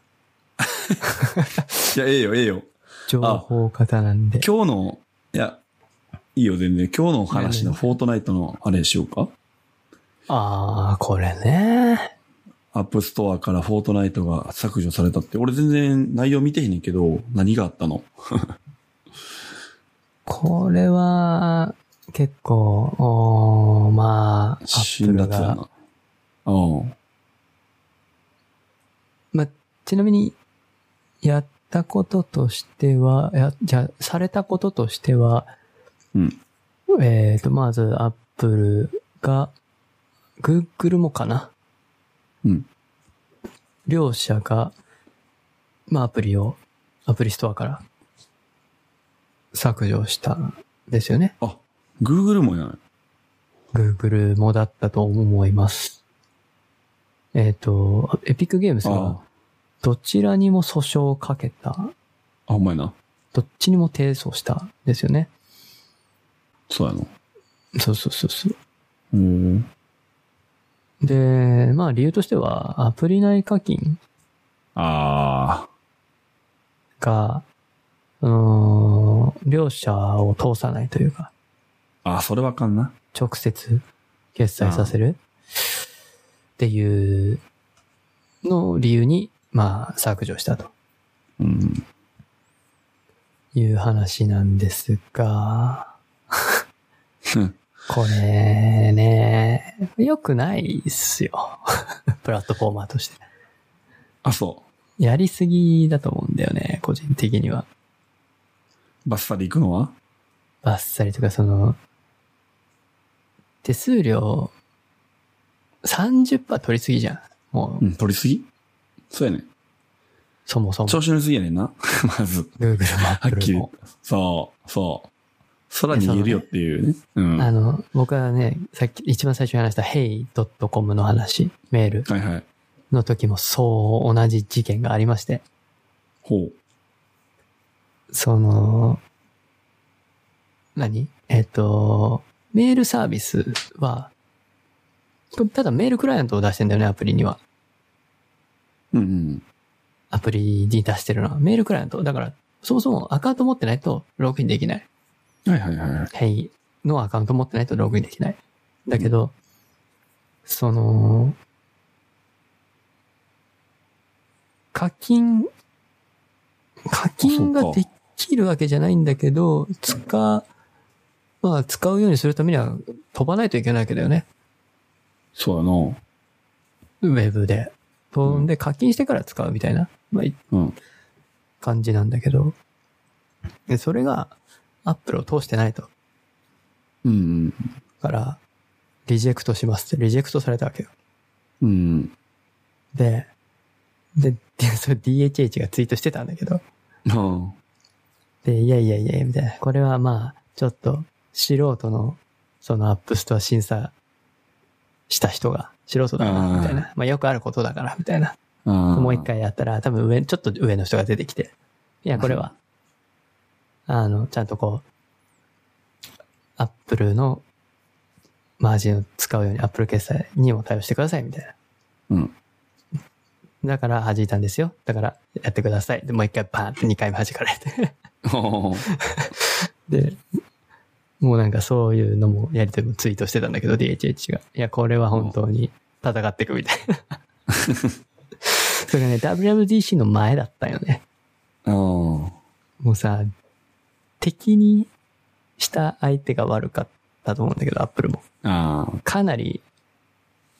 いや、ええよ、ええよ。
情報型なんで。
今日の、いや、いいよ、全然。今日の話の
ね
フォートナイトのあれしようか
あー、これね。
アップストアからフォートナイトが削除されたって。俺全然内容見てへんねんけど、何があったの
これは、結構、おーまあ、アップ
辛
ル
辣や
が
な。うん。
まあ、ちなみに、やったこととしては、や、じゃあされたこととしては、
うん。
えっ、と、まず、アップルが、Google もかな
うん。
両者が、まあ、アプリを、アプリストアから、削除したんですよね。
あ、Google もやない。
Google もだったと思います。えっ、と、エピックゲームズ
あ
が、どちらにも訴訟をかけた
あ、ほんまやな。
どっちにも提訴したんですよね。
そうやな。
そうそうそうそう。
うん。
で、まあ理由としては、アプリ内課金
ああ。
が、うーん、両者を通さないというか、
ああ、それわかんな。
直接決済させるっていうのを理由に、まあ削除したと
うん。
いう話なんですが、これね、良くないっすよ。 プラットフォーマーとして。
あ、そ
やりすぎだと思うんだよね、個人的には。
う。バッサリ行くのは
バッサリとか、その、手数料、30%取りすぎじゃん。もう、
うん、取りすぎそうやね。
そもそも。
調子乗りすぎやねんな。 まず。
Google も
はっき
Apple
り
も。。
そう、そう。空に逃げるよっていうね。うん。
あ
は
の、僕はね、さっき、一番最初に話した hey.com の話、メール
いはい。
の時もそう同じ事件がありまして、
ほう。
その、何えっと、メールサービスは、これただメールクライアントを出してんだよね、アプリには。
うんうん。
アプリに出してるのはメールクライアント。だから、そもそもアカウント持ってないとログインできない。
はいはいはい。
変異のアカウント持ってないとログインできない。だけど、その、課金、課金ができるわけじゃないんだけど、使、まあ使うようにするためには飛ばないといけないわけだよね。
そうやな。
ウェブで。飛んで課金してから使うみたいな。まあ
うん。
感じなんだけど、で、それがアップルを通してないと。だ
うんうん。
から、リジェクトしますって、リジェクトされたわけよ。
うん。
で、で、でそれ DHH がツイートしてたんだけど、
あ
で、いやいやいや、みたいな。これはまあ、ちょっと、素人の、そのアップストア審査した人が、素人だな、みたいな。まあよくあることだから、みたいな。
も
もう一。回やったら、多分上、ちょっと上の人が出てきて、いや、これは、あの、ちゃんとこう、アップルのマージンを使うように、アップル決済にも対応してください、みたい
うん。
な。だから、弾いたんですよ。だから、やってください。で、もう一回パーンって2回目弾かれて。
おー
で、もうなんかそういうのも、やりとりもツイートしてたんだけど、DHH が。いや、これは本当に戦っていくみたいな。それがね、WWDC の前だったよね。
おー
もうさ、敵にした相手が悪かったと思うんだけど、アップルも。
あ
かなり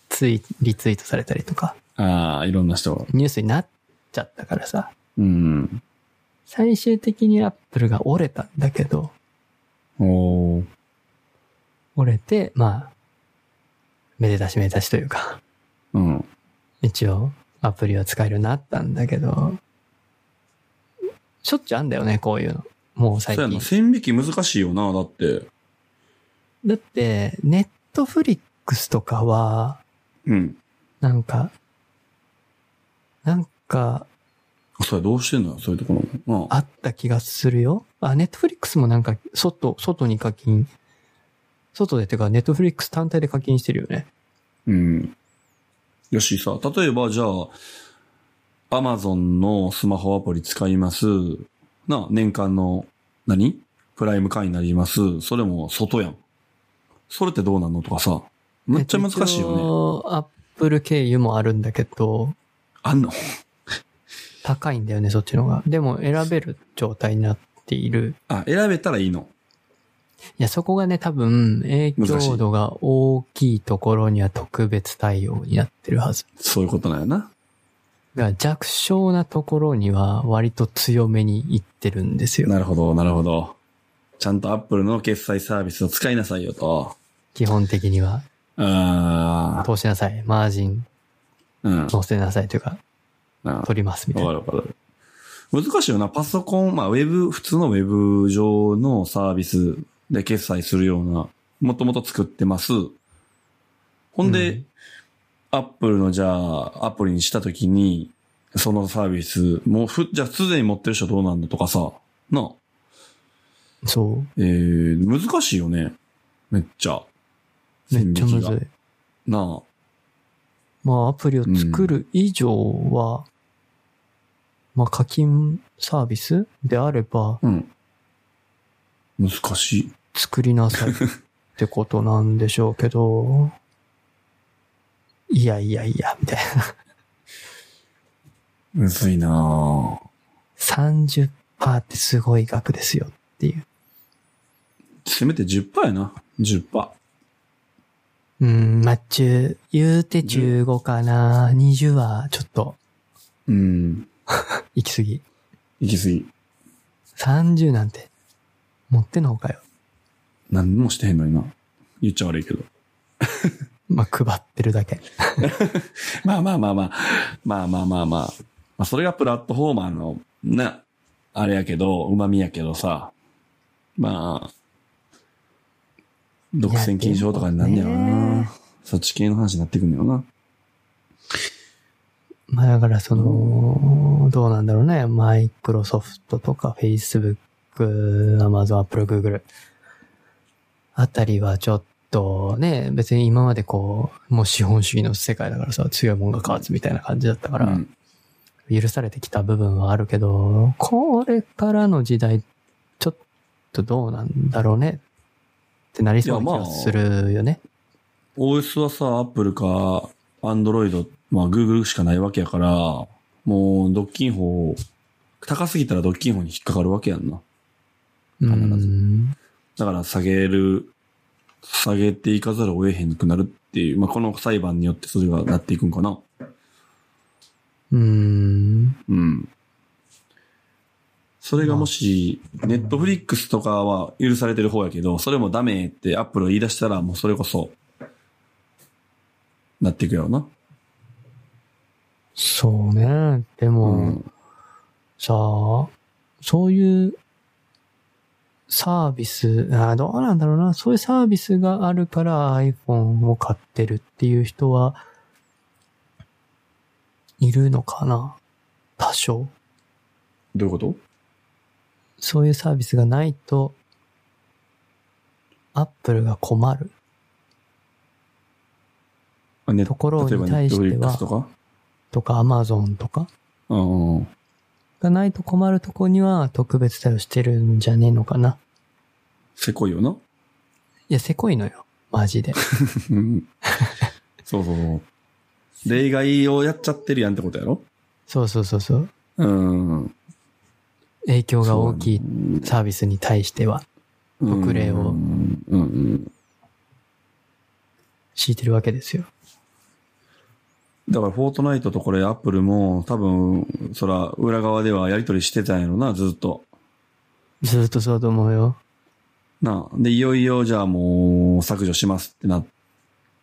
ツイ、リツイートされたりとか、
あ、ああ、いろんな人が。
ニュースになっちゃったからさ、
うん。
最終的にアップルが折れたんだけど、
おー
折れて、まあ、めでたしめでたしというか、
うん。
一応アプリは使えるようになったんだけど、しょっちゅうあんだよね、こういうの。もう
そ
最
うや
近
な、。線引き難しいよな、だって。
だって、ネットフリックスとかは、
うん。
なんか、なんか
それどうしてんのよ、そういうところも。なあ
あった気がするよ。あ、ネットフリックスもなんか、外、外に課金。外でってか、ネットフリックス単体で課金してるよね。
うん。よしさ、例えばじゃあ、アマゾンのスマホアプリ使います。な、年間の何、プライム会員になります。それも外やん。それってどうなんのとかさ。めっちゃ難しいよね。
よね。アップル経由もあるんだけど、
あんの
高いんだよね、そっちの方が。でも選べる状態になっている。
あ、選べたらいいの。
いや、そこがね、多分、影響度が大きいところには特別対応になってるはず。
そういうことなんやな。
だから弱小なところには割と強めにいってるんですよ。
なるほど、なるほど。ちゃんとアップルの決済サービスを使いなさいよと。
基本的には。
あ
通しなさい。マージン
ーうん。
乗せなさいというか、
うん
取りますみたいな。
わかるわかる。難しいよな。パソコン、まあ、ウェブ、普通のウェブ上のサービスで決済するような、もともと作ってます。ほん
う
で
ん、
アップルのじゃあ、アプリにしたときに、そのサービス、もうふ、じゃあ、すでに持ってる人どうなんだとかさ、なあ、
そ
えー、難しいよね。めっちゃ。
う。めっちゃむず
線引き
い。
がな
まあ、アプリを作る以上は、まあ、課金サービスであれば、
あ、うん。難しい。
作りなさいってことなんでしょうけど、 いやいやいや、みたいな。
むずいなあ
30%ってすごい額ですよっていう。
せめて10%やな。10%。
うん、まあ、中、言うて中5かな。20はちょっと
うん。
行き過ぎ。
行き過ぎ。
30なんて、持ってのほかよ。
何もしてへんのにな。言っちゃ悪いけど。
まあ、配ってるだけ。
まあまあまあまあ。まあまあまあまあ。まあ、それがプラットフォーマーの、な、あれやけど、旨味やけどさ。まあ、独占禁止法とかになんねやろ
いやでも
な
ね。
そっち系の話になってくんだよな。
まあ、だからその、どうなんだろうね。マイクロソフトとか、フェイスブック、アマゾン、アップル、グーグル。あたりはちょっとね、別に今までこう、もう資本主義の世界だからさ、強いもんが勝つみたいな感じだったから、
うん
許されてきた部分はあるけど、これからの時代、ちょっとどうなんだろうね。ってなりそうな気がするよね。
OS はさ、アップルか、アンドロイド、まあ Google しかないわけやから、もうドッキン法、高すぎたらドッキン法に引っかかるわけやんな。まあ必ず
うん
だから下げる、下げていかざるを得へんくなるっていう、まあ、この裁判によってそれがなっていくんかな。
うーん。
うん。それがもし、ネットフリックスとかは許されてる方やけど、それもダメってアップルが言い出したら、もうそれこそ、なっていくやろな。
そうね。で
う
も、。さあ、そういうサービス、あーどうなんだろうな。そういうサービスがあるから iPhone を買ってるっていう人は、いるのかな多少。
どういうこと
そういうサービスがないと、アップルが困る。
あね
ところに対しては
例えば Netflix とか
とか、アマゾンとか。
うんうん。
がないと困るとこには特別対応してるんじゃねえのかな。
せこい よな。
いや、せこいのよ。マジで。
うんそうそうそう。例外をやっちゃってるやんってことやろ
そうそうそうそう。
うん。
影響が大きい
い
サービスに対しては特例を
うんうんうん。
敷いてるわけですよ。
だから、フォートナイトとこれ、アップルも、多分、そら、裏側ではやりとりしてたんやろな、ずっと。
ずーっとそうだと思うよ。
なあ。で、いよいよ、じゃあもう、削除しますってなっ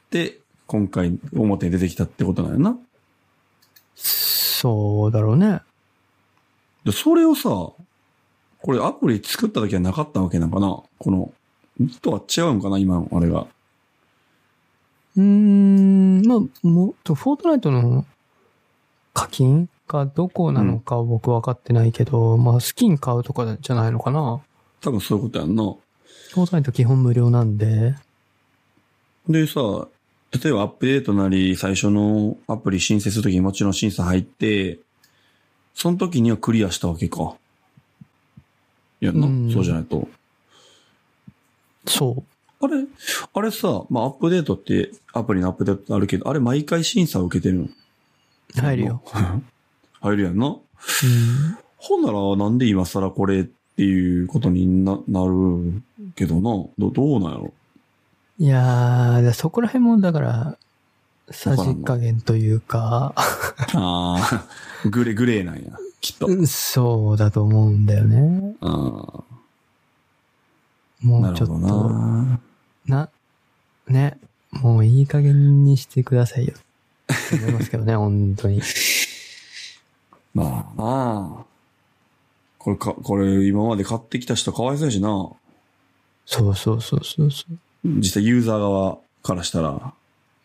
て、今回、表に出てきたってことなんやな。
そうだろうね。
で、それをさ、これアプリ作った時はなかったわけなのかなこの、とは違うんかな今のあれが。
うーん、まあ、もっと、フォートナイトの課金がどこなのか僕分かってないけど、まあ、スキン買うとかじゃないのかな。
多分そういうことやんな。
フォートナイト基本無料なんで、
でさ、例えばアップデートなり、最初のアプリ申請するときにもちろん審査入って、その時にはクリアしたわけか。やんな、
うん
そうじゃないと。
そう。
あれあれさ、まあ、アップデートって、アプリのアップデートあるけど、あれ毎回審査を受けてるの
入るよ。。
入るやんな。
うん
ほんなら、なんで今更これっていうことにな、なるけどな。ど、どうなん やろ。
いやー、だそこら辺もだから、さじ加減というか、
ああ、グレ、グレーなんや。きっと。
そうだと思うんだよね。
ああ、
も
な
う
る
ちょ
ほ
っと、
ど
な
な。
ね、もういい加減にしてくださいよ。って思いますけどね、 本当に。
まあなあ。これか、これ今まで買ってきた人かわいそうやしな。
そうそうそうそうそう。い
実際ユーザー側からしたら。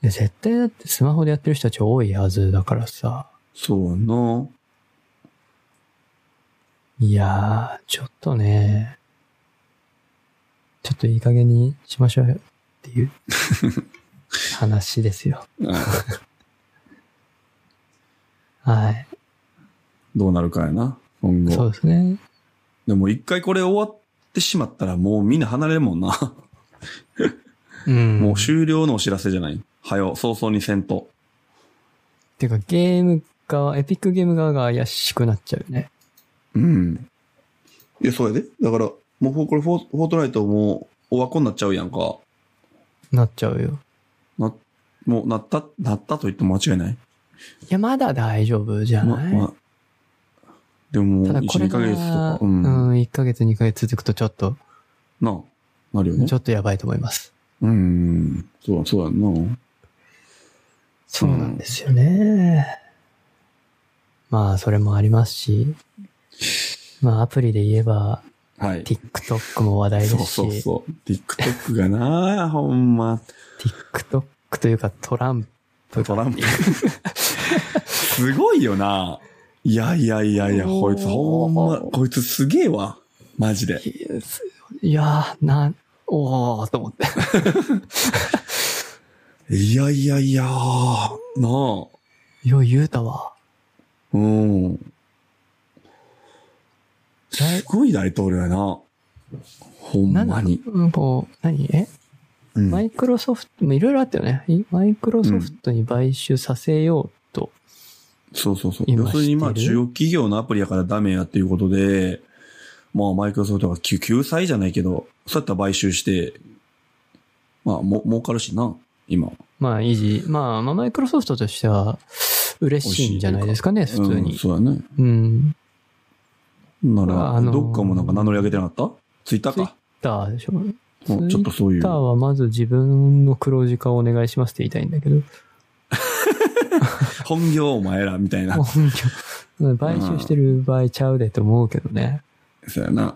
や絶対だってスマホでやってる人たち多いはずだからさ。
そうやんな。
いやー、ちょっとね、ちょっといい加減にしましょうよって いう話です よ。はい。
どうなるかやな。今
そう
後。
ですね。
でも一回これ終わってしまったらもうみんな離れるもんな。
うん。
もう終了のお知らせじゃない。はよ、早々にせんと。
てかゲーム側、エピックゲーム側が怪しくなっちゃうよね。
うん。いや、そうやで。だから、もうフォこれフォー、フォートナイトもう、オワコになっちゃうやんか。
なっちゃうよ。
な、もう、なった、なったと言っても間違いない。
いや、まだ大丈夫じゃ
ま、
ない、
ま、でももう、
た
1、
だこれ
2
が、
ヶ月とか、
う、
うんん。
1ヶ月2ヶ月続くとちょっと、
なあ、なるよね
ちょ。っとやばいと思います。
うん。そうや、そうやんな。
そうなんですよね。まあ、それもありますし、まあ、アプリで言えば、
はい。
TikTok も話題です
そう
し、
そうそう。TikTok がな、 ほんま。
TikTok というかトランプ
ト
が
ランプ。 すごいよな。いやいやいやいや、こいつほんま、こいつすげえわ。マジで。
いやー、なん、おー、と思って。
いやいやいやー、なあ。
よう言うたわ。
うん。
だい
すごい大統領やな。ほん
なん
ま
だ
に。
うん、こう、何え、
うん
マイクロソフト、もいろいろあったよね。いマイクロソフトに買収させようと。
そうそうそう。
今
要するに、ま
知っ
あ、
てる
中央企業のアプリやからダメやっていうことで、まあ、マイクロソフトが救救済じゃないけど、そうやったら買収して、まあ、も、儲かるしな、今。
まあ、維持。まあ、まあ、マイクロソフトとしては、嬉しいんじゃないですかね、普通
うん
に。
そうやね。
うん。ま
な
あ
ら、
あのー
どっかもなんか名乗り上げてなかったツイッターか。
だ、でしょ。
もうちょっとそういう。
ターはまず自分の黒字化をお願いしますって言いたいんだけど、
本業お前らみたいな。
本業 買収してる場合ちゃうでと思うけどね。
そうやな。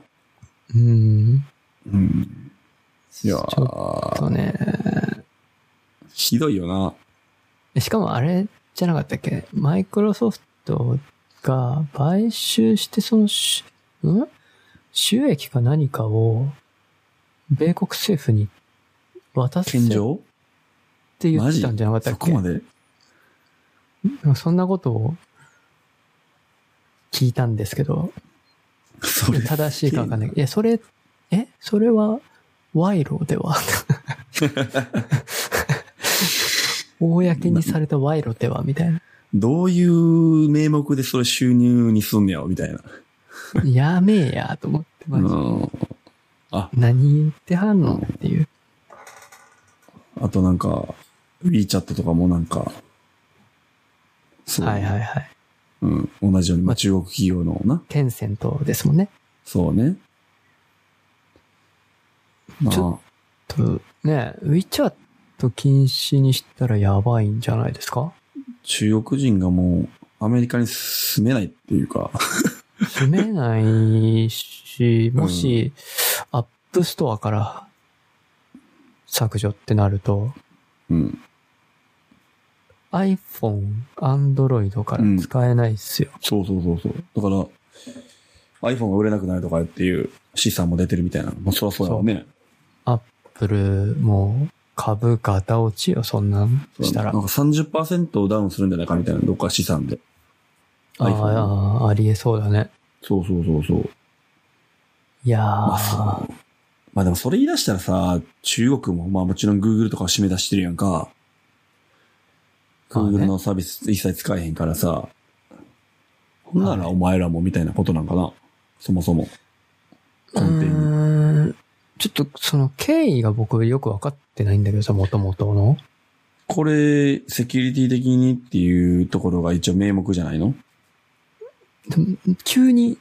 うん。
うん。い
ち
や
ょっ
ー、
とね。
ひどいよな。
しかもあれ、じゃなかったっけマイクロソフトが買収してそのし、ん収益か何かを、米国政府に渡すっ
献上
て言ってたんじゃなかった
そ
っ
こ
け
まで
なんかそんなことを聞いたんですけど、
それ。
正しいかわかんない。いや、それ、えそれは、賄賂で は公にされた賄賂ではみたいな。
どういう名目でそれ収入にすんねやろみたいな。
やめえや、と思って、マ
う
ジで
ん。あ、
何言ってはんのっていう。
あとなんか、WeChat とかもなんか、そう。
はいはいはい。
うん。同じように、まあ、中国企業のな。
テンセントですもんね。
そうね。ま
ちょ
あ、
と、ね、WeChat 禁止にしたらやばいんじゃないですか
中国人がもう、アメリカに住めないっていうか、
住めないし、もし、アップストアから削除ってなると、
うん。
iPhone、Android から使えないっすよ。
そうそうそうそう。だから、iPhone が売れなくなるとかっていう資産も出てるみたいな。まあ、そりゃそうだわね。
Apple も株ガタ落ちよ、そんなん
そう
したら
な。んか30%ダウンするんじゃないかみたいな、どっか資産で。
あ
iPhone
ああ、ありえそうだね。
そうそうそうそう。
いやー、
まあそうまあでもそれ言い出したらさ、中国も、まあもちろん Google とかを締め出してるやんか。
まあね
Google のサービス一切使えへんからさ。ほんならお前らもみたいなことなんかな。そもそも。根底
う
に。
ーんちょっとその経緯が僕よくわかってないんだけどさ、元々の。
これ、セキュリティ的にっていうところが一応名目じゃないの
でも急に、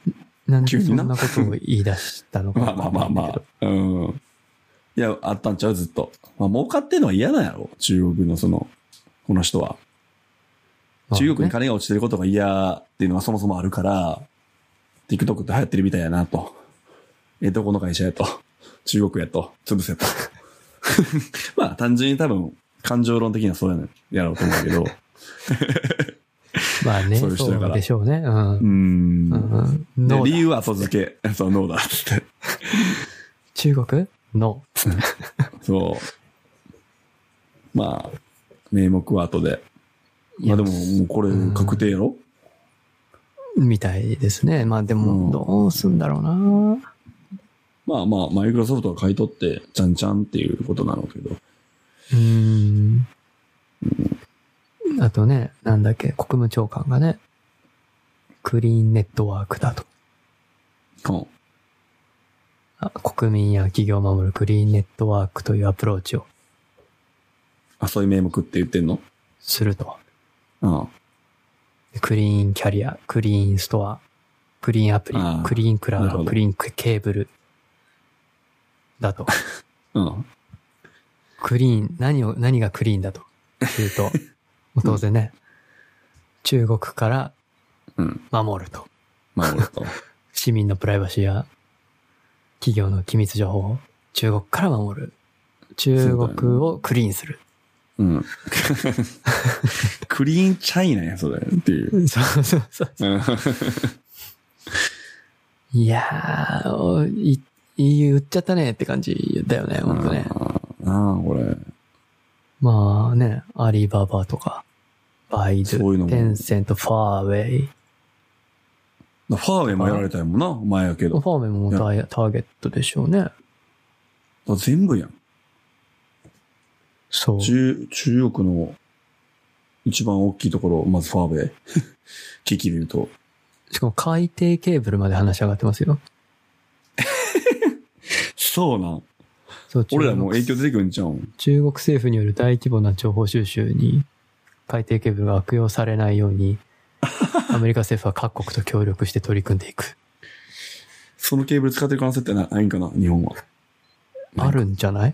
なんで
急
そ
に
ん
な
なことを言い出したのか。
まあまあまあまあ。うん。いや、あったんちゃうずっと。まあ、儲かってんのは嫌なんやろ中国のその、この人は。中国に
か
金が落ちてることが嫌っていうのはそもそもあるから、TikTok って流行ってるみたいやなと。え、どこの会社やと。中国やと。潰せと。 まあ、単純に多分、感情論的にはそうや,、ね、やろうと思うけど。
まあね、
そういう人だから
そうでしょうね。うん。
うーん。
うん
で
ノーだ
理由は後付け。そう、ノーだっつって。
中国ノ
そう。まあ、名目は後で。
いや
まあでも、もうこれ
うん
確定やろ、
ーみたいですね。まあで
う
も、
ん
どうすんだろうな。
まあまあ、マイクロソフトが買い取って、ちゃんちゃんっていうことなのけど。
うん。あとね、なんだっけ、国務長官がね、クリーンネットワークだと。
うん
あ国民や企業を守るクリーンネットワークというアプローチを
あ、そういう名目って言ってんの
すると。
うん。
クリーンキャリア、クリーンストア、クリーンアプリ
あ、ー
クリーンクラ
な
ウ
る
ド、
ほど
クリーンケーブル。だと。
うん。
クリーン、何を、何がクリーンだと言う と、もう当然ね、中国から
うん。
守ると。
まあ、俺と。
市民のプライバシーや企業の機密情報を中国から守る。中国をクリーンする。
うん。クリーンチャイナや、それ。っていう。
そうそうそう。
うん
いやー、おい、言っちゃったねって感じだよね、ほんとね。
なあ、これ。
まあね、アリババとか、バイド
そういうの
ゥ、
も
テンセント、ファーウェイ。
ファーウェイもやられたやもんな、前やけ
ファ
ど。
ーウェイもターターゲットでしょうね。
あ全部やん。
そう。
中、中国の一番大きいところ、まずファーウ ェイ。機器で言うと。
しかも海底ケーブルまで話し上がってますよ。
そうなん。
そう
俺らもう影響
中
出てくるんちゃうん。
国中国政府による大規模な情報収集に海底ケーブルが悪用されないよう に、アメリカ政府は各国と協力して取り組んでいく。
そのケーブル使ってる可能性ってなないんかな、日本は。
あるんじゃない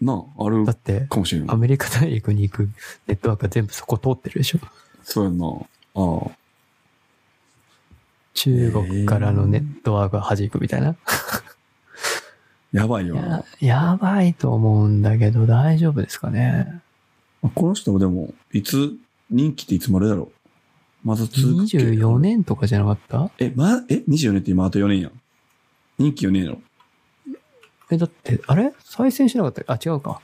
なあ、ある
だって、
かもしれん
ア
ない。
メリカ大陸に行くネットワークが全部そこ通ってるでしょ。
そうやんな。ああ。
中国からのネットワークが弾くみたいな。
やばいよな
や。やばいと思うんだけど、大丈夫ですかね。
まあこの人もでも、いつ任期っていつまでだろうまだ続くっけ
24年とかじゃなかっ
え、ま、え、24年って今あと4年やん。任期4年やろ。
たえ、だって、あれ再選しなかったあ、違うか。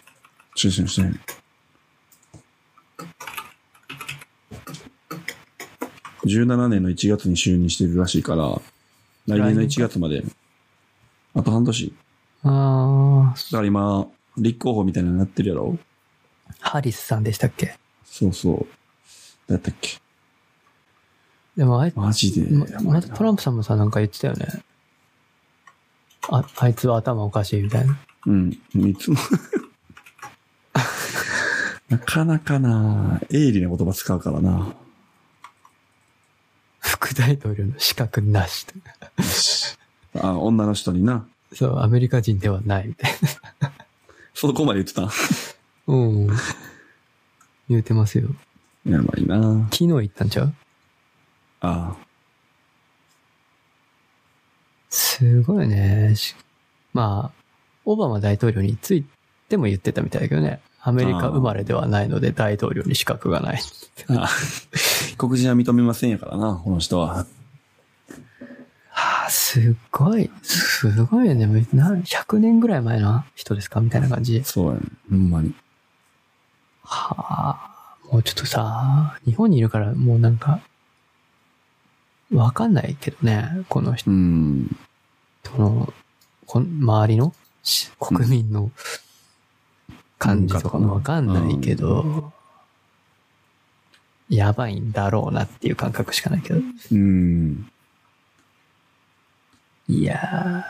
中心してない。17年の1月に就任してるらしいから、来年の1月まで、あと半年。
あー、
だから今、立候補みたいなのになってるやろ
ハリスさんでしたっけ
そうそう。だったっけ
でもあい、
マジで。
ま
やばいな
またトランプさんもさ、なんか言ってたよね。あ、あいつは頭おかしいみたいな。
うん。いつも。なかなかな鋭利な言葉使うからな。
副大統領の資格なしと。
あ、女の人にな。
そう、アメリカ人ではないみたいな。
そこまで言ってた。
うん。言うてますよ。
やばいな
昨日行ったんちゃう
あ
すごいね。しまあ、オバマ大統領についても言ってたみたいだけどね。アメリカ生まれではないので大統領に資格がない。
あ。被告人は認めませんやからな、この人は。
はあ、すごい。すごいよね。な100年ぐらい前の人ですかみたいな感じ。
そうやね。ほんまに。
はあ、もうちょっとさ、日本にいるからもうなんか、わかんないけどね。この人
うん。
の、こん周りのし国民の感じとかもわかんないけど、やばいんだろうなっていう感覚しかないけど。
うん。
いや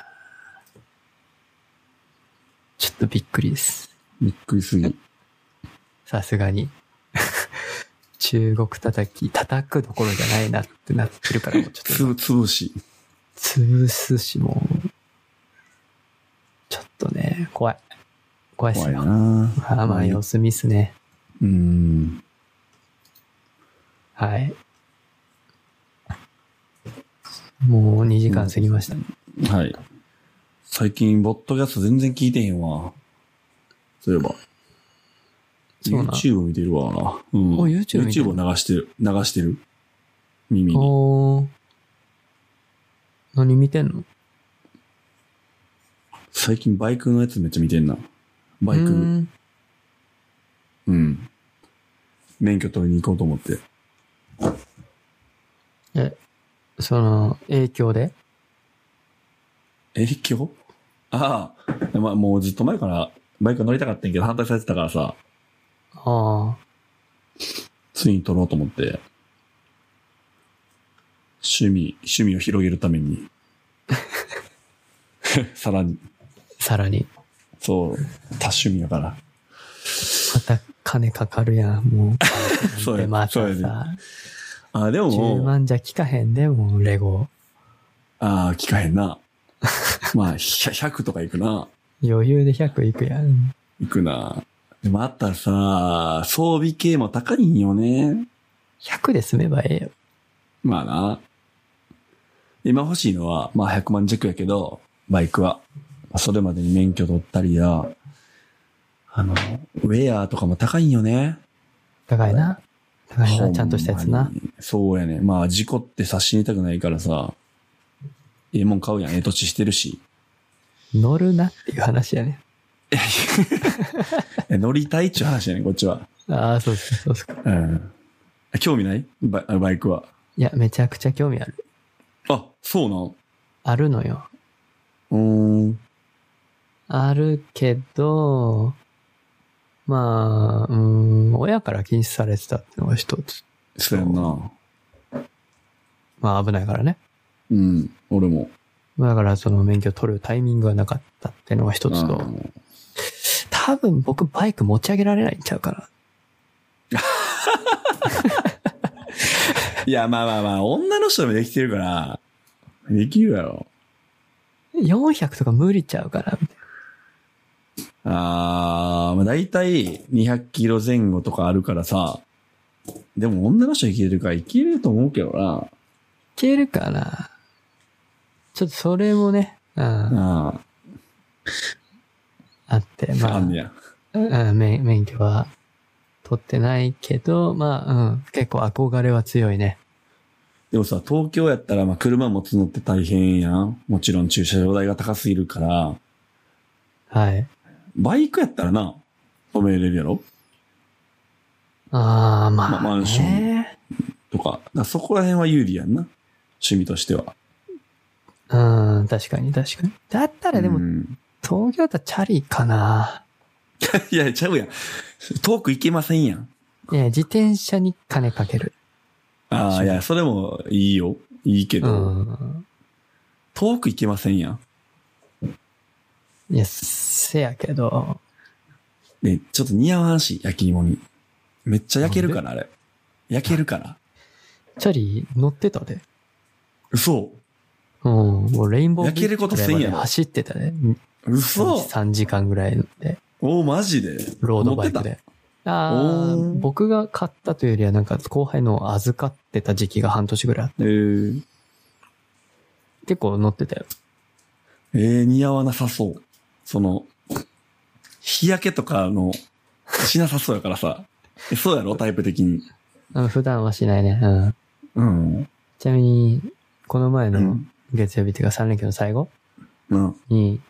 ー、ちょっとびっくりです。
びっくりすぎ。
さすがに。 中国叩き、叩くどころじゃないなってなってるから、もうち
つ
ょっと、
ぶ、つぶし。
潰すしもう、ちょっとね、怖い。怖いっす
怖い
よ。
な
ああまあ、様子見っすね。
うん。
はい。もう2時間過ぎました。
はい。最近、ボットキャスト全然聞いてへんわ。そういえば。
そうなん
YouTube 見てるわ。うん。
お YouTube 見てる
YouTube を流してる。流してる。耳に。
おー。何見てんの
最近バイクのやつめっちゃ見てんな。バイ
うー
ク。
ん
うん。免許取りに行こうと思って。
え、その、影響で
影響ああ。まあ、もうずっと前からバイク乗りたかったんやけど反対されてたからさ、
ああ。
ついに取ろうと思って。趣味、趣味を広げるため に。さらに。
さらに。
そう、多趣味だから。
また金かかるやん、もう。
そう
で、
や
また
そうや
さ、
あ、で
10
も、
万じゃ効かへんで、もう、レゴ。
ああ、聞かへんな。まあ、100 100とか行くな。
余裕で100いくやん。
行くな。でもあったらさ、装備系も高いんよね。
100で済めばええよ。
まあな。今欲しいのは、まあ100万弱やけど、バイクは。まあそれまでに免許取ったりや、あの、ウェアとかも高いんよね。
高いな。高いな、ちゃんとしたやつ
ほ。
なん
まに。そうやね。まあ事故って察しにたくないからさ、ええもん買うやん。ええ土地してるし。
乗るなっていう話やね。
え乗りたいっちゅう話やね、こっちは。
ああ、そうっすか、そうっすか。
うん。興味ないバイバイクは。
いや、めちゃくちゃ興味ある。
あ、そうなん
あるのよ。
うーん。
あるけど、まあ、うん、親から禁止されてたってのが一つ。
そうやんな。
まあ危ないからね。
うん。俺も。
まあだからその免許取るタイミングがなかったってのが一つと、
うん
多分僕バイク持ち上げられないんちゃうかな。
いや、まあまあまあ、女の人でもできてるから、できるやろ。
400とか無理ちゃうから、みたい
あー、まあ大体200キロ前後とかあるからさ、でも女の人いけるから、いけると思うけどな。
ないけるかな。ちょっとそれもね、うん、
あ
あって、
あ、
ま
あ
あ
んねや。
うん、免免許は取ってないけど、まあ、うん。結構憧れは強いね。
でもさ、東京やったら、まあ、車持つのって大変やん。もちろん駐車場代が高すぎるから、
はい。
バイクやったらな、止めれるやろ
ああ、まあ、ね。
まあマンショとか。だからそこら辺は有利やんな。趣味としては。
うん、確かに確かに。だったらでも、
うん
東京だったらチャリかな。
いや、ちゃうやん。遠く行けませんやん。
いや、自転車に金かける。
ああ、いや、それもいいよ。いいけ
う
ど、
ん。
遠く行けませんやん。
いや、せやけど、
ね、ちょっと似合わんし、焼き芋に。めっちゃ焼けるかな、あれ。焼けるかな。
チャリ乗ってたで。
嘘
うん、もうレインボー
焼けること
ブリッジ
せん
ぐ
や
らいまで
ろ
走ってたね。
嘘
3時間ぐらいで、
おー、マジで。
ロードバイ
持っ
ク
て
で。ああ
おー、
僕が買ったというよりはなんか後輩の預かってた時期が半年ぐらいあって
た。えー、
結構乗ってたよ。
えー、似合わなさそう。その、日焼けとかの、しなさそうやからさ。 えそうやろタイプ的に。
うん普段はしないね。うん。
うん。
ちなみに、この前
う
の
ん。
月曜日っていうか3連休の最後
うん。
に、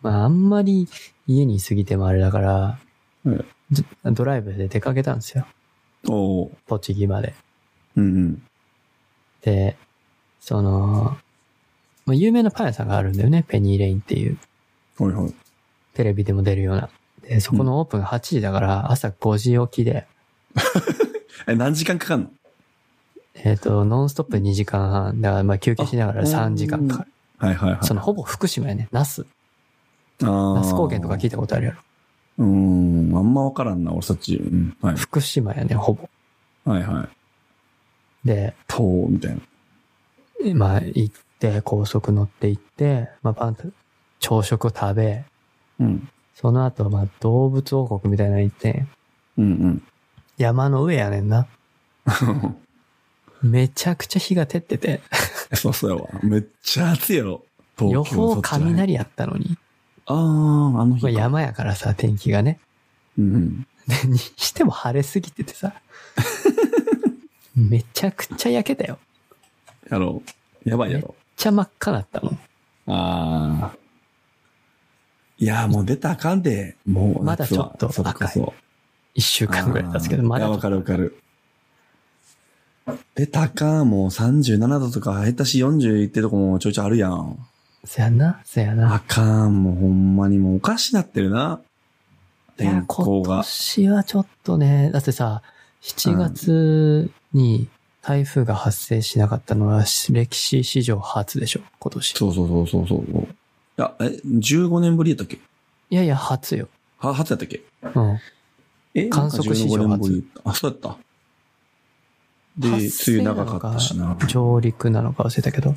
まああんまり家に過ぎてもあれだから、
うん
じドライブで出かけたんですよ。
おー
栃木まで。
うん
で、その、まあ、有名なパン屋さんがあるんだよね。ペニーレインっていう。
うん。はいはい。
テレビでも出るような。で、そこのオープンが8時だから、朝5時起きで、
え、何時間かかんの
えっ、と、ノンストップ2時間半。だから、まあ、休憩しながら3時間かかる。
はいはいはい。
その、ほぼ福島やね。那須。那
あ
須
ス
高原とか聞いたことあるやろ。
うーん、あんまわからんな、俺そっち。うん。はい。
福島やね、ほぼ。
はいはい。
で、
とう、みたいな。
まあ、行って、高速乗って行って、まあ、パンと、朝食を食べ、
うん。
その後、まあ、動物王国みたいなの行って、
うん
山の上やねんな。
うん。
めちゃくちゃ日が照ってて、
そうそうやわ。めっちゃ暑いやろ。東京
予報
そっちの辺
雷やったのに、
ああ、あの日
ま
か。
あ、山やからさ、天気がね。
うんうん。
でにしても晴れすぎてて さ。めちゃくちゃ焼けたよ。めっ
やろう。やばいやろ。
ちゃ真っ赤だったもん。
ああ。いやー、もう出たらあかんで。もう、
まだちょっと
夏は
赤い一週間ぐらい経つけど、
あー
ま
い
だ
や、わかるわかる。出たらあかん、もう37度とか減ったし40いってとこもちょいちょいあるやん。
せやな、せやな。
あかん、もうほんまにもうおかしなってるな。
いや
天、候
今
が。
年はちょっとね、だってさ、7月に台風が発生しなかったのは歴史史上初でしょ、今年。
そうそうそうそうそう。いや、え、15年ぶりやったっけ
いやいや、初よ。
は、初やったっけ
うん。
え
観測史上初
なんか15年ぶりあ、そうやった。で、梅
発生
雨
なのか
長かったしな。
上陸なのか忘れたけど。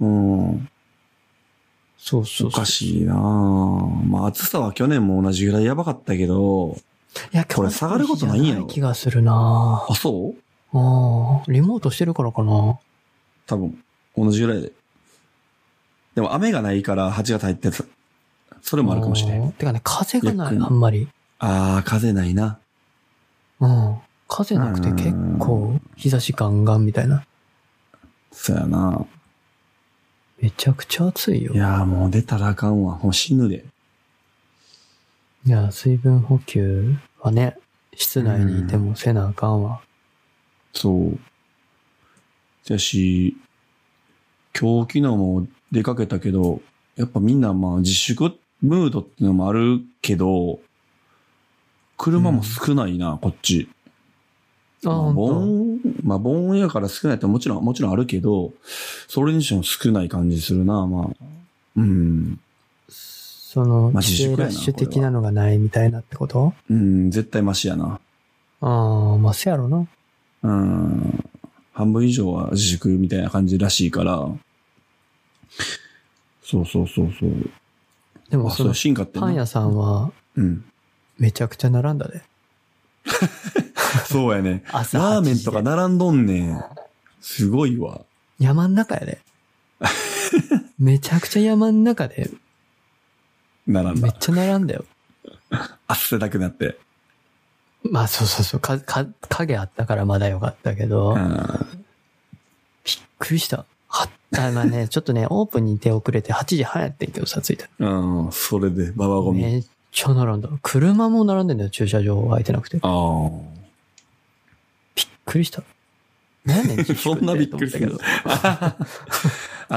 うん。
そうそ
お
うそう。
かしいなぁまあ、暑さは去年も同じぐらいやばかったけど、
いや、
これ下がることないんやろ
気がするな
あ、そう
ああ、リモートしてるからかな。
多分、同じぐらいで。でも雨がないから8月入ってた。それもあるかもしれん。
ん。てかね、風がない、
ゆっくり
あんまり。
あー、風ないな。
うん。風なくて結構、日差しガンガンみたいな。
そうやな
めちゃくちゃ暑いよ。
いやーもう出たらあかんわ。もう死ぬで。
いや、水分補給はね、室内にいてもせなあかんわ。
そう。じゃし、今日昨日も出かけたけど、やっぱみんなまあ自粛ムードってのもあるけど、車も少ないな、こっち。
あ、
まあ、
ほん
盆、まあ盆やから少ないってもちろん、もちろんあるけど、それにしても少ない感じするな、まあ。うん。
と。その、
まあ
帰省ラッシュ
自粛やなこれは
的なのがないみたいなってこと
うん、絶対マシやな。
ああ、まあ、せやろな。
うん。半分以上は自粛みたいな感じらしいから。そうそうそうそう。
でも、
あ、
そ
そう
の
や、、進化ってな
パン屋さんは、
うん。
めちゃくちゃ並んだで。
そうやね。
朝
ラー
8時で
メンとか並んどんねん。すごいわ。
山ん中や で。めちゃくちゃ山ん中で、
並ん
めっ
だ。
ちゃ並んだよ。
汗だくなって。
まあそうそうそう、か、か、影あったからまだよかったけど、
うん。
びっくりした。は、あまあね、ちょっとね、オープンに出遅れて8時半やってんけどさ、着いた
うん。それで、ババゴミ。
めっちゃ並んだ。車も並んでんだよ、駐車場空いてなくて。びっ
ああ。
くりした。何やねん、
そんなびっくりする
と思った。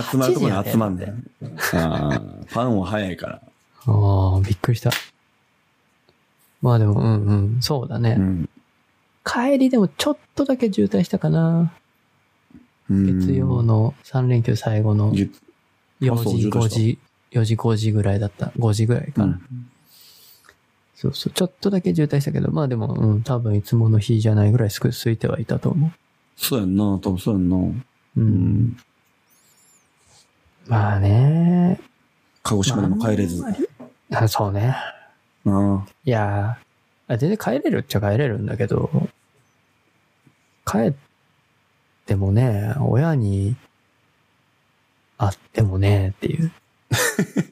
集まるとこ
8時や
に
で
集まんだよ。ああ。パンは早いから。
け どああ、びっくりした。まあでも、うんうん、そうだね。
うん。
帰りでもちょっとだけ渋滞したかな。月曜の3連休最後の
うん。
4
月
時、
あそう渋滞
5
した
時、4時、5時ぐらいだった。5時ぐらいか
う
な。
ん。
そうそう。ちょっとだけ渋滞したけど、まあでも、うん、多分いつもの日じゃないぐらいすく空いてはいたと思
そうやんな、多分そうやんな。
う。う。
うんん。
まあね。
鹿児島にも帰れず。
まああんまりあそうね。
なあ。
いやーあ全然帰れるっちゃ帰れるんだけど、帰ってもね、親に会ってもね、っていう。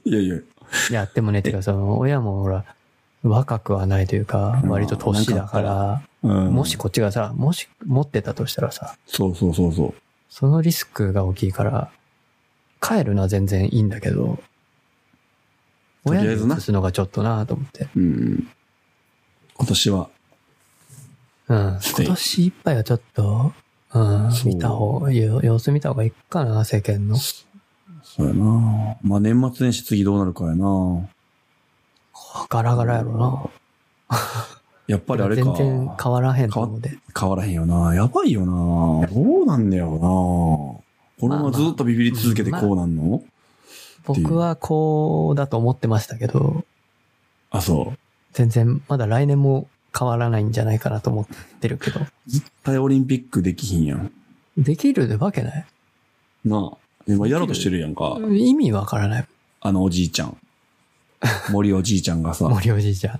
いやいや。
いや、でもね、てか、その、親もほら、若くはないというか、
うん
割と年だから、
うん。
もしこっちがさ、もし持ってたとしたらさ、
そうそうそうそう。
そのリスクが大きいから、帰るのは全然いいんだけど、
とり
親
あえずな
に移すのがちょっとなと思って。
うん。今年は。
うん。
ステイ
今年いっぱいはちょっと、うん
そ、う
見た方が、よ様子見た方がいいかな、世間の。
そうやな。まあ年末年始次どうなるかやな。
ガラガラやろな。
やっぱりあれか。
全然変わらへんと思うで。
変わらへんよな。やばいよな。どうなんだよな。このままずっとビビり続けてこうなんの、あっていう
僕はこうだと思ってましたけど、
そう。
全然まだ来年も変わらないんじゃないかなと思ってるけど。
絶対オリンピックできひんやん。
できるわけない。
なあ。今やろうとしてるやんか。
意味わからない。
あのおじいちゃん。森おじいちゃんがさ。
森おじいちゃん。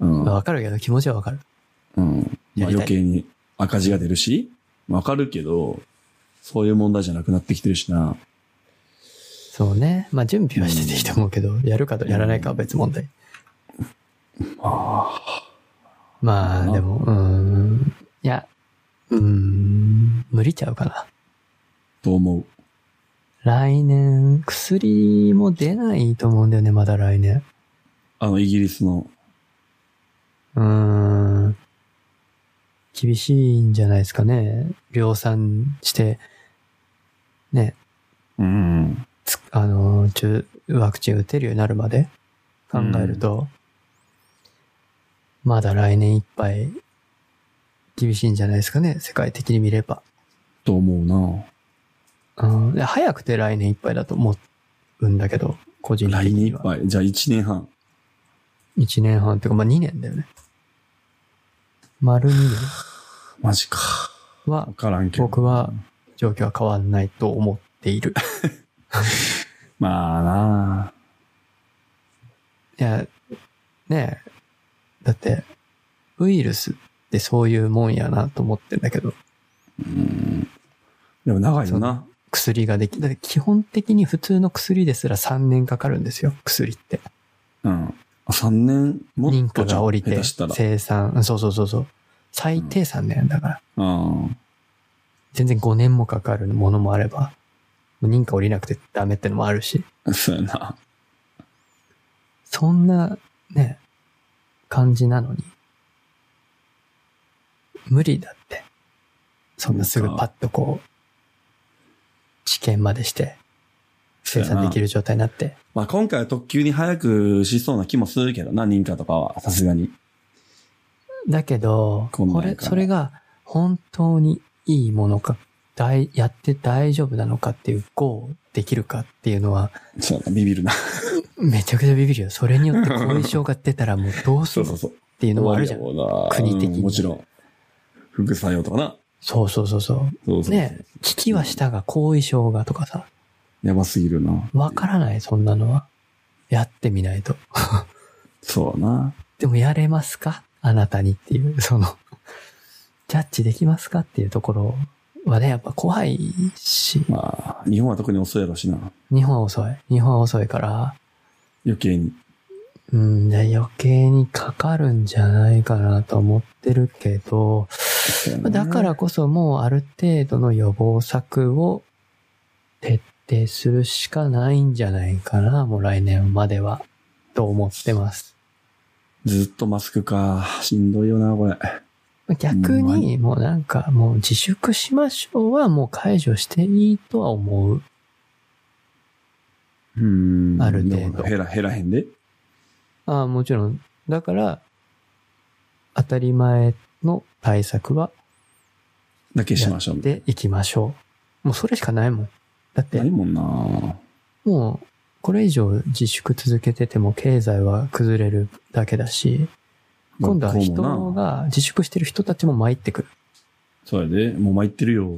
うん。
わかるけど気持ちはわかる。
うん。ま
や
あ
りたい
余計に赤字が出るし、わかるけど、そういう問題じゃなくなってきてるしな。
そうね。まあ準備はしてていいと思うけど、やるかとやらないかは別問題。まあ、でも、うーん。いや、うーん、無理ちゃうかな。
と思
来年、薬も出ないと思うんだよね、まだ来年。
う。あの、イギリスの、
うーん。厳しいんじゃないですかね。量産して、ね、
うん。
つあの、中、ワクチン打てるようになるまで考えると、まだ来年いっぱい厳しいんじゃないですかね、世界的に見れば。
と思うな。
うん、で早くて来年いっぱいだと思うんだけど、個人的
来年い
に
っ
は。
ぱい。じゃあ1年半。
1年半っていうか、まあ2年だよね。丸2年
マジか。
は
わからんけど。
僕は状況は変わんないと思っている。
まあない
や、ねえ、だって、ウイルスってそういうもんやなと思ってんだけど、
でも長いよな。
薬ができ、だって基本的に普通の薬ですら3年かかるんですよ、薬って。
うん。3年も
認
っ
可
とじゃ
が
ん
下り
下
て
手したら。
生産、そうそうそうそう。最低3年だから。
うん。
全然5年もかかるものもあれば、認可下りなくてダメってのもあるし、
そうやな。
そんな、ね、感じなのに、無理だって。そんなすぐパッとこう、試験までして、生産でき
る。
る状態になって。
まあ今回は特急に早くしそうな気もするけどな、認可とかは。さすがに。
だけど、
こんなん
こ
やから
れ、それが本当にいいものか、大やって大丈夫なのかっていう、こうできるかっていうのは、
そうやな、ビビるな。
めちゃくちゃビビるよ。それによって後遺症が出たらもうどうす
そう
る
そう
っ
そう。
ていうのもあるじゃん。
終わりやもんな
国的に
うんもちろん。副作用とかな。
そうそうそうそう。
そうそうそう
ね聞きはしたが後遺症がとかさ、
やばすぎるな。
わからない、そんなのは。やってみないと。
そうだな。
でもやれますかあなたにっていう、その、ジャッジできますかっていうところはね、やっぱ怖いし、
まあ、日本は特に遅いやろしな。
日本は遅い。日本は遅いから、
余計に。
うん、で余計にかかるんじゃないかなと思ってるけど、まあだからこそもうある程度の予防策を徹底するしかないんじゃないかな、もう来年までは、と思ってます。
ずっとマスクか。しんどいよな、これ。
まあ逆に、もうなんか、もう自粛しましょうはもう解除していいとは思う。
うん。
ある程度
なほど減ら、減らへんで。
ああ、もちろん。だから、当たり前の対策は
だけし
や
ましょう
っ。ていきましょう。もうそれしかないもん。だって
な、いもんな
もう、これ以上自粛続けてても経済は崩れるだけだし、今度は
学校
人
もな
が、自粛してる人たちも参ってくる。
そうやで。もう参ってるよ。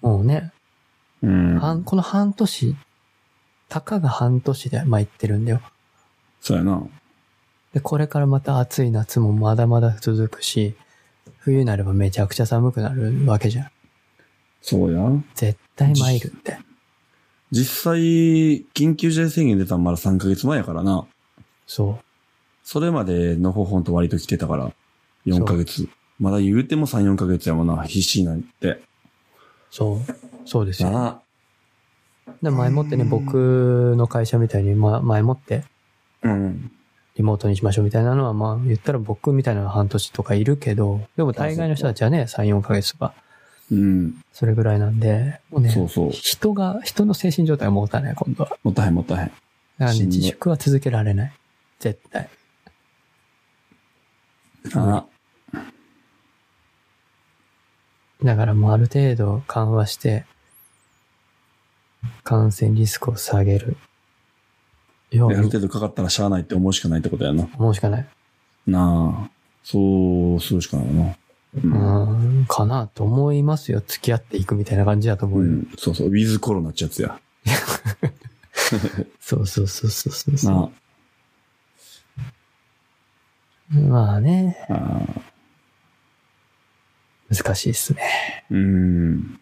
もうね、
うん。
半この半年、たかが半年で参ってるんだよ。
そうやな。
で、これからまた暑い夏もまだまだ続くし、冬になればめちゃくちゃ寒くなるわけじゃん。
そうや。
絶対参るって。
実際、緊急事態宣言出たんまだ3ヶ月前やからな。
そ
それまでのほほんと割と来てたから、4ヶ月。まだ言うても3、4ヶ月やもんな、必死になって。
う、そう、そうですよ。
な
で前もってね、
うん
僕の会社みたいに、ま、前もって
あ。うん。
リモートにしましょうみたいなのは、まあ、言ったら僕みたいなのは半年とかいるけど、でも大概の人たちはね、3、4ヶ月とか、
うん。
それぐらいなんで、もうね、
そうそう。
人が、人の精神状態が持たない、今度は。
もったいへんもったいへん。
だから
し
ね、
んどい
自粛は続けられない。絶対。
あ
だからもうある程度緩和して、感染リスクを下げる。よ
であ
う、
る程度かかったらしゃあないって思うしかないってことやな。
もうしかない。
なあ。そう、するしかないな。
う
うん。
ーん、かなと思いますよ。付き合っていくみたいな感じだと思
う
うよ。
ん、そうそう。ウィズコロナっちゃうやつや。
そうそうそうそうそうそう。
な
まあね、
あ。ああ
難しいですね。
うん。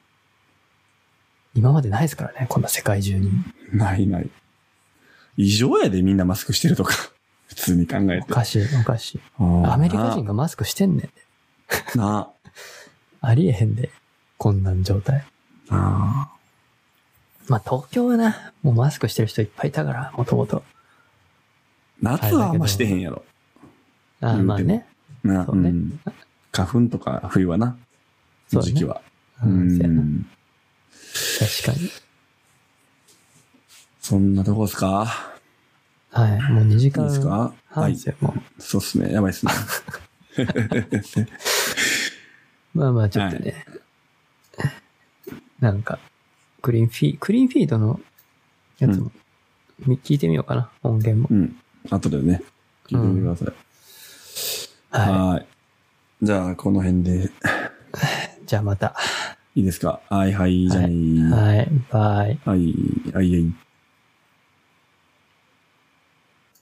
今までないですからね、こんな世界中に。
ないない。異常やでみんなマスクしてるとか。 普通に考え
お
て。
かしい、おかしい。
ア
アメリカ人がマスクしてんねん。
な
ありえへんで、こんなん状態。
あ。な
まあ東京はな、もうマスクしてる人いっぱいいたから、もともと。
あ。夏はあんましてへんやろ。
ああまあね。
なあ。
そうね
ん花粉とか冬はな。
そうね
時期は。
うん、せやな
うん
確かに。
そんなとこですか
はい、もう2時
いい
間
ですかは
半
い
です。よ、も
そうっすね。やばいっすね。
う。まあまあちょっとね。なんか、クリーンフィー、クリーンフィードのやつも、み聞いてみようかな、音源も。
うん。後でね。聞いてみてください。
は
はーい。じゃあ、この辺で
い。じゃあまた。
いいですかはいはい、じゃあねー
はい、バイ。
はい、はい、はい。